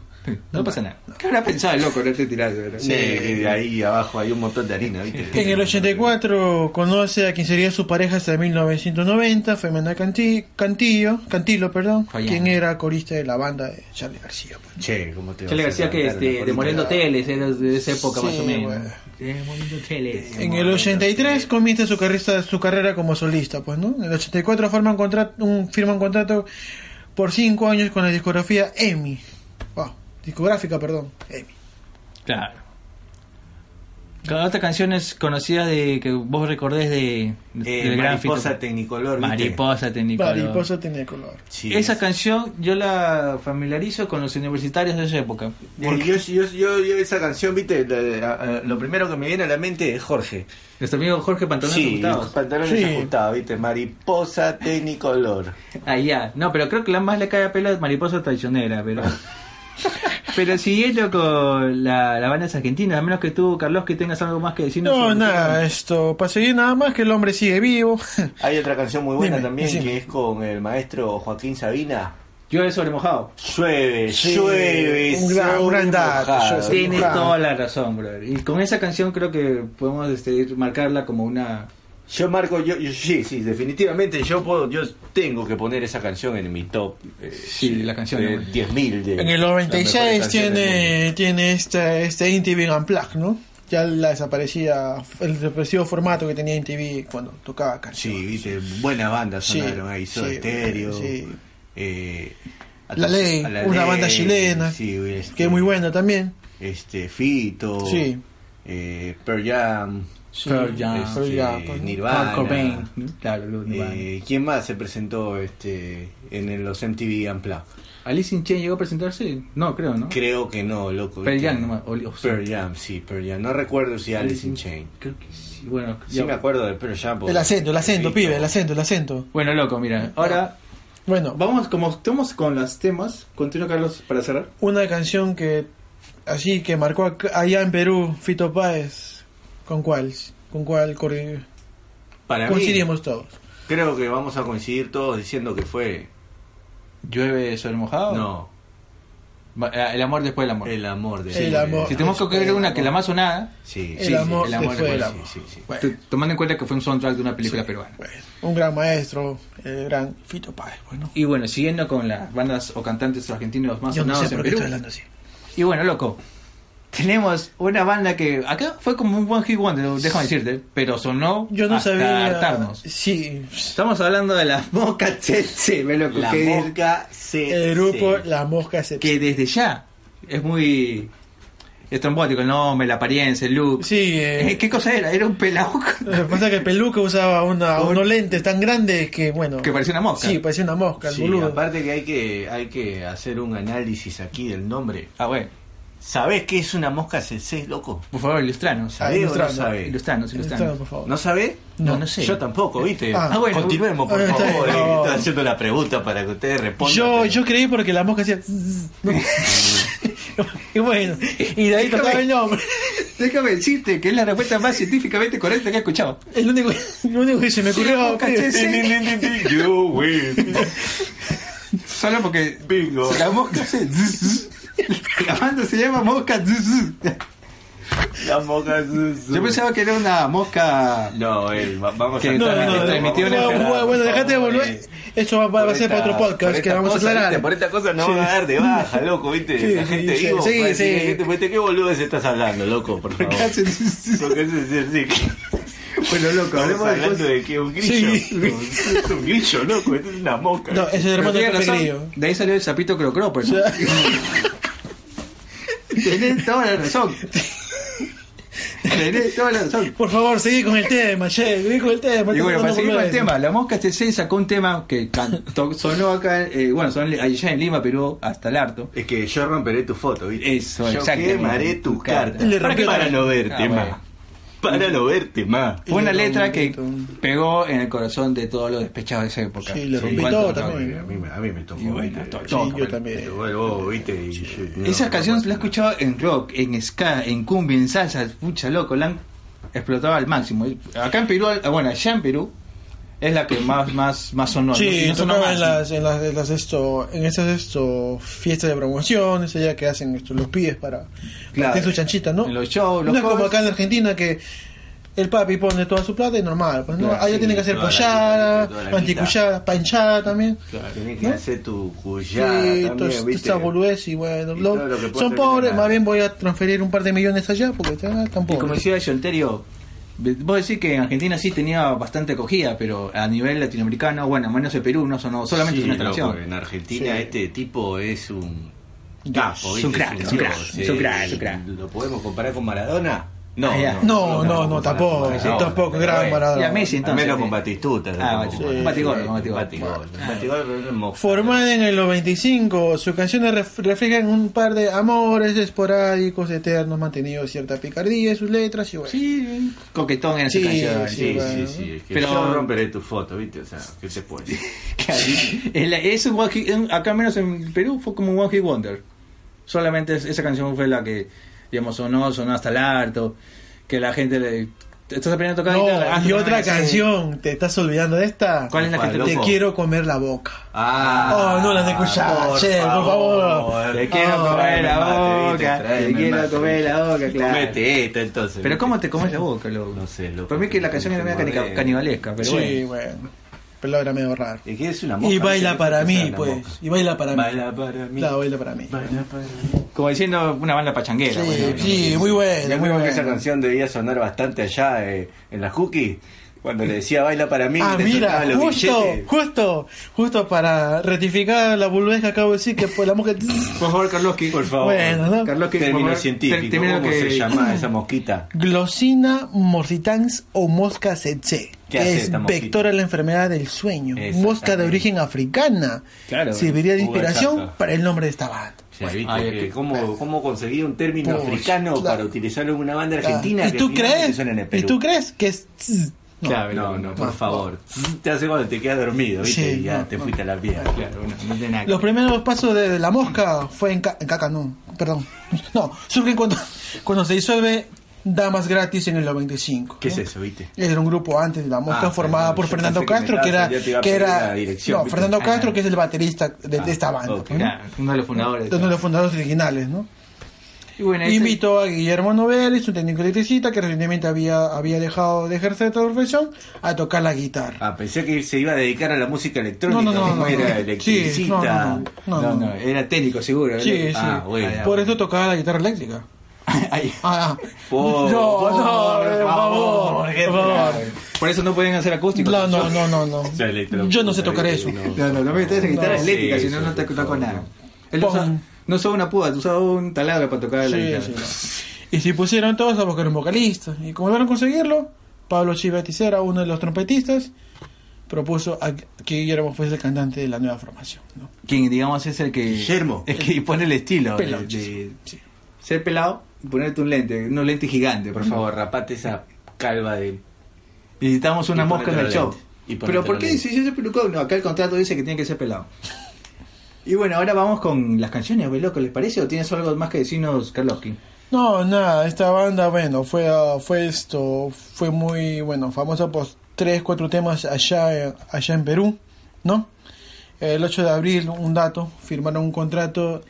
S6: no pasa nada. ¿Qué habrá pensado el loco de este tirado?
S3: Sí, Eh, que ahí abajo hay un montón de harina, viste.
S7: En el 84 conoce a quien sería su pareja hasta 1990, Femena Canti- Cantillo, Cantilo, perdón,
S6: Fallando.
S7: quien era corista de la banda de Charlie García. pues.
S3: Che, ¿cómo te vas
S6: Chele
S3: a
S6: García que es
S3: levantar la
S6: de, de
S3: colita?
S6: Moreno Teles, era de esa época
S7: Sí,
S6: más o menos.
S7: bueno.
S6: De Moreno Teles.
S7: En el 83 comienza su carrera, su carrera como solista, pues, ¿no? En el 84 forma un contra- un- firma un contrato por 5 años con la discografía EMI. Wow, discográfica, perdón, EMI.
S6: Claro. Cada otra canción es conocida de que vos recordés de, de-
S3: Eh,
S6: del gran Fito.
S3: mariposa Tecnicolor, ¿viste?
S6: Mariposa Tecnicolor.
S7: Mariposa tenía color.
S3: Sí,
S6: Esa canción yo la familiarizo con los universitarios de esa época.
S3: Eh, Yo, yo, yo, yo esa canción, viste, la- la- la- lo primero que me viene a la mente es Jorge.
S6: Nuestro amigo Jorge Pantalón
S3: Sí, los pantalones
S7: Sí.
S3: ajustados, viste, mariposa tecnicolor.
S6: Ah, ya. No, pero creo que la más le cae a pelo es Mariposa Traicionera, pero... pero si es loco la, la banda es argentina, a menos que tú, Carlos, que tengas algo más que decirnos.
S7: No,
S6: sobre-
S7: nada, esto para seguir nada más que el hombre sigue vivo.
S3: Hay otra canción muy buena
S7: Dime,
S3: también
S7: decime.
S3: que es con el maestro Joaquín Sabina.
S6: Yo he sobremojado.
S3: Llueve,
S7: Sí,
S3: llueve,
S7: un gran- un gran dato,
S3: sobremojado.
S7: yo-
S6: Tienes
S7: Claro.
S6: toda la razón, brother. Y con esa canción creo que podemos este, marcarla como una
S3: Yo marco, yo, yo- sí, sí, definitivamente yo puedo, yo tengo que poner esa canción en mi top. eh,
S6: Sí, la canción,
S3: eh,
S6: hombre.
S3: 10.000 de.
S7: En el 96
S3: las mejores canciones del
S7: tiene,
S3: mundo.
S7: tiene este, este INTV Unplugged, ¿no? Ya la desaparecía, el desaparecido formato que tenía INTV cuando tocaba canciones.
S3: Sí, viste, buenas bandas
S7: Sí,
S3: sonaron ahí, Soda
S7: sí,
S3: Stereo,
S7: sí.
S3: eh,
S7: La Ley,
S3: a La
S7: una
S3: Ley,
S7: banda chilena,
S3: sí, este,
S7: que es muy buena también.
S3: Este, Fito,
S7: Sí.
S3: eh, Pearl Jam,
S7: Sí,
S6: Pearl Jam,
S7: Pearl
S3: este,
S7: Jam, pues, ¿no?
S3: Nirvana.
S6: Kurt Cobain, claro, los Nirvana.
S3: Eh, ¿Quién más se presentó este en el- los MTV Unplugged?
S6: Alice in Chains llegó a presentarse, no creo, ¿no?
S3: Creo que no, loco.
S6: Pearl
S3: ¿viste?
S6: Jam nomás, o- o-
S3: Pearl Jam, sí, Pearl Jam. No recuerdo si Alice in Chains.
S6: Creo que sí, bueno,
S3: Sí
S6: ya-
S3: me acuerdo de Pearl Jam. porque-
S7: El acento, el acento,
S3: Fito.
S7: pibe, el acento, el acento.
S6: Bueno, loco, mira, ahora
S7: Bueno,
S6: vamos como estamos con los temas, continúa Carlos para cerrar.
S7: una canción que así que marcó ac- allá en Perú Fito Páez con cuál con cuál corri-
S3: Para mí,
S7: coincidimos todos
S3: creo que vamos a coincidir todos diciendo que fue...
S6: ¿Llueve sobre
S7: Oh.
S6: mojado?
S3: No,
S6: Va- eh, El amor después del amor.
S3: el amor de...
S7: El amor.
S6: si tenemos que coger una que la más sonada,
S3: Sí,
S7: el
S3: sí,
S7: amor
S6: el amor
S7: después del
S6: después,
S7: amor.
S3: sí, sí, sí.
S7: Bueno,
S6: t- tomando en cuenta que fue un soundtrack de una película peruana.
S7: bueno, un gran maestro el gran Fito Páez bueno
S6: Y bueno, siguiendo con las bandas o cantantes argentinos más
S7: yo no
S6: sonados
S7: sé
S6: en
S7: por qué
S6: Perú.
S7: estoy hablando así
S6: Y bueno, loco, tenemos una banda que acá fue como un one hit wonder, déjame decirte, pero sonó
S7: yo no
S6: hasta
S7: sabía
S6: hartarnos.
S7: sí
S6: Estamos hablando de la Moca Tsetse, ve loco,
S3: La
S6: que,
S3: mosca se...
S7: el grupo
S3: se-
S7: La Mosca se
S6: que desde ya es muy estrombótico el nombre, la apariencia, el look.
S7: sí
S6: Eh,
S7: eh,
S6: ¿Qué cosa era? Era un pelado
S7: lo que pasa es que el peluca usaba una,
S6: Un-
S7: unos lentes tan grandes que bueno
S6: que parecía una mosca.
S7: sí pues. parecía una mosca el
S3: Sí,
S7: boludo
S3: aparte que hay, que hay que hacer un análisis aquí del nombre.
S6: Ah, bueno,
S3: ¿Sabés qué es una mosca CC, loco?
S6: por favor, ilustranos.
S7: Ah,
S3: ¿Sabés o no
S7: ilustrando.
S3: sabés?
S6: Ilustranos,
S7: Ilustrame,
S6: ilustranos.
S7: por favor
S3: ¿No sabés?
S6: No, no sé.
S3: Yo tampoco, ¿viste?
S7: Ah,
S6: Ah, bueno.
S3: Continuemos, por
S7: Ah, está
S3: favor.
S7: bien.
S3: eh, Estoy haciendo la pregunta para que ustedes respondan.
S7: Yo,
S3: pero-
S7: yo creí porque la mosca hacía. zzz, ¿no? y bueno, y de ahí tocaba el nombre.
S6: Déjame decirte que es la respuesta más científicamente correcta que he escuchado.
S7: El único, el único que se me ocurrió.
S6: mosca,
S7: pibe.
S6: sí, sí.
S3: Yo, güey.
S6: Solo porque
S3: Bingo.
S6: la mosca se... La banda se llama Mosca
S3: La mosca CC.
S6: Yo pensaba que era una mosca...
S3: No, él, va- vamos
S6: Que
S3: a... este
S7: No, no,
S6: Te
S7: no,
S6: transmitió una
S7: no,
S6: enfermedad,
S7: bueno, bueno,
S3: por
S7: dejate de
S3: favor,
S7: volver.
S3: eh.
S7: Eso va, va
S3: Por
S7: a ser para
S3: esta-
S7: otro
S3: por
S7: podcast
S3: esta
S7: que vamos a
S3: cosa,
S7: aclarar.
S3: ¿viste? Por esta cosa no
S7: Sí.
S3: van a dar de baja, loco, ¿viste?
S7: Sí,
S3: la gente
S7: sí,
S3: digo,
S7: sí,
S3: va a
S7: sí.
S3: decir, ¿viste? ¿Viste qué boludo se estás hablando, loco, por favor?
S6: Mosca Tsetse.
S3: Porque eso es decir, que
S6: Bueno, loco,
S3: estamos
S6: hablemos de
S3: hablando
S6: cosas-
S3: de que un grillo, es un grillo, loco, esto es una mosca.
S7: No, ese es el
S6: Pero
S7: hermano de
S6: tiene
S7: Pepe
S6: razón,
S7: Grillo.
S6: de ahí salió el sapito crocro, pues. ¿no?
S7: Ya.
S6: Tenés toda la razón. Tenés toda la razón.
S7: Por favor, seguí con el tema, che. Seguí con el tema.
S6: Y bueno, para
S7: estamos
S6: seguir
S7: hablando
S6: con el
S7: boludeces.
S6: tema, la mosca TC sacó un tema que can- to- sonó acá, eh, bueno, sonó allá en Lima, Perú, hasta el harto.
S3: Es que yo romperé tu foto, ¿viste?
S6: Eso,
S3: yo
S6: exactamente.
S3: quemaré tu carta.
S7: Le
S3: ¿Para,
S7: rompió
S3: qué?
S7: la-
S3: Para no verte
S6: Ah,
S3: más.
S6: bueno.
S3: Para no verte más.
S6: Fue una
S7: Y le
S6: letra
S7: rompí
S6: que
S7: todo.
S6: pegó en el corazón de todos los despechados de esa época.
S7: Sí, le
S6: En
S7: rompí
S6: cuanto
S7: todo
S6: a-
S7: también.
S3: A mí, me- a mí me tocó.
S6: Y bueno,
S3: ¿viste?
S6: to-
S7: Sí,
S6: todo,
S7: yo
S6: bueno.
S7: también.
S3: Yo, oh, ¿viste? Y- no,
S6: Esa
S3: no,
S6: canción
S3: no,
S6: la he
S3: no.
S6: escuchado en rock, en ska, en cumbia, en salsa, pucha loco, la han explotado al máximo. Acá en Perú, ah, bueno, allá en Perú es la que más más más sonó. ¿no?
S7: Sí,
S6: Y no sonó
S7: tocaba en
S6: más,
S7: las, en las, en las esto, en esas esto fiestas de promoción, esas ya que hacen esto, los pibes para
S6: Claro.
S7: hacer su chanchita, ¿no?
S6: En los shows, los
S7: no es como
S6: covers.
S7: acá en la Argentina que el papi pone toda su plata y normal, pues no,
S6: Claro,
S7: allá
S3: sí,
S7: tienen que hacer
S3: toda la
S7: collada,
S3: guita, toda la guita.
S7: anticullada, panchada también.
S3: Tienes que
S7: ¿no?
S3: hacer tu
S7: Sí,
S3: cuyada también,
S7: todas
S3: ¿viste?
S7: estas boludez y bueno,
S3: Y
S7: lo-
S3: todo lo que pueda
S7: son
S3: tener
S7: pobres,
S3: la-
S7: más bien voy a transferir un par de millones allá porque están tan
S6: Y como
S7: pobres.
S6: decía Yolterio, vos decís que en Argentina sí tenía bastante acogida, pero a nivel latinoamericano, bueno, menos en Perú no sonó, solamente
S3: Sí,
S6: es una
S3: loco,
S6: canción.
S3: En Argentina
S7: Sí.
S3: este tipo es un
S6: Es
S3: capo,
S6: un
S3: ¿viste?
S6: crack,
S3: Es
S6: es un
S3: dios,
S6: crack,
S3: sí.
S6: es un crack, es un crack.
S3: ¿Lo podemos comparar con Maradona? No,
S6: Ah, ya.
S7: No, no, no,
S3: lo podemos
S7: tampoco,
S3: comparar con Maradona.
S7: tampoco, gran
S3: Bueno,
S7: Maradona.
S6: Y a Messi
S3: Al
S6: entonces.
S3: menos con Batistuta.
S6: Ah,
S3: tampoco.
S6: Batistuta. Batigol, con Batigol.
S3: Batigol. Batigol es un mosca.
S7: Formada en el 95, sus canciones ref- reflejan un par de amores esporádicos, eternos, mantenidos cierta picardía en sus letras y bueno.
S6: Sí, coquetón en esa
S7: Sí,
S6: canción.
S7: sí.
S3: Sí, sí,
S7: bueno.
S3: sí. es que
S6: Pero-
S3: Yo romperé tu foto, ¿viste? O sea, ¿qué te puedo decir?
S6: Claro, el- es un one hit- en- acá al menos en Perú fue como un One Hit Wonder. Solamente es- esa canción fue la que, digamos, sonó, sonó hasta el harto, que la gente le
S10: Estás apenas tocando
S7: No,
S10: guitarra.
S7: y otra
S10: Ah, sí.
S7: canción, ¿te estás olvidando de esta?
S10: ¿Cuál es la que
S3: ¿Cuál,
S10: te
S3: loco?
S7: Te quiero comer la boca.
S3: Ah,
S7: Oh, no las he escuchado, che, por favor.
S3: Te
S6: quiero comer la boca, te quiero comer la boca, claro.
S3: Comete esta entonces.
S6: Pero ¿cómo te comes la boca, loco?
S3: No sé, loco.
S6: Para mí que la canción era medio canica-
S3: Moreno.
S6: canibalesca, pero
S7: Sí,
S6: bueno.
S7: bueno. Pero era medio raro.
S10: Eh,
S3: Es que es
S7: Y
S3: una mosca,
S7: baila
S3: ¿viste?
S7: para
S3: Es
S7: mí,
S3: una mosca.
S7: pues. Y baila para mí.
S3: Baila para mí.
S7: Claro, baila para mí.
S6: Como diciendo una banda pachanguera. bueno.
S7: Sí, sí, muy
S3: Me
S7: buena, muy
S3: acuerdo que esa
S7: buena.
S3: canción debía sonar bastante allá eh, en las cookies. Cuando le decía baila para mí,
S7: Ah,
S3: le
S7: mira,
S3: sonaban los
S7: justo,
S3: billetes.
S7: justo, justo para ratificar la bulbez que acabo de decir, que pues la mujer...
S6: Por favor, Karlovsky.
S3: Por favor.
S7: Bueno, ¿no?
S6: Karlovsky, por
S3: Término
S6: favor,
S3: científico.
S6: ter- termina lo
S3: ¿Cómo
S6: que-
S3: se llama esa mosquita?
S7: Glossina morsitans o mosca tsetse,
S3: ¿Qué hace
S7: que es
S3: esta mosquita?
S7: vectora de la enfermedad del sueño,
S3: Exactamente. Uh,
S7: mosca de origen africana.
S6: Claro.
S7: Serviría de
S3: Uva
S7: inspiración
S3: exacta.
S7: para el nombre de esta banda.
S3: Ya viste
S6: ay,
S3: que
S6: qué-
S3: cómo, cómo conseguir un término
S7: Pues,
S3: africano
S7: claro.
S3: para utilizarlo en una banda argentina.
S7: ¿Y
S3: que
S7: tú
S3: finalmente
S7: crees?
S3: suena en el
S7: ¿Y
S3: Perú?
S7: tú crees que es tss? No.
S6: Claro,
S3: No, no, por
S7: No.
S3: favor. Te hace cuando te quedas dormido, ¿viste?
S7: Sí,
S3: y ya
S7: no,
S3: te
S7: no.
S3: fuiste a la piedra.
S6: Claro, bueno, no tiene nada.
S7: Los primeros pasos de, de la mosca fue en, ca- en caca, no, perdón. No, surgen cuando, cuando se disuelve Damas Gratis en el 95.
S3: ¿Qué
S7: ¿no?
S3: es eso, viste?
S7: Era un grupo antes de la mosca
S3: Ah,
S7: formada
S3: perdón,
S7: por
S3: yo
S7: Fernando
S3: pensé que me
S7: Castro, que era,
S3: estabas- yo te iba a
S7: que
S3: pedir
S7: era
S3: la dirección,
S7: no,
S3: ¿viste? Ah,
S7: Fernando
S6: Ah.
S7: Castro, que es el baterista de, de esta banda, pues,
S3: ok.
S7: ¿no?
S6: Claro, uno de los fundadores.
S7: uno de los fundadores originales, ¿no?
S6: Y bueno, este-
S7: Invitó a Guillermo Novelli, su técnico electricista, que recientemente había, había dejado de ejercer esta profesión, a tocar la guitarra.
S3: Ah, pensé que se iba a dedicar a la música electrónica.
S7: No, no, no,
S3: como
S7: no,
S3: era
S7: no.
S3: electricista.
S7: Sí, no, no,
S6: No,
S7: No,
S6: no,
S7: no.
S6: era técnico seguro.
S7: Sí, sí.
S6: ¿no?
S3: Ah, bueno.
S7: Por eso tocaba la guitarra eléctrica.
S6: Ahí.
S7: Ah, no,
S3: Por-
S7: no,
S6: por
S7: por favor, por favor.
S6: Por eso no pueden hacer acústicos.
S7: No, no, no, no, no.
S3: sea, electro-
S7: Yo no sé tocar
S3: no.
S7: eso.
S6: No, no, no me metas en guitarra
S3: No,
S6: eléctrica,
S3: sí,
S6: si no,
S3: sí,
S6: no te
S3: por
S6: toco
S3: favor,
S6: nada.
S3: no.
S6: Él no
S7: Pon.
S6: usaba, no usaba una púa, tú usabas un taladro para tocar la
S7: Sí,
S6: guitarra.
S7: sí, no. Y se pusieron todos a buscar un vocalista. Y como lograron conseguirlo, Pablo Chivaticera, uno de los trompetistas, propuso a que Guillermo fuese el cantante de la nueva formación. ¿no?
S6: Quien, digamos, es el que.
S3: Guillermo.
S6: Es que pone el estilo. de-
S7: Pelón,
S6: de-
S7: sí.
S6: ser pelado y ponerte un lente, unos lentes gigantes, por
S3: Por
S6: favor.
S3: favor, rapate esa calva de.
S6: Necesitamos una
S3: Y
S6: mosca en el
S3: ponértelo
S6: show.
S3: lente. Y
S6: Pero
S3: ponértelo
S6: ¿por qué
S3: lente.
S6: si yo soy pelucón? No, acá el contrato dice que tiene que ser pelado. Y bueno, ahora vamos con las canciones, güey, loco, ¿les parece? ¿O tienes algo más que decirnos, Karlovsky?
S7: No, nada, esta banda, bueno, fue, ah, fue esto, fue muy, bueno, famosa por tres, cuatro temas allá, eh, allá en Perú, ¿no? El 8 de abril, un dato, firmaron un contrato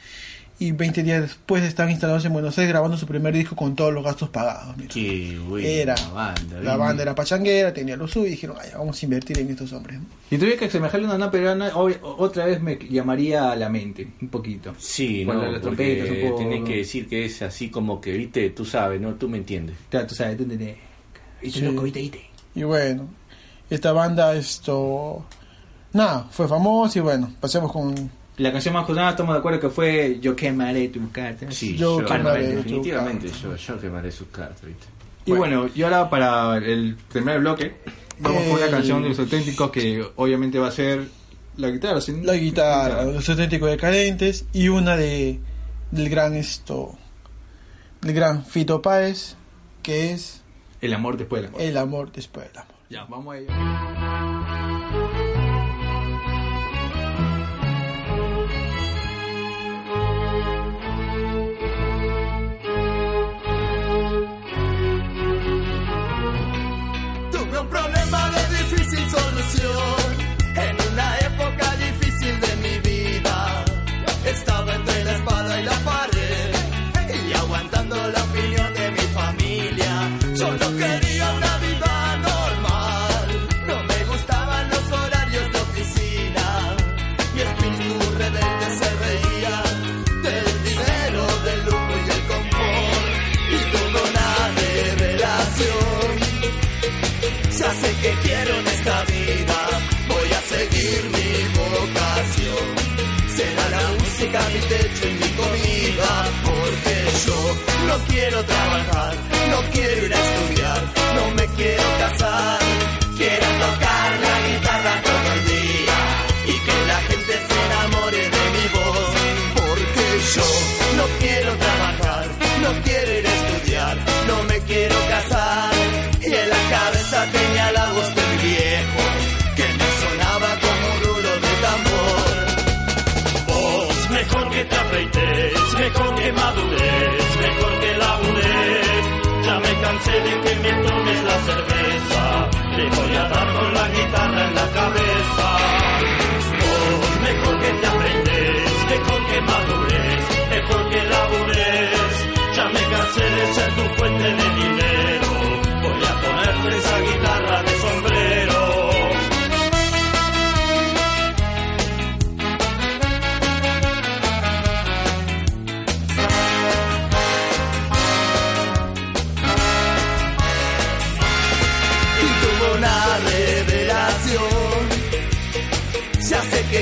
S7: y 20 días después estaban instalados en Buenos Aires grabando su primer disco con todos los gastos pagados. mira.
S3: Qué buena
S7: era,
S3: banda.
S7: la
S3: ¿viste?
S7: banda era pachanguera, tenía lo suyo y dijeron, "Ay, vamos a invertir en estos hombres. ¿no?
S6: Si tuviera que asemejarle una nana peruana, hoy- otra vez me llamaría a la mente, un poquito.
S3: Sí,
S6: Con
S3: no,
S6: las
S3: porque
S6: trompetas, un poco.
S3: tenés que decir que es así como que, viste, tú sabes, ¿no? Tú me entiendes.
S6: Claro, tú sabes, te entendés.
S7: Sí. Y bueno, esta banda, esto, nada, fue famosa y bueno, pasemos con
S6: La canción más jornada estamos de acuerdo que fue Yo quemaré tu carta.
S3: Sí,
S7: Yo
S3: yo
S7: quemaré
S3: quemaré,
S7: tu
S3: definitivamente yo, yo quemaré sus cartas, ¿viste?
S6: Y bueno, y ahora para el primer bloque, vamos con una
S7: El-
S6: canción de los auténticos que obviamente va a ser la guitarra. ¿sí?
S7: la guitarra, los auténticos decadentes y una de del gran esto del gran Fito Páez que es
S6: El amor después del amor.
S7: el amor después del amor.
S6: Ya, vamos a ello.
S9: Tuve un problema de difícil solución en una época difícil de mi vida. Estaba entre la espada y la pared y aguantando la opinión de mi familia. Yo no quería una vida normal, no me gustaban los horarios de oficina. Mi espíritu rebelde se reía del dinero, del lujo y del confort y tuvo una revelación. Ya sé que quiero en esta vida, voy a seguir mi vocación. Será la música mi techo y mi comida, porque yo no quiero trabajar, no quiero ir a estudiar, no me quiero casar. Quiero tocar la guitarra todo el día y que la gente se enamore de mi voz, porque yo no quiero trabajar, no quiero ir a estudiar, no me quiero casar. Y en la cabeza tenía la voz del viejo, que me sonaba como un rulo de tambor. Vos, mejor que te afeites, mejor que madures, mejor que labures. Ya ya me cansé de que me tomes la cerveza. Te voy a dar con la guitarra en la cabeza. Oh, mejor que te aprendes, mejor que madures, mejor que labures. Ya me cansé de ser tu fuente de dinero. Voy a ponerte esa guitarra de sombrero.
S11: y tuvo una revelación. Ya sé que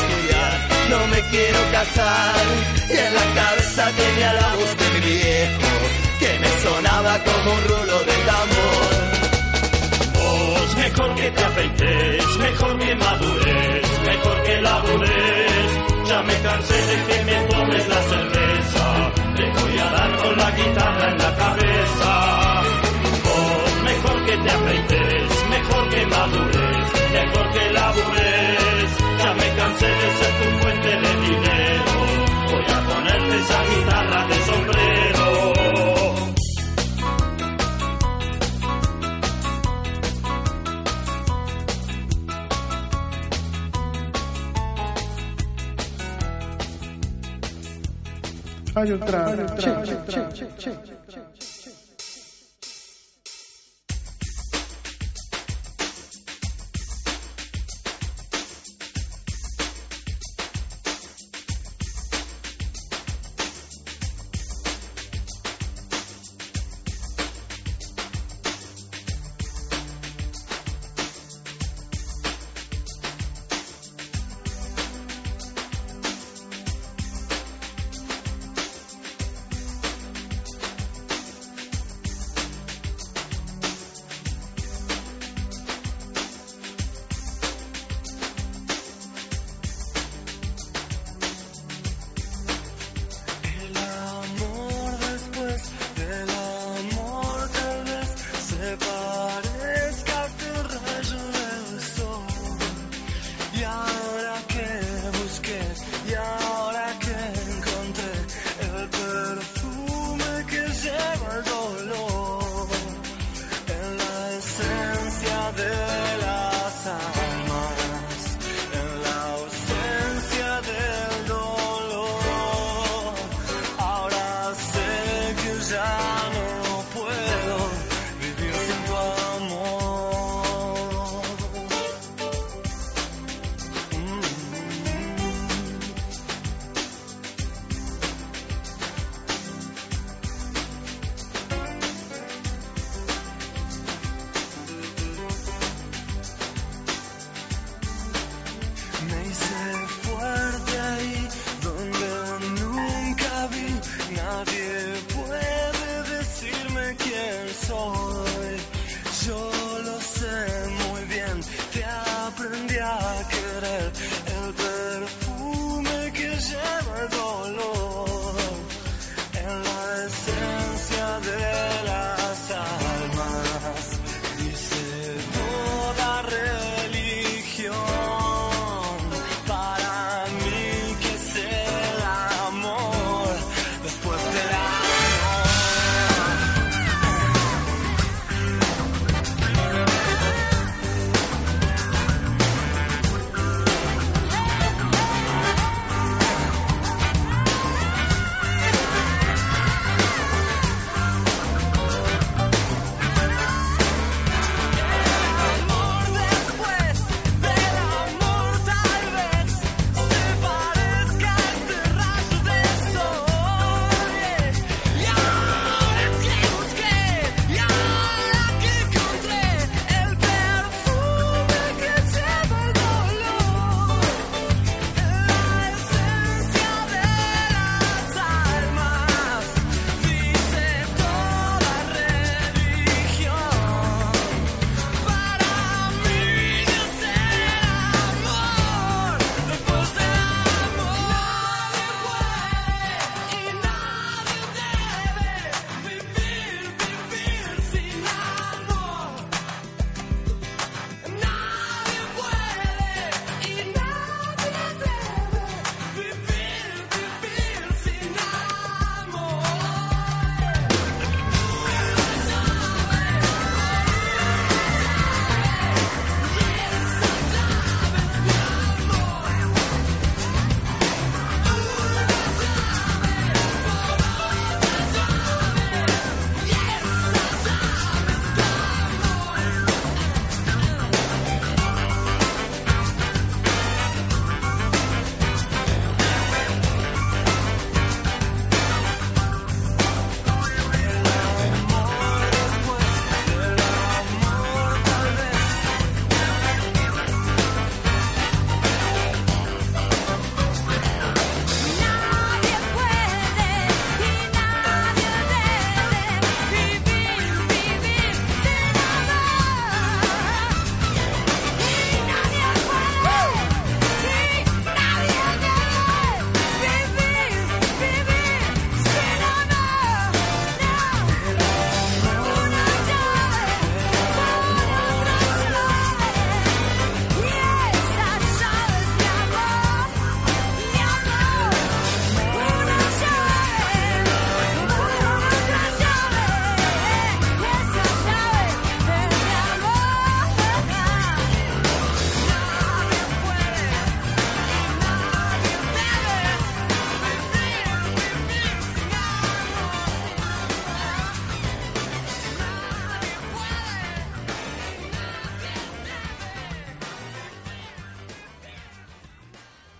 S11: estudiar, no me quiero casar. Y en la cabeza tenía la voz de mi viejo, que me sonaba como un rulo de tambor.
S9: Vos, mejor que te afeites, mejor que madures, mejor que labures. Ya me cansé de que me tomes la cerveza, te voy a dar con la guitarra en la cabeza. Vos, mejor que te afeites, mejor que madures, mejor que labures. Ya me cansé de ser tu fuente de dinero, voy a ponerte esa guitarra de sombrero.
S7: Hay otra. Che, che, che, che.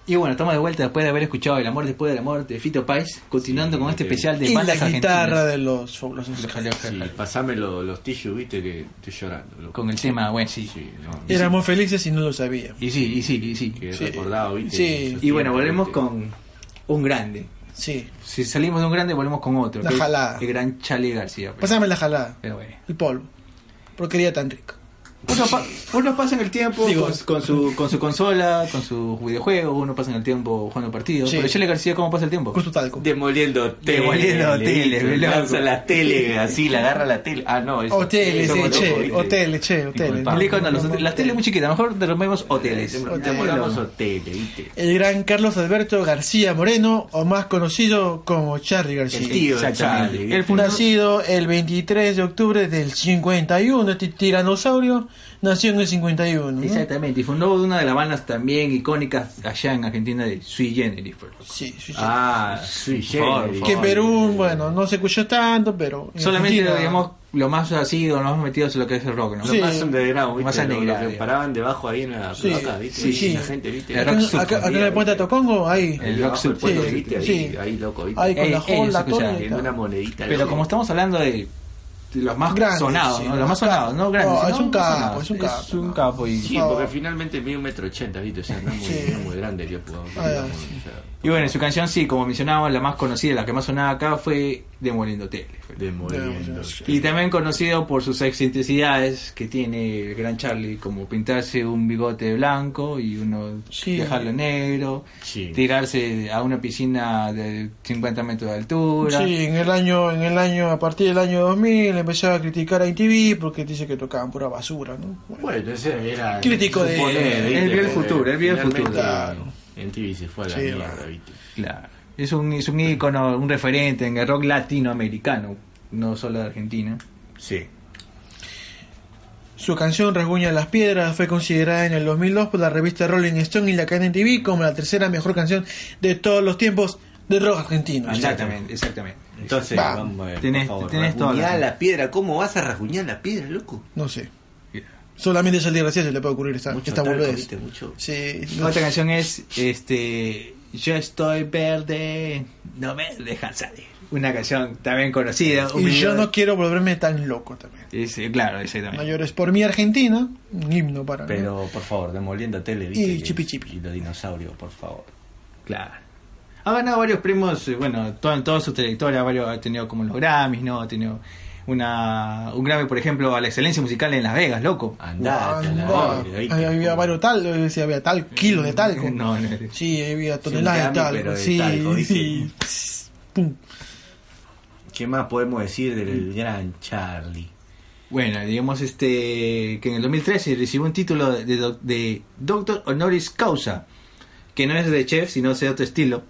S6: Y bueno, estamos de vuelta después de haber escuchado El amor después del amor de Fito Pais, continuando con este especial de
S7: y la
S6: bandas
S7: guitarra
S6: argentinas.
S7: de los fabulosos.
S3: Sí, pasame lo- los tissues, viste, que estoy llorando. loco.
S6: Con el tema, bueno, sí.
S3: Sí, no,
S7: Éramos felices y no lo sabíamos.
S6: Y sí, y sí, y sí.
S3: que he
S7: sí.
S3: recordado, viste.
S7: Sí.
S3: esos
S6: Y bueno,
S3: tiempos,
S6: volvemos
S3: viste.
S6: con un grande.
S7: Sí,
S6: Si salimos de un grande, volvemos con otro.
S7: La
S6: que es
S7: jalada.
S6: El gran Chale García. pues.
S7: pásame la jalada,
S6: Pero bueno.
S7: el polvo. Porquería tan rica.
S6: Unos, pa- unos pasan el tiempo
S7: Digo-
S6: con, con su, con su consola, con sus videojuegos, unos pasan el tiempo jugando partidos.
S7: Sí.
S6: Pero Chale García, ¿cómo pasa el tiempo?
S7: Con su talco.
S3: Demoliendo tele.
S6: Demoliendo tele,
S3: viste,
S6: loco.
S3: Lanza la tele, así, la agarra la tele. Ah, no, es.
S7: Hoteles,
S3: somos
S7: sí, che,
S3: locos, viste.
S7: hoteles, che, hoteles.
S3: Disculpa.
S6: Le cuentan los- las teles muy chiquitas, mejor derrumbemos hoteles.
S3: Demolamos hoteles, viste.
S7: El gran Carlos Alberto García Moreno, o más conocido como Charlie
S3: El
S7: García.
S3: tío, de
S6: Exactamente.
S3: Charlie,
S6: Él
S3: viste.
S6: fue un-
S7: Nacido el 23 de octubre del 51, este tiranosaurio nació en el 51. ¿no?
S6: Exactamente, y fundó una de las bandas también icónicas allá en Argentina de Sui Generis. por-
S7: Sí, sí, sí.
S3: Ah, sí,
S6: Por
S7: que
S6: favor.
S7: Perú, bueno, no se escuchó tanto, pero. en
S6: Solamente,
S7: Argentina-
S6: digamos, lo más así, lo más metidos en lo que es el rock, ¿no?
S7: Sí.
S3: Más underground, viste.
S6: Más
S3: lo- lo
S6: underground,
S3: que paraban debajo ahí en la
S7: Sí,
S3: placa, viste.
S7: sí, sí.
S3: La gente, viste.
S6: El
S7: Acá,
S6: rock
S7: acá-
S6: surf,
S7: acá en la puerta de Tocongo,
S6: El
S7: ahí.
S6: rock
S3: Debajo del
S6: surf.
S3: pueblo,
S7: Sí,
S3: viste, ahí,
S7: sí.
S3: ahí, loco, viste.
S7: Ahí con
S6: Eh,
S7: la
S6: eh, se
S7: jola,
S6: escucha,
S7: todo. y
S3: en una
S7: tal.
S3: monedita.
S6: Pero
S3: loco.
S6: como estamos hablando de los más
S7: Grandes,
S6: sonados,
S7: sí,
S6: ¿no?
S7: los
S6: Los más
S7: más
S6: sonados, no grandes.
S7: No, es
S6: sino
S7: un capo,
S6: sonados.
S7: es un capo,
S6: Es un
S7: no.
S6: capo y...
S3: Sí, porque finalmente mide un metro ochenta, viste. O sea, no es muy,
S7: Sí.
S3: no es muy grande el viejo.
S7: Ah,
S3: digamos,
S7: sí.
S3: o sea,
S6: Y bueno, su canción sí, como mencionábamos, la más conocida, la que más sonaba acá fue Demoliendo Tele.
S3: Demoliendo.
S6: Y también conocido por sus excentricidades que tiene el gran Charlie, como pintarse un bigote blanco y uno
S7: Sí.
S6: dejarlo negro,
S3: Sí.
S6: tirarse a una piscina de 50 metros de altura.
S7: Sí, en el año, en el año, a partir del año 2000 empezaba a criticar a ITV porque dice que tocaban pura basura, ¿no? Bueno,
S3: Bueno, ese era.
S7: Crítico de-
S3: suponer, ¿viste?
S6: él vio el
S3: Porque
S6: futuro, él vio el
S3: finalmente,
S6: futuro.
S3: Claro. En TV se fue a la
S7: Sí,
S3: mierda,
S7: claro.
S3: viste.
S6: Claro. Es un, es un ícono, un referente en el rock latinoamericano, no solo de Argentina.
S3: Sí.
S7: Su canción Rasguña las Piedras fue considerada en el 2002 por la revista Rolling Stone y la cadena TV como la tercera mejor canción de todos los tiempos de rock argentino.
S6: Exactamente, exactamente.
S3: Entonces,
S7: Va.
S3: vamos a ver.
S6: Tenés-
S3: por favor,
S6: tenés toda la-
S3: rasguñá la piedra. ¿Cómo vas a rasguñar la piedra, loco?
S7: No sé. Solamente a Charlie García se le puede ocurrir esta,
S3: Mucho
S7: esta
S3: talco,
S7: boludez.
S3: viste, mucho.
S7: Sí, no-
S6: Otra canción es este Yo estoy verde, no me dejan salir. Una canción también conocida. un
S7: y yo
S6: video-
S7: no quiero volverme tan loco también.
S6: Es, eh, claro, exactamente.
S7: No llores por mi Argentina, un himno para mí.
S3: Pero, por favor, demoliendo tele,
S7: viste,
S3: viste.
S7: Y que- chipi chipi.
S3: Y los dinosaurios, por favor.
S6: Claro. Ha ganado varios premios, eh, bueno, to- en toda su trayectoria, varios ha tenido como los Grammys, ¿no? Ha tenido una, un Grammy, por ejemplo, a la excelencia musical en Las Vegas, loco.
S3: Ah, Andate a la
S7: Anda.
S3: verga,
S7: Ah, Ahí
S3: viste.
S7: había varios tal, sí, había tal kilos de talco.
S6: No, no, no.
S7: Sí, había toneladas
S3: un
S7: de
S3: cambio,
S7: talco.
S3: pero de
S7: Sí,
S3: talco, dice.
S7: sí. Pum.
S3: ¿Qué más podemos decir del gran Charlie?
S6: Bueno, digamos este que en el 2013 recibió un título de, doc- de Doctor Honoris Causa, que no es de chef, sino de otro estilo,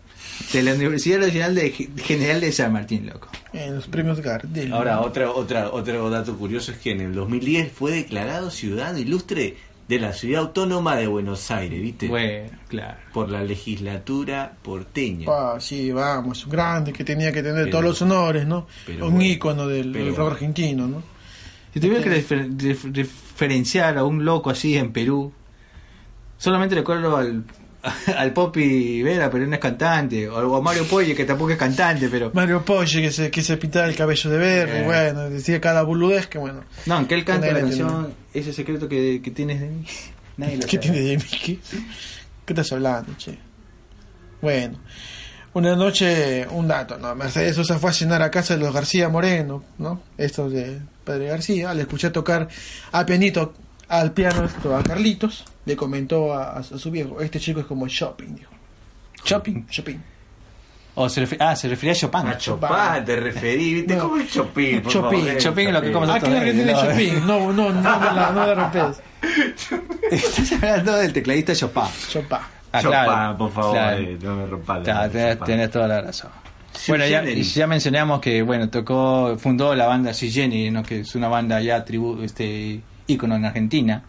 S6: de la Universidad Nacional de Ge- General de San Martín, loco.
S7: En los premios Gardel.
S3: Ahora, otra, otra, otro dato curioso es que en el 2010 fue declarado ciudadano ilustre de la ciudad autónoma de Buenos Aires, ¿viste?
S6: Bueno, claro.
S3: Por la legislatura porteña.
S7: Pa, Ah, sí, vamos, un grande que tenía que tener
S3: Pero-
S7: todos los honores, ¿no?
S3: pero
S7: un
S3: bueno,
S7: ícono del,
S3: pero
S7: del rock
S3: bueno.
S7: argentino, ¿no?
S6: Si tuviera que refer- ref- referenciar a un loco así en Perú, solamente recuerdo al, al Popi Vera, pero no es cantante, o a Mario Polle, que tampoco es cantante, pero...
S7: Mario Poche que se, que se pintaba el cabello de verde,
S6: Eh.
S7: bueno, decía cada buludez que bueno.
S6: No, aunque él canta la
S7: Nadie la
S6: canción, ese secreto que, que tienes de mí, nadie lo
S7: ¿Qué
S6: sabe.
S7: tiene de mí? ¿Qué, qué estás hablando, che? Bueno, una noche, un dato, ¿no? Mercedes Sosa fue a cenar a casa de los García Moreno, ¿no? Estos de Padre García. Le escuché tocar a pianito, al piano esto, a Carlitos. Le comentó a, a su viejo, este chico es como shopping, dijo.
S6: Shopping.
S7: Shopping.
S6: O se refi- ah, se refería a Chopin.
S3: A Chopin te referí, ¿viste?
S7: No.
S3: ¿Cómo el Chopin? por
S7: Chopin,
S3: favor?
S6: Chopin es lo que comes
S7: Ah, claro que tiene
S6: No,
S7: shopping. No, no, no, me la, no me la rompes.
S6: Estás hablando del tecladista Chopin.
S7: Chopin.
S6: Ah,
S3: Chopin,
S6: claro.
S3: por favor,
S6: Claro.
S3: eh, no me rompa la
S6: Claro, tenés,
S3: Chopin.
S6: tenés toda la razón.
S3: Sui
S6: Bueno, ya,
S3: generis.
S6: ya mencionamos que bueno tocó, fundó la banda Sui Generis, ¿no? que es una banda ya tribu, este ícono en Argentina.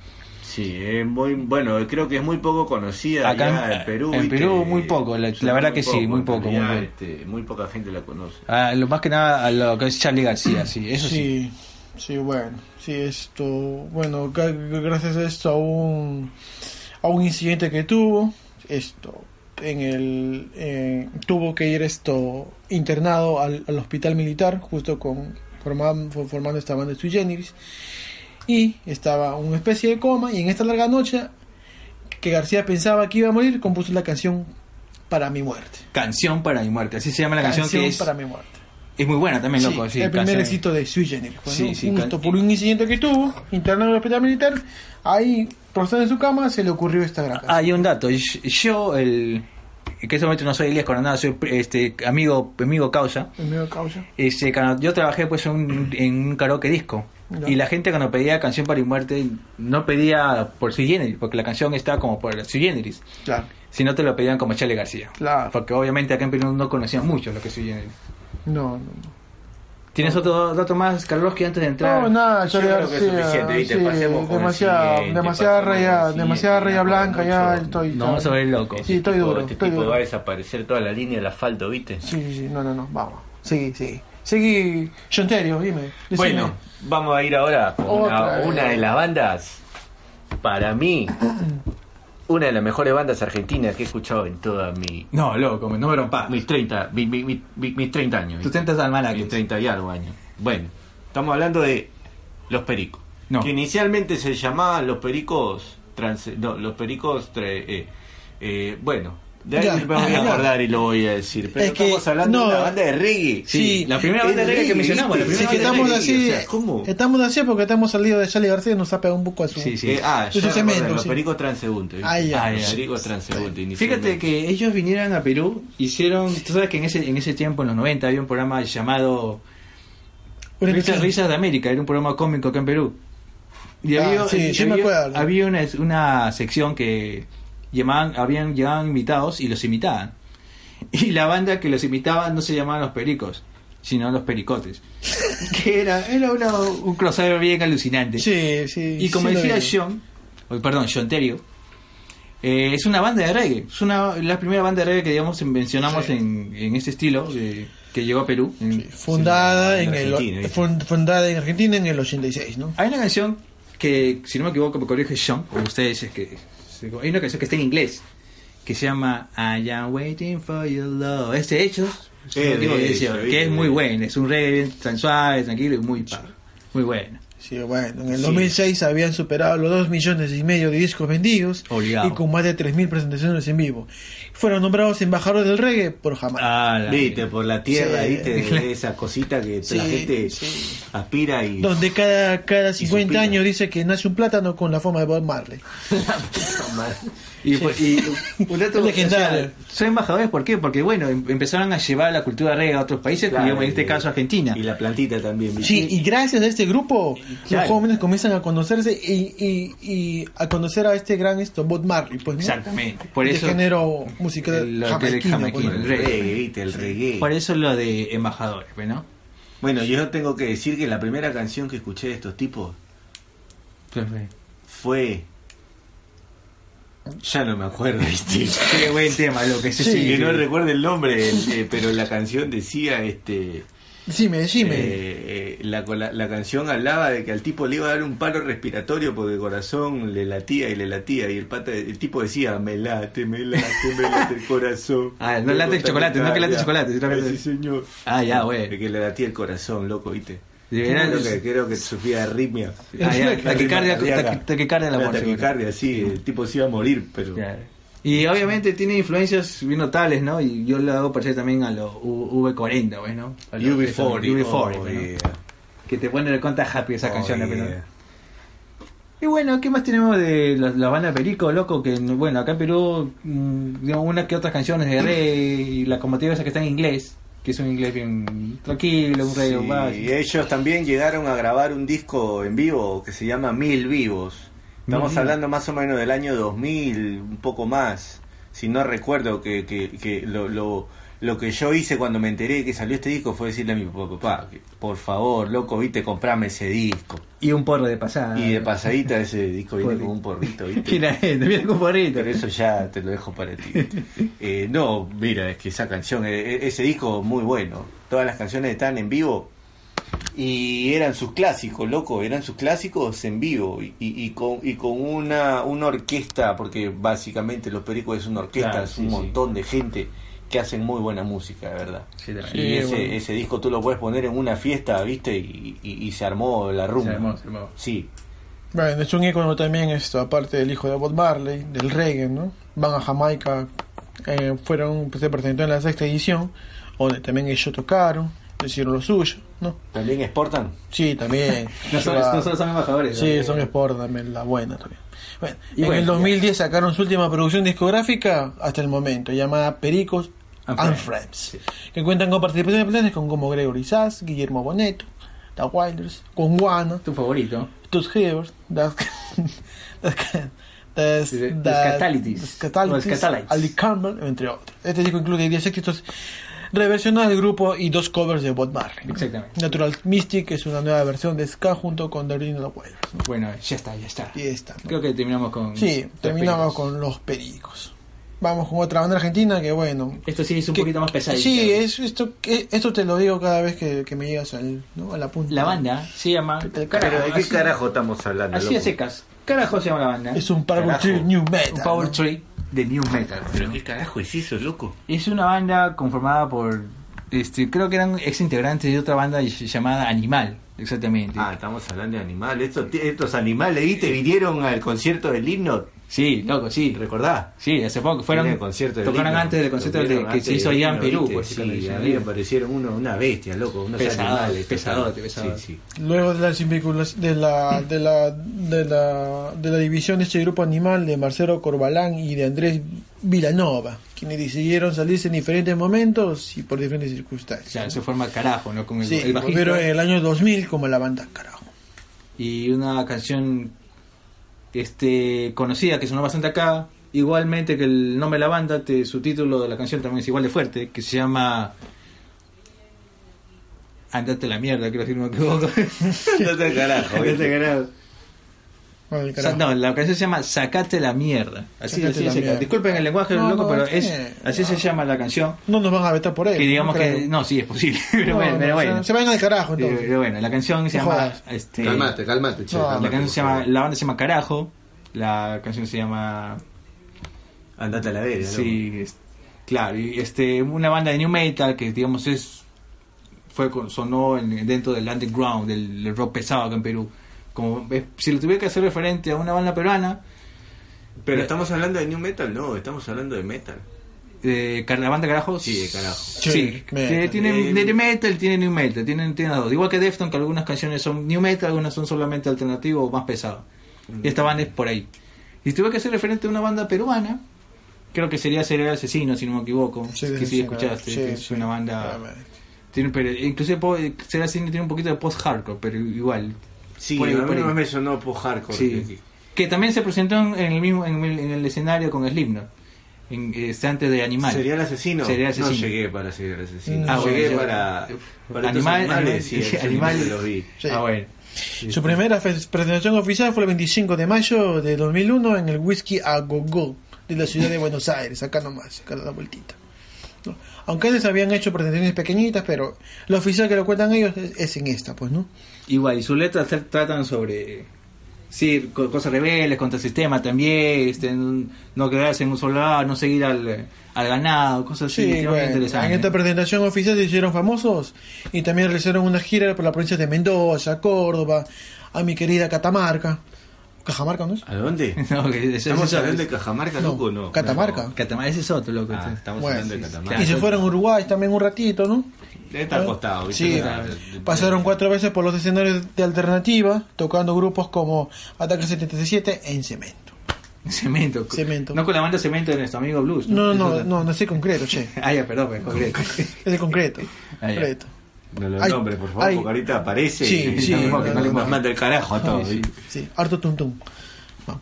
S3: Sí, es muy, bueno, creo que es muy poco conocida
S6: Acá
S3: allá
S6: en-
S3: en Perú.
S6: en
S3: ¿viste?
S6: Perú muy poco, la-
S3: O sea,
S6: la verdad que sí, muy
S3: en
S6: poco, muy
S3: realidad,
S6: poco.
S3: este, muy poca gente la conoce.
S6: Ah, lo más que nada a lo que es Charlie García, sí, eso sí.
S7: Sí, sí, bueno, sí, esto, bueno, gra- gracias a esto a un, a un incidente que tuvo, esto, en el eh, tuvo que ir esto internado al, al hospital militar justo con forman- fo- formando esta banda de sui generis y estaba en una especie de coma y en esta larga noche que García pensaba que iba a morir compuso la canción para mi muerte
S6: Canción para mi muerte, así se llama la canción, que es,
S7: para mi muerte
S6: es muy buena también,
S7: Sí,
S6: loco. sí,
S7: el primer
S6: canción-
S7: éxito de Sui Generis fue,
S6: Sí,
S7: ¿no?
S6: sí, can-
S7: justo por un incidente que tuvo internado en el hospital militar ahí prostrado en su cama se le ocurrió esta gran canción.
S6: Hay un dato, y- yo, el que en ese momento no soy Elías Coronado, soy este amigo, amigo causa.
S7: En medio de causa
S6: Este, cuando yo trabajé pues un- en un karaoke disco
S7: Ya.
S6: y la gente cuando pedía canción para mi muerte no pedía por su generis porque la canción estaba como por su generis
S7: claro
S6: sino te lo pedían como Charlie García
S7: Claro.
S6: porque obviamente acá en Perú no conocían mucho lo que es su generis
S7: no, no, no.
S6: ¿Tienes otro dato más Carlos que antes de entrar?
S7: No, nada, Charlie
S3: creo que es
S7: García,
S3: suficiente, ¿viste?
S7: sí,
S3: Pasemos con el
S7: demasiada,
S3: siguiente,
S7: demasiada
S3: pasemos
S7: raya,
S3: al siguiente,
S7: demasiada raya
S3: no,
S7: blanca, ya
S3: mucho.
S7: estoy.
S6: No, vamos a ver loco.
S7: Sí, estoy
S3: tipo,
S7: duro,
S3: Este
S7: estoy
S3: tipo
S7: duro.
S3: va a desaparecer toda la línea del asfalto, ¿viste?
S7: Sí, sí, sí, no, no, no, vamos. Seguí, seguí. Seguí, Jonterio, dime. decime.
S3: Bueno, vamos a ir ahora con
S7: Otra
S3: una,
S7: vez.
S3: una de las bandas, para mí, una de las mejores bandas argentinas que he escuchado en toda mi...
S6: No, loco, me- no me rompas.
S3: Mis 30, mi- mi- mi- mi- mis 30 años.
S6: Tú tentas al mal
S3: Mis 30 y algo años. Bueno, estamos hablando de Los Pericos.
S6: No.
S3: Que inicialmente se llamaban Los Pericos... Trans, no, los Pericos... tre- eh, eh, bueno, de ahí
S7: Ya,
S3: me voy a
S7: ya.
S3: acordar y lo voy a decir. Pero
S7: Es que-
S3: estamos hablando
S7: no.
S3: de una banda de reggae.
S6: Sí, la primera banda de reggae que mencionamos, la
S3: ¿viste?
S7: Sí,
S6: primera
S7: que
S6: banda
S7: estamos
S6: de
S7: así, eh,
S3: O sea, ¿Cómo?
S7: estamos así porque estamos salidos de Charlie García y nos ha pegado un poco a su.
S6: Sí, sí.
S3: Eh, ah,
S7: Ese
S3: ya recordé,
S7: cemento,
S3: los
S7: sí.
S3: pericos transeúntes. ¿viste?
S7: Ah, ya.
S6: Ah, ya.
S3: Los pericos transeúntes.
S6: Fíjate que ellos vinieron a Perú, hicieron, tú sabes que en ese, en ese tiempo, en los 90, había un programa llamado
S7: Una
S6: Risas,
S7: canción.
S6: Risas de América, era un programa cómico acá en Perú. Y
S7: Ah,
S6: había,
S7: sí,
S6: y
S7: sí me
S6: había-
S7: acuerdo.
S6: había una, una sección que llamaban, habían llegaban invitados y los imitaban. Y la banda que los imitaba no se llamaban los pericos, sino los pericotes. que era, era una- un crossover bien alucinante.
S7: Sí, sí.
S6: Y como
S7: sí lo
S6: decía
S7: digo.
S6: John, o, perdón, John Terrio, eh, es una banda de reggae. Es una, la primera banda de reggae que digamos mencionamos
S7: Sí.
S6: en, en este estilo eh, que llegó a Perú. en-
S7: Fundada
S3: Sí,
S7: en,
S3: en
S7: el
S3: Argentina, ¿viste?
S7: fund- fundada en Argentina en el 86, ¿no?
S6: Hay una canción que, si no me equivoco, me corrige John, o ustedes, es que hay una canción que está en inglés que se llama I am waiting for your love. Es de Hechos, si no me
S3: Eh, de
S6: equivoco,
S3: Hechos,
S6: es Hechos, que
S3: eh,
S6: es muy
S3: eh.
S6: bueno. Es un reggae bien tan suave, tranquilo y muy, pa- muy bueno.
S7: Sí, bueno, en el 2006 habían superado los 2 millones y medio de discos vendidos
S6: Obligado.
S7: y con más de 3.000 presentaciones en vivo. Fueron nombrados embajadores del reggae por
S6: Ah,
S7: Jamaica.
S3: Viste, por la tierra,
S7: Sí.
S3: viste, de esas cositas que
S7: Sí,
S3: la gente
S7: sí.
S3: aspira y.
S7: donde cada, cada
S3: suspira.
S7: 50 años dice que nace un plátano con la forma de Bob Marley.
S6: Y, fue- y un dato
S7: Es legendario.
S6: o sea, son embajadores, ¿por qué? Porque, bueno, em- empezaron a llevar la cultura reggae a otros países,
S3: Claro,
S6: digamos, en este
S3: y-
S6: caso Argentina.
S3: Y la plantita también, ¿viste?
S7: Sí, y gracias a este grupo,
S6: Claro.
S7: los jóvenes comienzan a conocerse y, y, y a conocer a este gran esto, Bob Marley, pues, ¿no?
S6: Exactamente. Por
S7: de
S6: eso,
S7: género musical
S6: el- el
S7: jamaiquino,
S6: jamaiquino,
S7: pues,
S3: el
S7: ¿no?
S3: reggae, viste, el reggae.
S6: por eso lo de embajadores, pues, ¿no?
S3: Bueno, yo tengo que decir que la primera canción que escuché de estos tipos fue. Ya no me acuerdo, viste.
S6: Qué buen tema, lo que se
S3: Sí,
S6: sigue.
S3: que no recuerdo el nombre, eh, pero la canción decía este.
S7: Decime, decime.
S3: Eh, eh, la, cola- la canción hablaba de que al tipo le iba a dar un paro respiratorio porque el corazón le latía y le latía y el pata, el tipo decía me late, me late, me late el corazón.
S6: Ah, no late el chocolate, no que late el chocolate, sino que
S3: Ay,
S6: late-
S3: sí, señor.
S6: Ah, ya, güey.
S3: De Que le latía el corazón, loco, ¿viste?
S6: De veras,
S3: creo,
S6: es-
S3: que, creo que sufría arritmia.
S6: Ah, ya, taquicardia-
S3: Arritmia
S6: taqui- taquicardia del
S3: La
S6: amor, seguro.
S3: Taquicardia, sí, el tipo se iba a morir, pero.
S6: Claro. Y obviamente tiene influencias bien notables, ¿no? Y yo lo hago parecer también a los U- V40, pues, ¿no? A los-
S3: UB40,
S6: UB40,
S3: oh,
S6: pues, ¿no?
S3: yeah.
S6: Que te pone de cuenta happy esa
S3: Oh,
S6: canción, ¿no?
S3: yeah.
S6: Y bueno, ¿qué más tenemos de la, la banda Perico, loco? Que bueno, acá en Perú, mm, digamos, unas que otras canciones de reggae y la combativa esa que está en inglés, que es un inglés bien tranquilo, un reggae
S3: Sí, eh.
S6: más.
S3: y ellos también llegaron a grabar un disco en vivo que se llama Mil Vivos. Estamos
S6: Mil
S3: hablando más o menos del año 2000, un poco más. Si no recuerdo que, que- que lo, lo- lo que yo hice cuando me enteré que salió este disco fue decirle a mi papá, papá, que, por favor, loco, viste, comprame ese disco.
S6: Y un porro de pasada.
S3: Y de pasadita ese disco viene con un porrito,
S6: Y
S3: viste.
S6: la gente, mira con porrito.
S3: Pero eso ya te lo dejo para ti. Eh, no, mira, es que esa canción, eh, eh, ese disco muy bueno. Todas las canciones están en vivo Y eran sus clásicos, loco, eran sus clásicos en vivo y, y- y con, y con una, una orquesta, porque básicamente Los Pericos es una orquesta,
S6: Claro,
S3: es
S6: sí,
S3: un
S6: sí.
S3: montón de gente que hacen muy buena música, de verdad.
S6: Sí, de verdad.
S3: y
S6: Sí,
S3: ese,
S6: bueno.
S3: ese disco tú lo puedes poner en una fiesta, ¿viste? Y, y- y se armó la rumba.
S6: armó, se armó.
S3: Sí,
S7: Bueno, es un ícono también esto, aparte del hijo de Bob Marley, del reggae, ¿no? Van a Jamaica, eh, fueron, se presentó en la sexta edición, donde también ellos tocaron, hicieron lo suyo, ¿no?
S3: también exportan.
S7: Sí, también.
S6: No solo,
S7: Claro.
S6: no solo son embajadores.
S7: Sí,
S6: ¿no?
S7: son Sport, también, la buena también. Bueno,
S6: Y
S7: en
S6: bueno,
S7: el 2010 sacaron su última producción discográfica hasta el momento, llamada Pericos
S6: And
S7: and,
S6: Friends.
S7: Friends, que cuentan con participaciones plazas con como Gregory Sass, Guillermo Boneto, The Wilders, con Juana,
S6: Tu favorito.
S7: Tus Hevers, Das, das, das,
S6: Sí, sí.
S7: das-
S6: Los Catalitis.
S7: Los Catalitis,
S6: Los Catalites.
S7: Ali Campbell, entre otros. Este disco incluye 10 éxitos reversionados del grupo y dos covers de Bob Marley. ¿no?
S6: Exactamente.
S7: Natural Mystic es una nueva versión de Ska junto con The Original Wilders. ¿no?
S6: Bueno, ya está, ya está.
S7: Y esta. ¿no?
S6: Creo que terminamos con.
S7: Sí,
S6: los
S7: terminamos
S6: pericos.
S7: con los pericos. Vamos con otra banda argentina que bueno.
S6: Esto sí es un
S7: que-
S6: poquito más pesadito.
S7: Sí, es, esto, que- esto te lo digo cada vez que, que me llegas al, ¿no? a la punta.
S6: La banda se llama.
S3: Pero, ¿de qué
S6: Ah, así-
S3: carajo estamos hablando?
S6: Así
S3: loco?
S6: a secas. Carajo se llama la banda.
S7: Es un Power
S3: Carajo.
S7: Trip New Metal.
S6: Un Power
S7: ¿no?
S6: Tree de New Metal.
S3: ¿Pero
S6: ¿no?
S3: qué carajo es eso, loco?
S6: Es una banda conformada por. Este, creo que eran ex integrantes de otra banda ll- llamada Animal, exactamente.
S3: Ah, estamos hablando de animales. Estos, estos animales, ¿viste? Vinieron al concierto del himno,
S6: Sí, loco, sí.
S3: ¿recordás?
S6: Sí, hace poco. Fueron,
S3: Vinieron al concierto del
S6: tocaron
S3: himno.
S6: antes del concierto del-
S3: Vinieron
S6: que
S3: antes
S6: se hizo
S3: del
S6: allá en
S3: himno,
S6: Perú.
S3: ¿viste?
S6: Pues, cuando
S3: sí,
S6: se
S3: a mí
S6: hizo.
S3: me parecieron uno, una bestia, loco. Unos
S6: Pesado,
S3: animales.
S6: pesadote,
S3: total.
S6: pesado.
S3: Sí, sí.
S7: Luego de las vinculaciones de la, de la, de la, de la división de este grupo animal de Marcelo Corbalán y de Andrés Vilanova, quienes decidieron salirse en diferentes momentos y por diferentes circunstancias.
S6: Claro, se forma carajo, ¿no? Con el,
S7: Sí,
S6: el bajista
S7: volvieron en el año 2000 como la banda carajo.
S6: y una canción este conocida que sonó bastante acá igualmente que el nombre de la banda te- su título de la canción también es igual de fuerte que se llama andate a la mierda creo que no me equivoco
S3: Andate al carajo,
S6: Andate
S3: ¿viste?
S6: al carajo.
S7: Bueno, el
S6: O sea,
S7: carajo.
S6: no la canción se llama sacate la mierda así,
S7: Sacate
S6: así
S7: la
S6: es,
S7: mierda.
S6: disculpen el lenguaje
S7: No,
S6: loco
S7: no,
S6: pero
S7: está
S6: es
S7: bien.
S6: así se llama la canción
S7: No nos van a vetar por él.
S6: que digamos
S7: creo.
S6: que no sí es posible pero
S7: No,
S6: bueno,
S7: no,
S6: pero
S7: se-
S6: bueno.
S7: Se vayan al carajo
S6: Pero-
S7: entonces.
S6: pero bueno, la canción se
S7: No
S6: llama
S7: jodas.
S6: este
S3: Calmate, calmate, che.
S7: No,
S3: calmate,
S6: la canción
S3: por
S6: se llama,
S3: favor.
S6: la banda se llama Carajo, la canción se llama
S3: Andate a la verga, loco.
S6: sí, es- claro, y este una banda de new metal que digamos es fue con- sonó en- dentro del underground, del, del rock pesado acá en Perú. Como es- si lo tuviera que hacer referente a una banda peruana,
S3: Pero estamos hablando de new metal, no, estamos hablando de metal.
S6: eh, car- la banda Carajo
S3: Sí, de carajo.
S6: Sí,
S7: Metal.
S6: tiene- tienen
S3: Eh,
S6: new metal, tienen new metal, tienen, tienen las dos. Igual que Defton, que algunas canciones son new metal, algunas son solamente alternativo o más pesado.
S3: Mm.
S6: Y esta banda es por ahí. Y si tuve que hacer referente a una banda peruana, creo que sería Cerebral Asesino, si no me equivoco.
S7: Sí,
S6: que sí,
S7: sí, sí,
S6: escuchaste.
S7: claro. Sí,
S6: es
S7: sí. Ah,
S6: una banda.
S7: Claramente.
S6: Tiene, pero, inclusive po- Cerebral Asesino tiene un poquito de post-hardcore, pero igual.
S3: Sí,
S6: por ahí,
S3: a mí
S6: por ahí.
S3: no me sonó por hardcore.
S6: Sí. Que también se presentó en el mismo en el, en el escenario con Slipknot. En, eh, antes de Animal.
S3: ¿Sería el asesino?
S6: Serial asesino.
S3: No llegué para ser el asesino.
S6: Ah, bueno,
S3: llegué
S6: ya.
S3: para, para estos
S6: Animal-
S3: animales. sí,
S6: animal-
S3: esos
S6: animales.
S3: los vi.
S7: Sí.
S6: Ah, bueno.
S7: Su primera fe- presentación oficial fue el 25 de mayo de 2001 en el Whisky a Go Go de la ciudad de Buenos Aires, acá nomás, acá a la vueltita. ¿No? Aunque antes habían hecho presentaciones pequeñitas, pero lo oficial que lo cuentan ellos es, es en esta, pues, ¿no?
S6: Igual, y sus letras tra- tratan sobre sí, co- cosas rebeldes contra el sistema también, este, n- no quedarse en un solo lado, no seguir al, al ganado, cosas así,
S7: Sí,
S6: es
S7: bueno, en
S6: interesante.
S7: esta presentación oficial se hicieron famosos y también realizaron una gira por la provincia de Mendoza, Córdoba, a mi querida Catamarca. Cajamarca, ¿no es?
S3: ¿A dónde?
S6: No, que ese-
S3: ¿Estamos
S6: ese-
S3: hablando de Cajamarca,
S7: No,
S3: loco, o no?
S7: Catamarca.
S3: No.
S6: Catamarca, ese es otro loco.
S3: Ah,
S6: este.
S3: estamos
S7: Bueno,
S3: hablando de
S7: sí, sí.
S3: Catamarca.
S7: y se fueron a Uruguay también un ratito, ¿no?
S3: Está al costado, ¿viste?
S7: ¿Eh? Sí,
S3: Está-
S7: pasaron cuatro veces por los escenarios de alternativa, tocando grupos como Ataque 77 en Cemento.
S6: Cemento.
S7: Cemento.
S6: No con la banda Cemento de nuestro amigo Blues.
S7: No,
S6: Es
S7: no,
S6: otra.
S7: no, no es el concreto, che.
S6: Ah, ya, perdón, pues, ok.
S7: Es el concreto.
S6: Ah, ya.
S7: concreto.
S3: No lo
S7: Ay,
S3: nombre, por favor,
S7: ay.
S3: porque ahorita aparece
S7: Sí,
S3: y
S7: sí,
S3: nos-
S7: no,
S3: nos,
S7: no,
S3: nos
S6: no.
S3: manda el carajo a todos.
S6: Sí, sí.
S7: Sí, harto tum tum.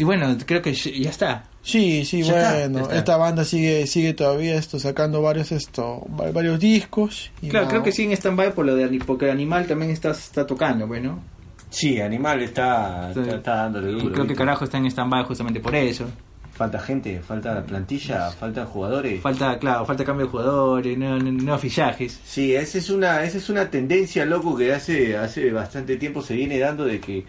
S6: Y bueno, creo que ya ya está.
S7: Sí, sí,
S6: Ya está,
S7: bueno,
S6: ya está.
S7: esta banda sigue sigue todavía esto sacando varios esto va- varios discos y
S6: Claro,
S7: nada.
S6: creo que sí en stand-by por lo de, ani- porque Animal también está, está tocando, pues, bueno.
S3: Sí, Animal está, está, está dándole
S6: Y
S3: duro.
S6: creo que
S3: ¿viste?
S6: carajo está en stand-by justamente por eso.
S3: Falta gente, falta plantilla, falta jugadores.
S6: Falta, claro, falta cambio de jugadores, no- no- nuevos fichajes.
S3: Sí, esa es una, esa es una tendencia, loco, que hace, hace bastante tiempo se viene dando de que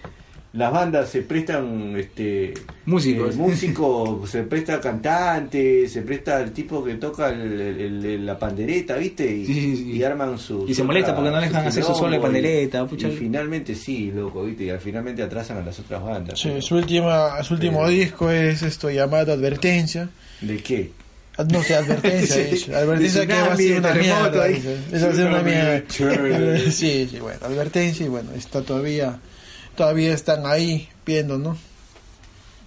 S3: las bandas se prestan este
S6: Músicos.
S3: eh, músicos, se presta cantante, se presta el tipo que toca el- el- el- la pandereta, ¿viste? Y,
S6: Sí, sí, sí.
S3: y arman su
S6: Y se
S3: su
S6: molesta
S3: otra-
S6: porque no le dejan hacer su
S3: quilombo
S6: solo de pandereta,
S3: y-
S6: pucha.
S3: y finalmente sí, loco, ¿viste? Y al finalmente atrasan a las otras bandas.
S7: Sí, su, última, su último
S3: Sí.
S7: disco es esto llamado Advertencia.
S3: ¿De qué?
S7: Ah, No sé, advertencia.
S3: Sí.
S7: dice. Advertencia
S3: De
S7: que va a ser
S3: tsunami,
S7: una
S3: terremoto
S7: mierda.
S3: ahí.
S7: dice. Esa va a ser una mierda.
S3: Chévere.
S7: Sí, sí, bueno, advertencia y bueno, está todavía, todavía están ahí viendo, ¿no?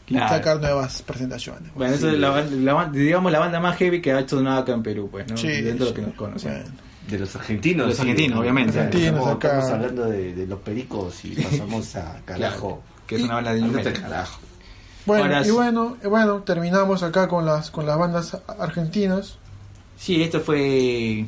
S6: Claro.
S7: Sacar nuevas presentaciones.
S6: Bueno, eso es la, ban- la ban- digamos la banda más heavy que ha hecho nada acá en Perú, pues, ¿no?
S7: Sí,
S6: Dentro de lo que
S7: sí.
S6: nos conocemos.
S7: Bueno,
S3: De los argentinos.
S6: Los argentinos, obviamente.
S7: Argentinos,
S3: estamos,
S7: acá.
S3: estamos hablando de, de los pericos y pasamos a carajo.
S6: Que es una banda de
S3: Ándate
S6: metal.
S3: al carajo.
S7: Bueno,
S6: Ahora
S7: y
S6: sí.
S7: bueno, y bueno, terminamos acá con las con las bandas argentinas.
S6: Sí, esto fue.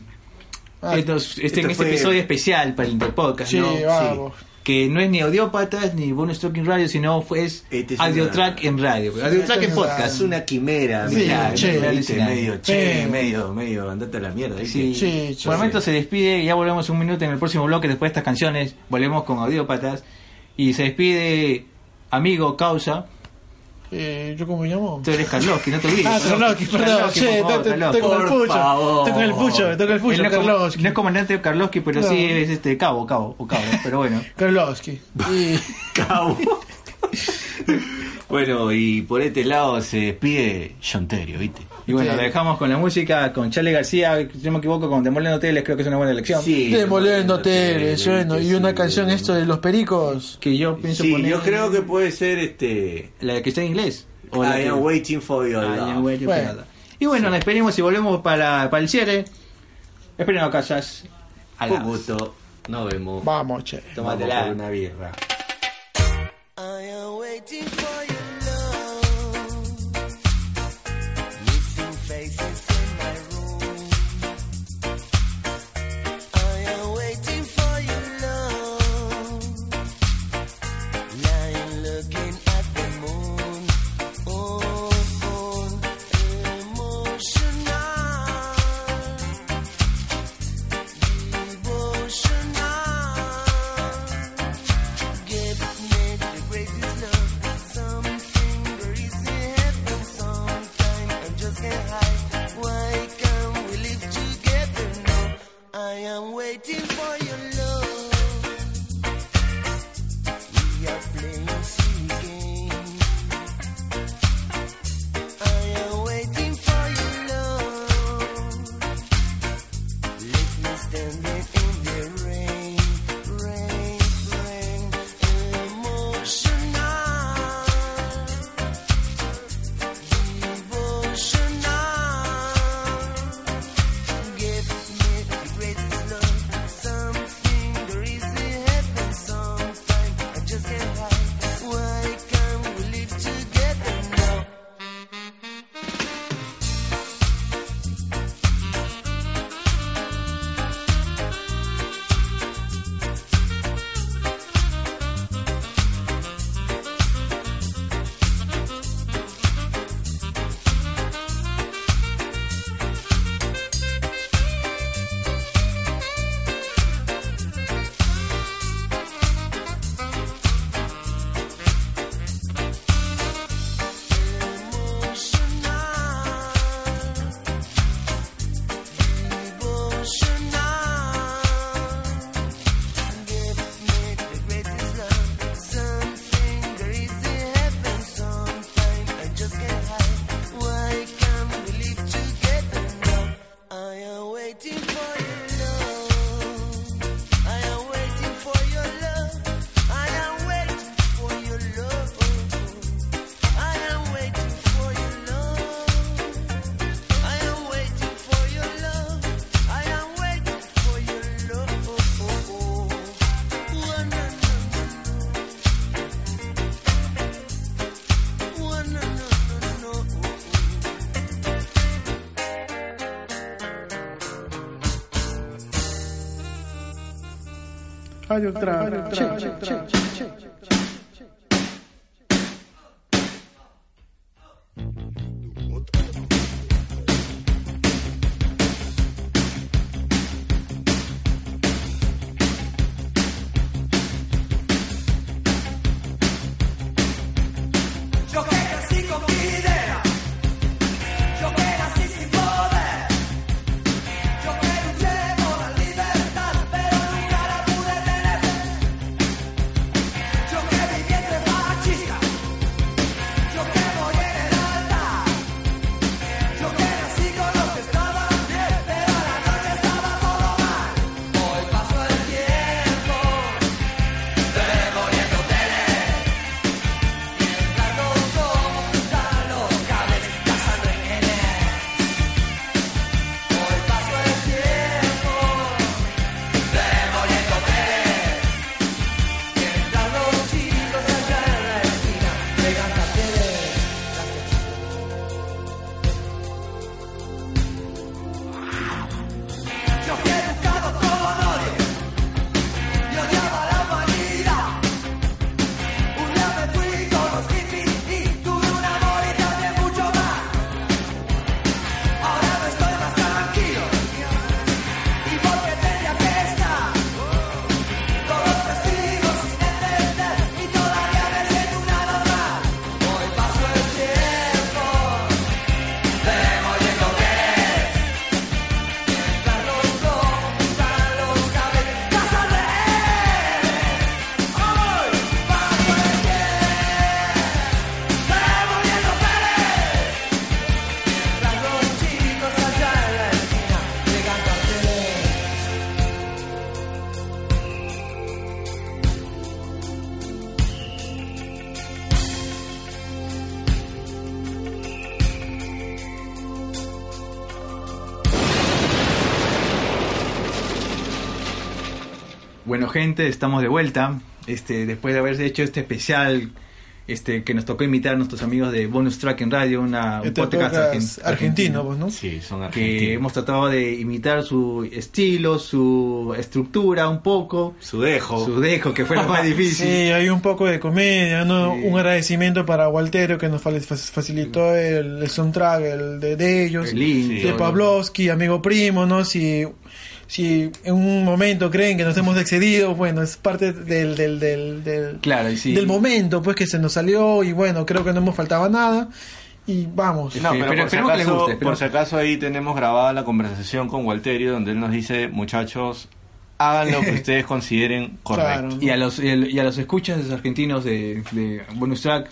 S7: Ah,
S6: esto- este,
S3: esto
S6: este
S3: fue-
S6: episodio especial para el Interpodcast,
S7: sí,
S6: ¿no?
S7: vamos.
S6: Que no es ni Audiópatas ni Bonus Track en radio, sino fue es
S3: Este es
S6: Audiotrack
S3: una-
S6: en radio. pues,
S7: esta
S6: Audiotrack en
S7: es
S3: Es
S6: podcast.
S7: la-
S3: una quimera,
S7: Sí,
S3: mira,
S7: che,
S3: ¿no? ¿Viste?
S6: alucinante.
S3: medio, che,
S7: Sí.
S3: medio, medio, andate a la mierda. ¿viste?
S6: Sí.
S7: Sí, sí.
S6: Por el momento se despide y ya volvemos un minuto en el próximo bloque después de estas canciones. Volvemos con Audiópatas. Y se despide amigo Causa.
S7: Eh, ¿Yo cómo me llamo?
S6: Tú eres Carlos, que no te olvides.
S7: Ah, Carlosqui, perdón,
S6: Carlosqui, por
S7: che,
S6: favor,
S7: te- te-
S6: Carlosqui.
S7: estoy con el
S3: Por
S7: pucho,
S3: favor.
S7: estoy con el pucho, estoy con el
S6: Él
S7: pucho,
S6: no, es com-
S7: Carlosqui.
S6: no es comandante de Karlovsky, pero
S7: No.
S6: sí es este cabo, cabo, o cabo, pero bueno.
S7: Karlovsky. Y
S3: Cabo. bueno, y por este lado se despide Jonterio, ¿viste?
S6: Y bueno,
S7: Sí.
S6: lo dejamos con la música, con Charlie García, si no me equivoco, con Demoliendo Hoteles, creo que es una buena elección.
S7: Demoliendo Teles, bueno, y una
S3: sí,
S7: canción
S3: sí.
S7: esto de los pericos.
S6: Que yo pienso
S3: Sí,
S6: poner
S3: yo creo Ah, que puede ser este.
S6: la que está en inglés. o la
S3: I
S6: que-
S3: am waiting for your
S6: I am
S3: love.
S6: waiting
S7: Bueno.
S6: for you. Y bueno, la esperemos y volvemos para, para el cierre. Esperemos a casas. Al
S3: Con gusto, nos vemos.
S7: Vamos, che.
S6: Tómatela.
S3: Vamos por una birra.
S9: I am waiting for your love. Missing faces in my room. I am waiting for your love. Lying looking at the moon. Oh, oh, emotional. Devotional. Give me the greatest love. Something very happen sometime. I just can't hide. Why can't we live together now? I am waiting for your love. We are playing silly games. I am waiting for your love. Let me standing in the rain, rain, rain, emotional, devotional. Give me the greatest love, something there is heaven sometime. I just can't hide. Why can't we live together now? Waiting for your love. I am waiting for your love. I am waiting for your love. I am waiting for your love. I am waiting for your love. I am waiting for your love. Oh, One another. One another.
S7: Hay otra. Che, che, che.
S9: I
S6: Bueno, gente, estamos de vuelta. Este, después de haberse hecho este especial este, que nos tocó invitar a nuestros amigos de Bonus Track en Radio, una, un
S7: Este
S6: podcast
S7: podcast
S6: argen-
S7: argentino, pues, ¿no?
S3: Sí, son
S6: que
S3: argentinos.
S6: hemos tratado de imitar su estilo, su estructura un poco,
S3: Su dejo.
S6: su dejo, que fue lo más difícil.
S7: Sí, hay un poco de comedia, ¿no?
S6: Sí.
S7: Un agradecimiento para Walterio que nos fa- fa- facilitó el, el soundtrack el de, de ellos.
S6: El link,
S3: Sí,
S7: de
S6: todo.
S7: Pavlovsky, amigo primo, ¿no? Si, si en un momento creen que nos hemos excedido, bueno, es parte del, del, del, del,
S6: Claro, y sí.
S7: del momento, pues que se nos salió y bueno, creo que no hemos faltado a nada. Y vamos.
S3: No,
S6: Sí,
S3: pero,
S6: pero
S3: por, si
S6: esperemos que les
S3: acaso,
S6: guste, esperemos.
S3: por si acaso ahí tenemos grabada la conversación con Walterio donde él nos dice, muchachos, hagan lo que ustedes consideren correcto.
S7: Claro.
S6: Y a los y a, y a los escuchas argentinos de, de Bonus Track,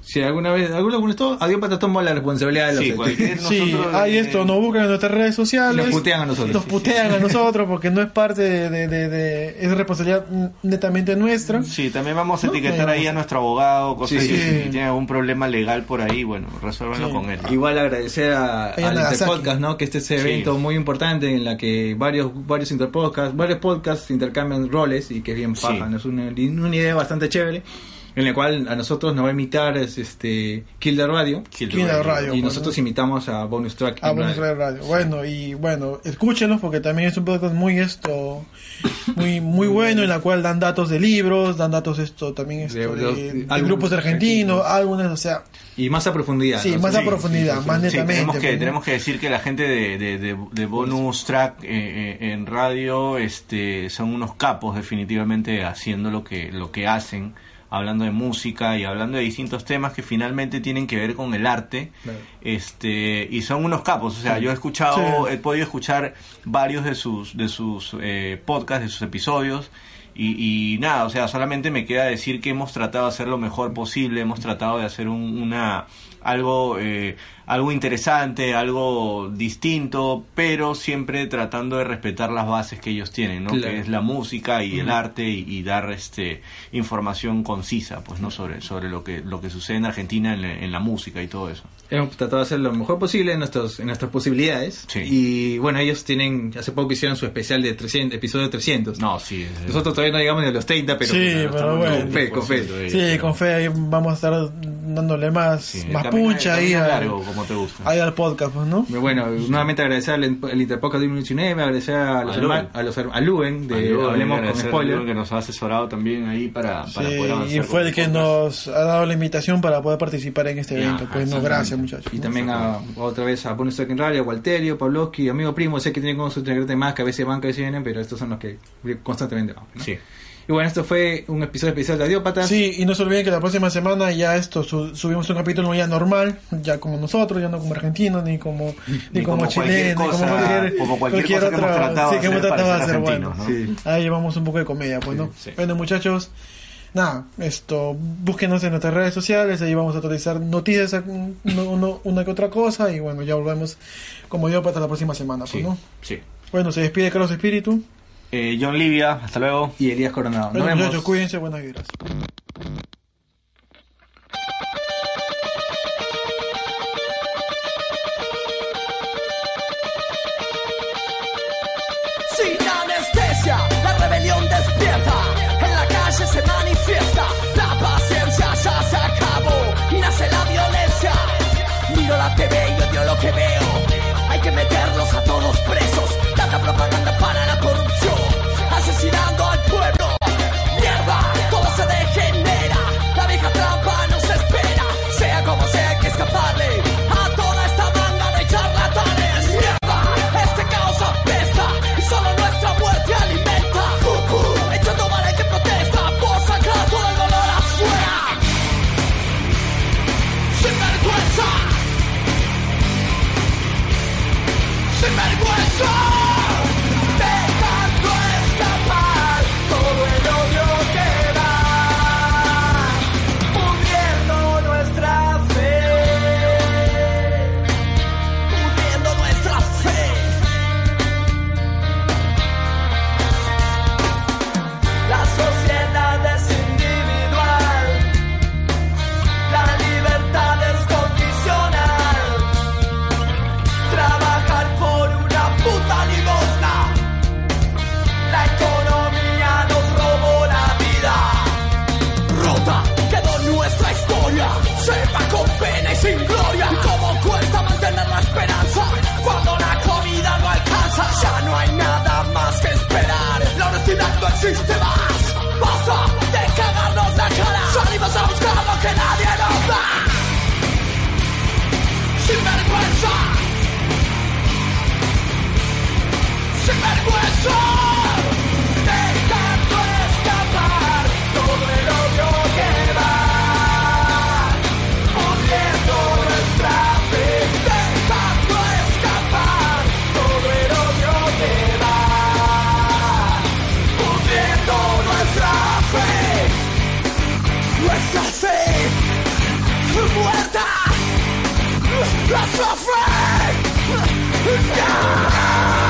S6: si alguna vez alguno molestó, a Dios Pata toma la responsabilidad de los este.
S3: Sí, cualquier-
S7: Sí,
S3: nosotros,
S7: hay
S3: eh,
S7: esto, nos buscan en nuestras redes sociales.
S6: Nos putean a nosotros.
S7: Nos putean a nosotros porque no es parte de, de, de- de- es responsabilidad netamente nuestra.
S3: Sí, también vamos a
S7: No,
S3: etiquetar
S7: no,
S3: ahí
S7: no.
S3: a nuestro abogado, cosas
S6: Sí,
S3: que
S7: sí.
S3: si tiene algún problema legal por ahí, bueno, resuélvanlo
S7: Sí.
S3: con él.
S6: Igual agradecer a,
S7: Ahí en
S6: al
S7: Nagasaki.
S6: Interpodcast, ¿no? Que este es evento
S3: Sí.
S6: muy importante en la que varios varios interpodcasts, varios podcasts intercambian roles y que es bien paja,
S3: Sí.
S6: ¿no? es una, una idea bastante chévere en la cual a nosotros nos va a imitar es, este Kill the Radio
S7: Kill the Radio.
S6: y
S7: pues,
S6: nosotros
S7: ¿no?
S6: imitamos a Bonus Track.
S7: Ah,
S6: en
S7: Buenos
S6: radio.
S7: Aires Radio. Bueno, y bueno, escúchenlos porque también es un podcast muy esto, muy muy bueno en la cual dan datos de libros, dan datos esto también esto,
S6: De-
S7: de,
S6: de-
S7: de
S6: álbumes
S7: grupos argentinos, álbumes, o sea,
S6: Y más a profundidad.
S7: sí,
S6: ¿no?
S7: más
S6: Sí,
S7: a profundidad, más
S3: Sí,
S7: netamente.
S3: tenemos, que,
S7: pues, ¿no?
S3: tenemos que decir que la gente de, de- de- de bonus track eh, eh, en radio este, son unos capos definitivamente haciendo lo que, lo que hacen, hablando de música y hablando de distintos temas que finalmente tienen que ver con el arte.
S6: Claro.
S3: Este, y son unos capos, o sea, yo he escuchado,
S7: Sí.
S3: he podido escuchar varios de sus, de sus eh, podcasts, de sus episodios. Y, y nada, o sea, solamente me queda decir que hemos tratado de hacer lo mejor posible, hemos tratado de hacer un- una algo eh, algo interesante, algo distinto, pero siempre tratando de respetar las bases que ellos tienen, ¿no?
S6: Claro.
S3: Que es la música y el arte y, y dar este información concisa, pues no sobre sobre lo que lo que sucede en Argentina en, la- en la música y todo eso.
S6: Hemos tratado de hacer lo mejor posible en, nuestros, en nuestras posibilidades.
S3: Sí.
S6: Y bueno, ellos tienen, hace poco hicieron su especial de 300, episodio 300.
S3: No, sí.
S6: Nosotros todavía no llegamos ni a los 30, pero,
S7: Sí,
S6: bueno,
S7: pero
S6: estamos-
S7: bueno.
S6: con fe, con fe.
S7: Sí, con fe ahí vamos a estar dándole más más puncha ahí, al-
S3: largo, como te gusta.
S7: ahí al podcast, pues, ¿no?
S6: Pero Bueno, nuevamente agradecer al el Interpodcast de 2019, agradecer a los
S3: A Luven.
S6: hermanos, a los herma- a Luven, de
S3: Ay, yo
S6: Hablemos con
S3: agradecer a Lulo
S6: Spoiler.
S3: que nos ha asesorado también ahí para, para
S7: Sí,
S3: poder avanzar
S7: y
S3: con
S7: fue el que
S3: podcast.
S7: nos ha dado la invitación para poder participar en este
S3: Ya,
S7: evento. Pues no,
S3: exactamente.
S7: gracias muchachos.
S6: Y
S7: ¿no?
S6: también a, otra vez a Bonus Track en Radio, a Walterio, Pavlovsky, amigo primo, sé que tienen como sus integrantes más que a veces van, que a veces vienen, pero estos son los que constantemente van. ¿no?
S3: Sí.
S6: Y bueno, esto fue un episodio especial de Adiópatas.
S7: Sí, y no se olviden que la próxima semana ya esto su- subimos un capítulo ya normal, ya como nosotros, ya no como argentinos, ni como, ni como,
S3: cualquier
S7: chilenos, ni
S3: cosa-
S7: como cualquier,
S3: como cualquier cosa que hemos tratado
S7: sí,
S3: de
S7: que hemos
S3: hacer para
S7: tratado de
S3: ser
S7: hacer. Bueno,
S3: argentinos, ¿no?
S6: Sí.
S7: ahí llevamos un poco de comedia, pues, ¿no?
S3: sí.
S7: Bueno, muchachos, nada, esto, búsquenos en nuestras redes sociales, ahí vamos a actualizar noticias, mm, no- no- una que otra cosa, y bueno, ya volvemos como yo para la próxima semana, pues,
S3: Sí,
S7: ¿no?
S3: sí.
S7: Bueno, se despide Carlos Espíritu.
S3: Eh, John Livia, hasta luego.
S6: Y Elías Coronado. Nos
S7: Bueno,
S6: vemos.
S7: muchachos, cuídense, buenas vibras.
S9: Sin anestesia, la rebelión despierta. En la calle se manifiesta. La paciencia ya se acabó y nace la violencia. Miro la TV y odio lo que veo. Hay que meterlos a todos presos. Tanta propaganda para la corrupción. Asesinando al pueblo. Mierda, todo se deja.
S8: existe más. Basta de cagarnos la cara. Salimos a buscar lo que nadie nos da. Sin vergüenza. Sin vergüenza. Dejando escapar todo el odio que va. Hundiendo nuestra fe. Dejando escapar todo el odio que va hundiendo nuestra fe, nuestra fe muerta, nuestra fe. ¡No!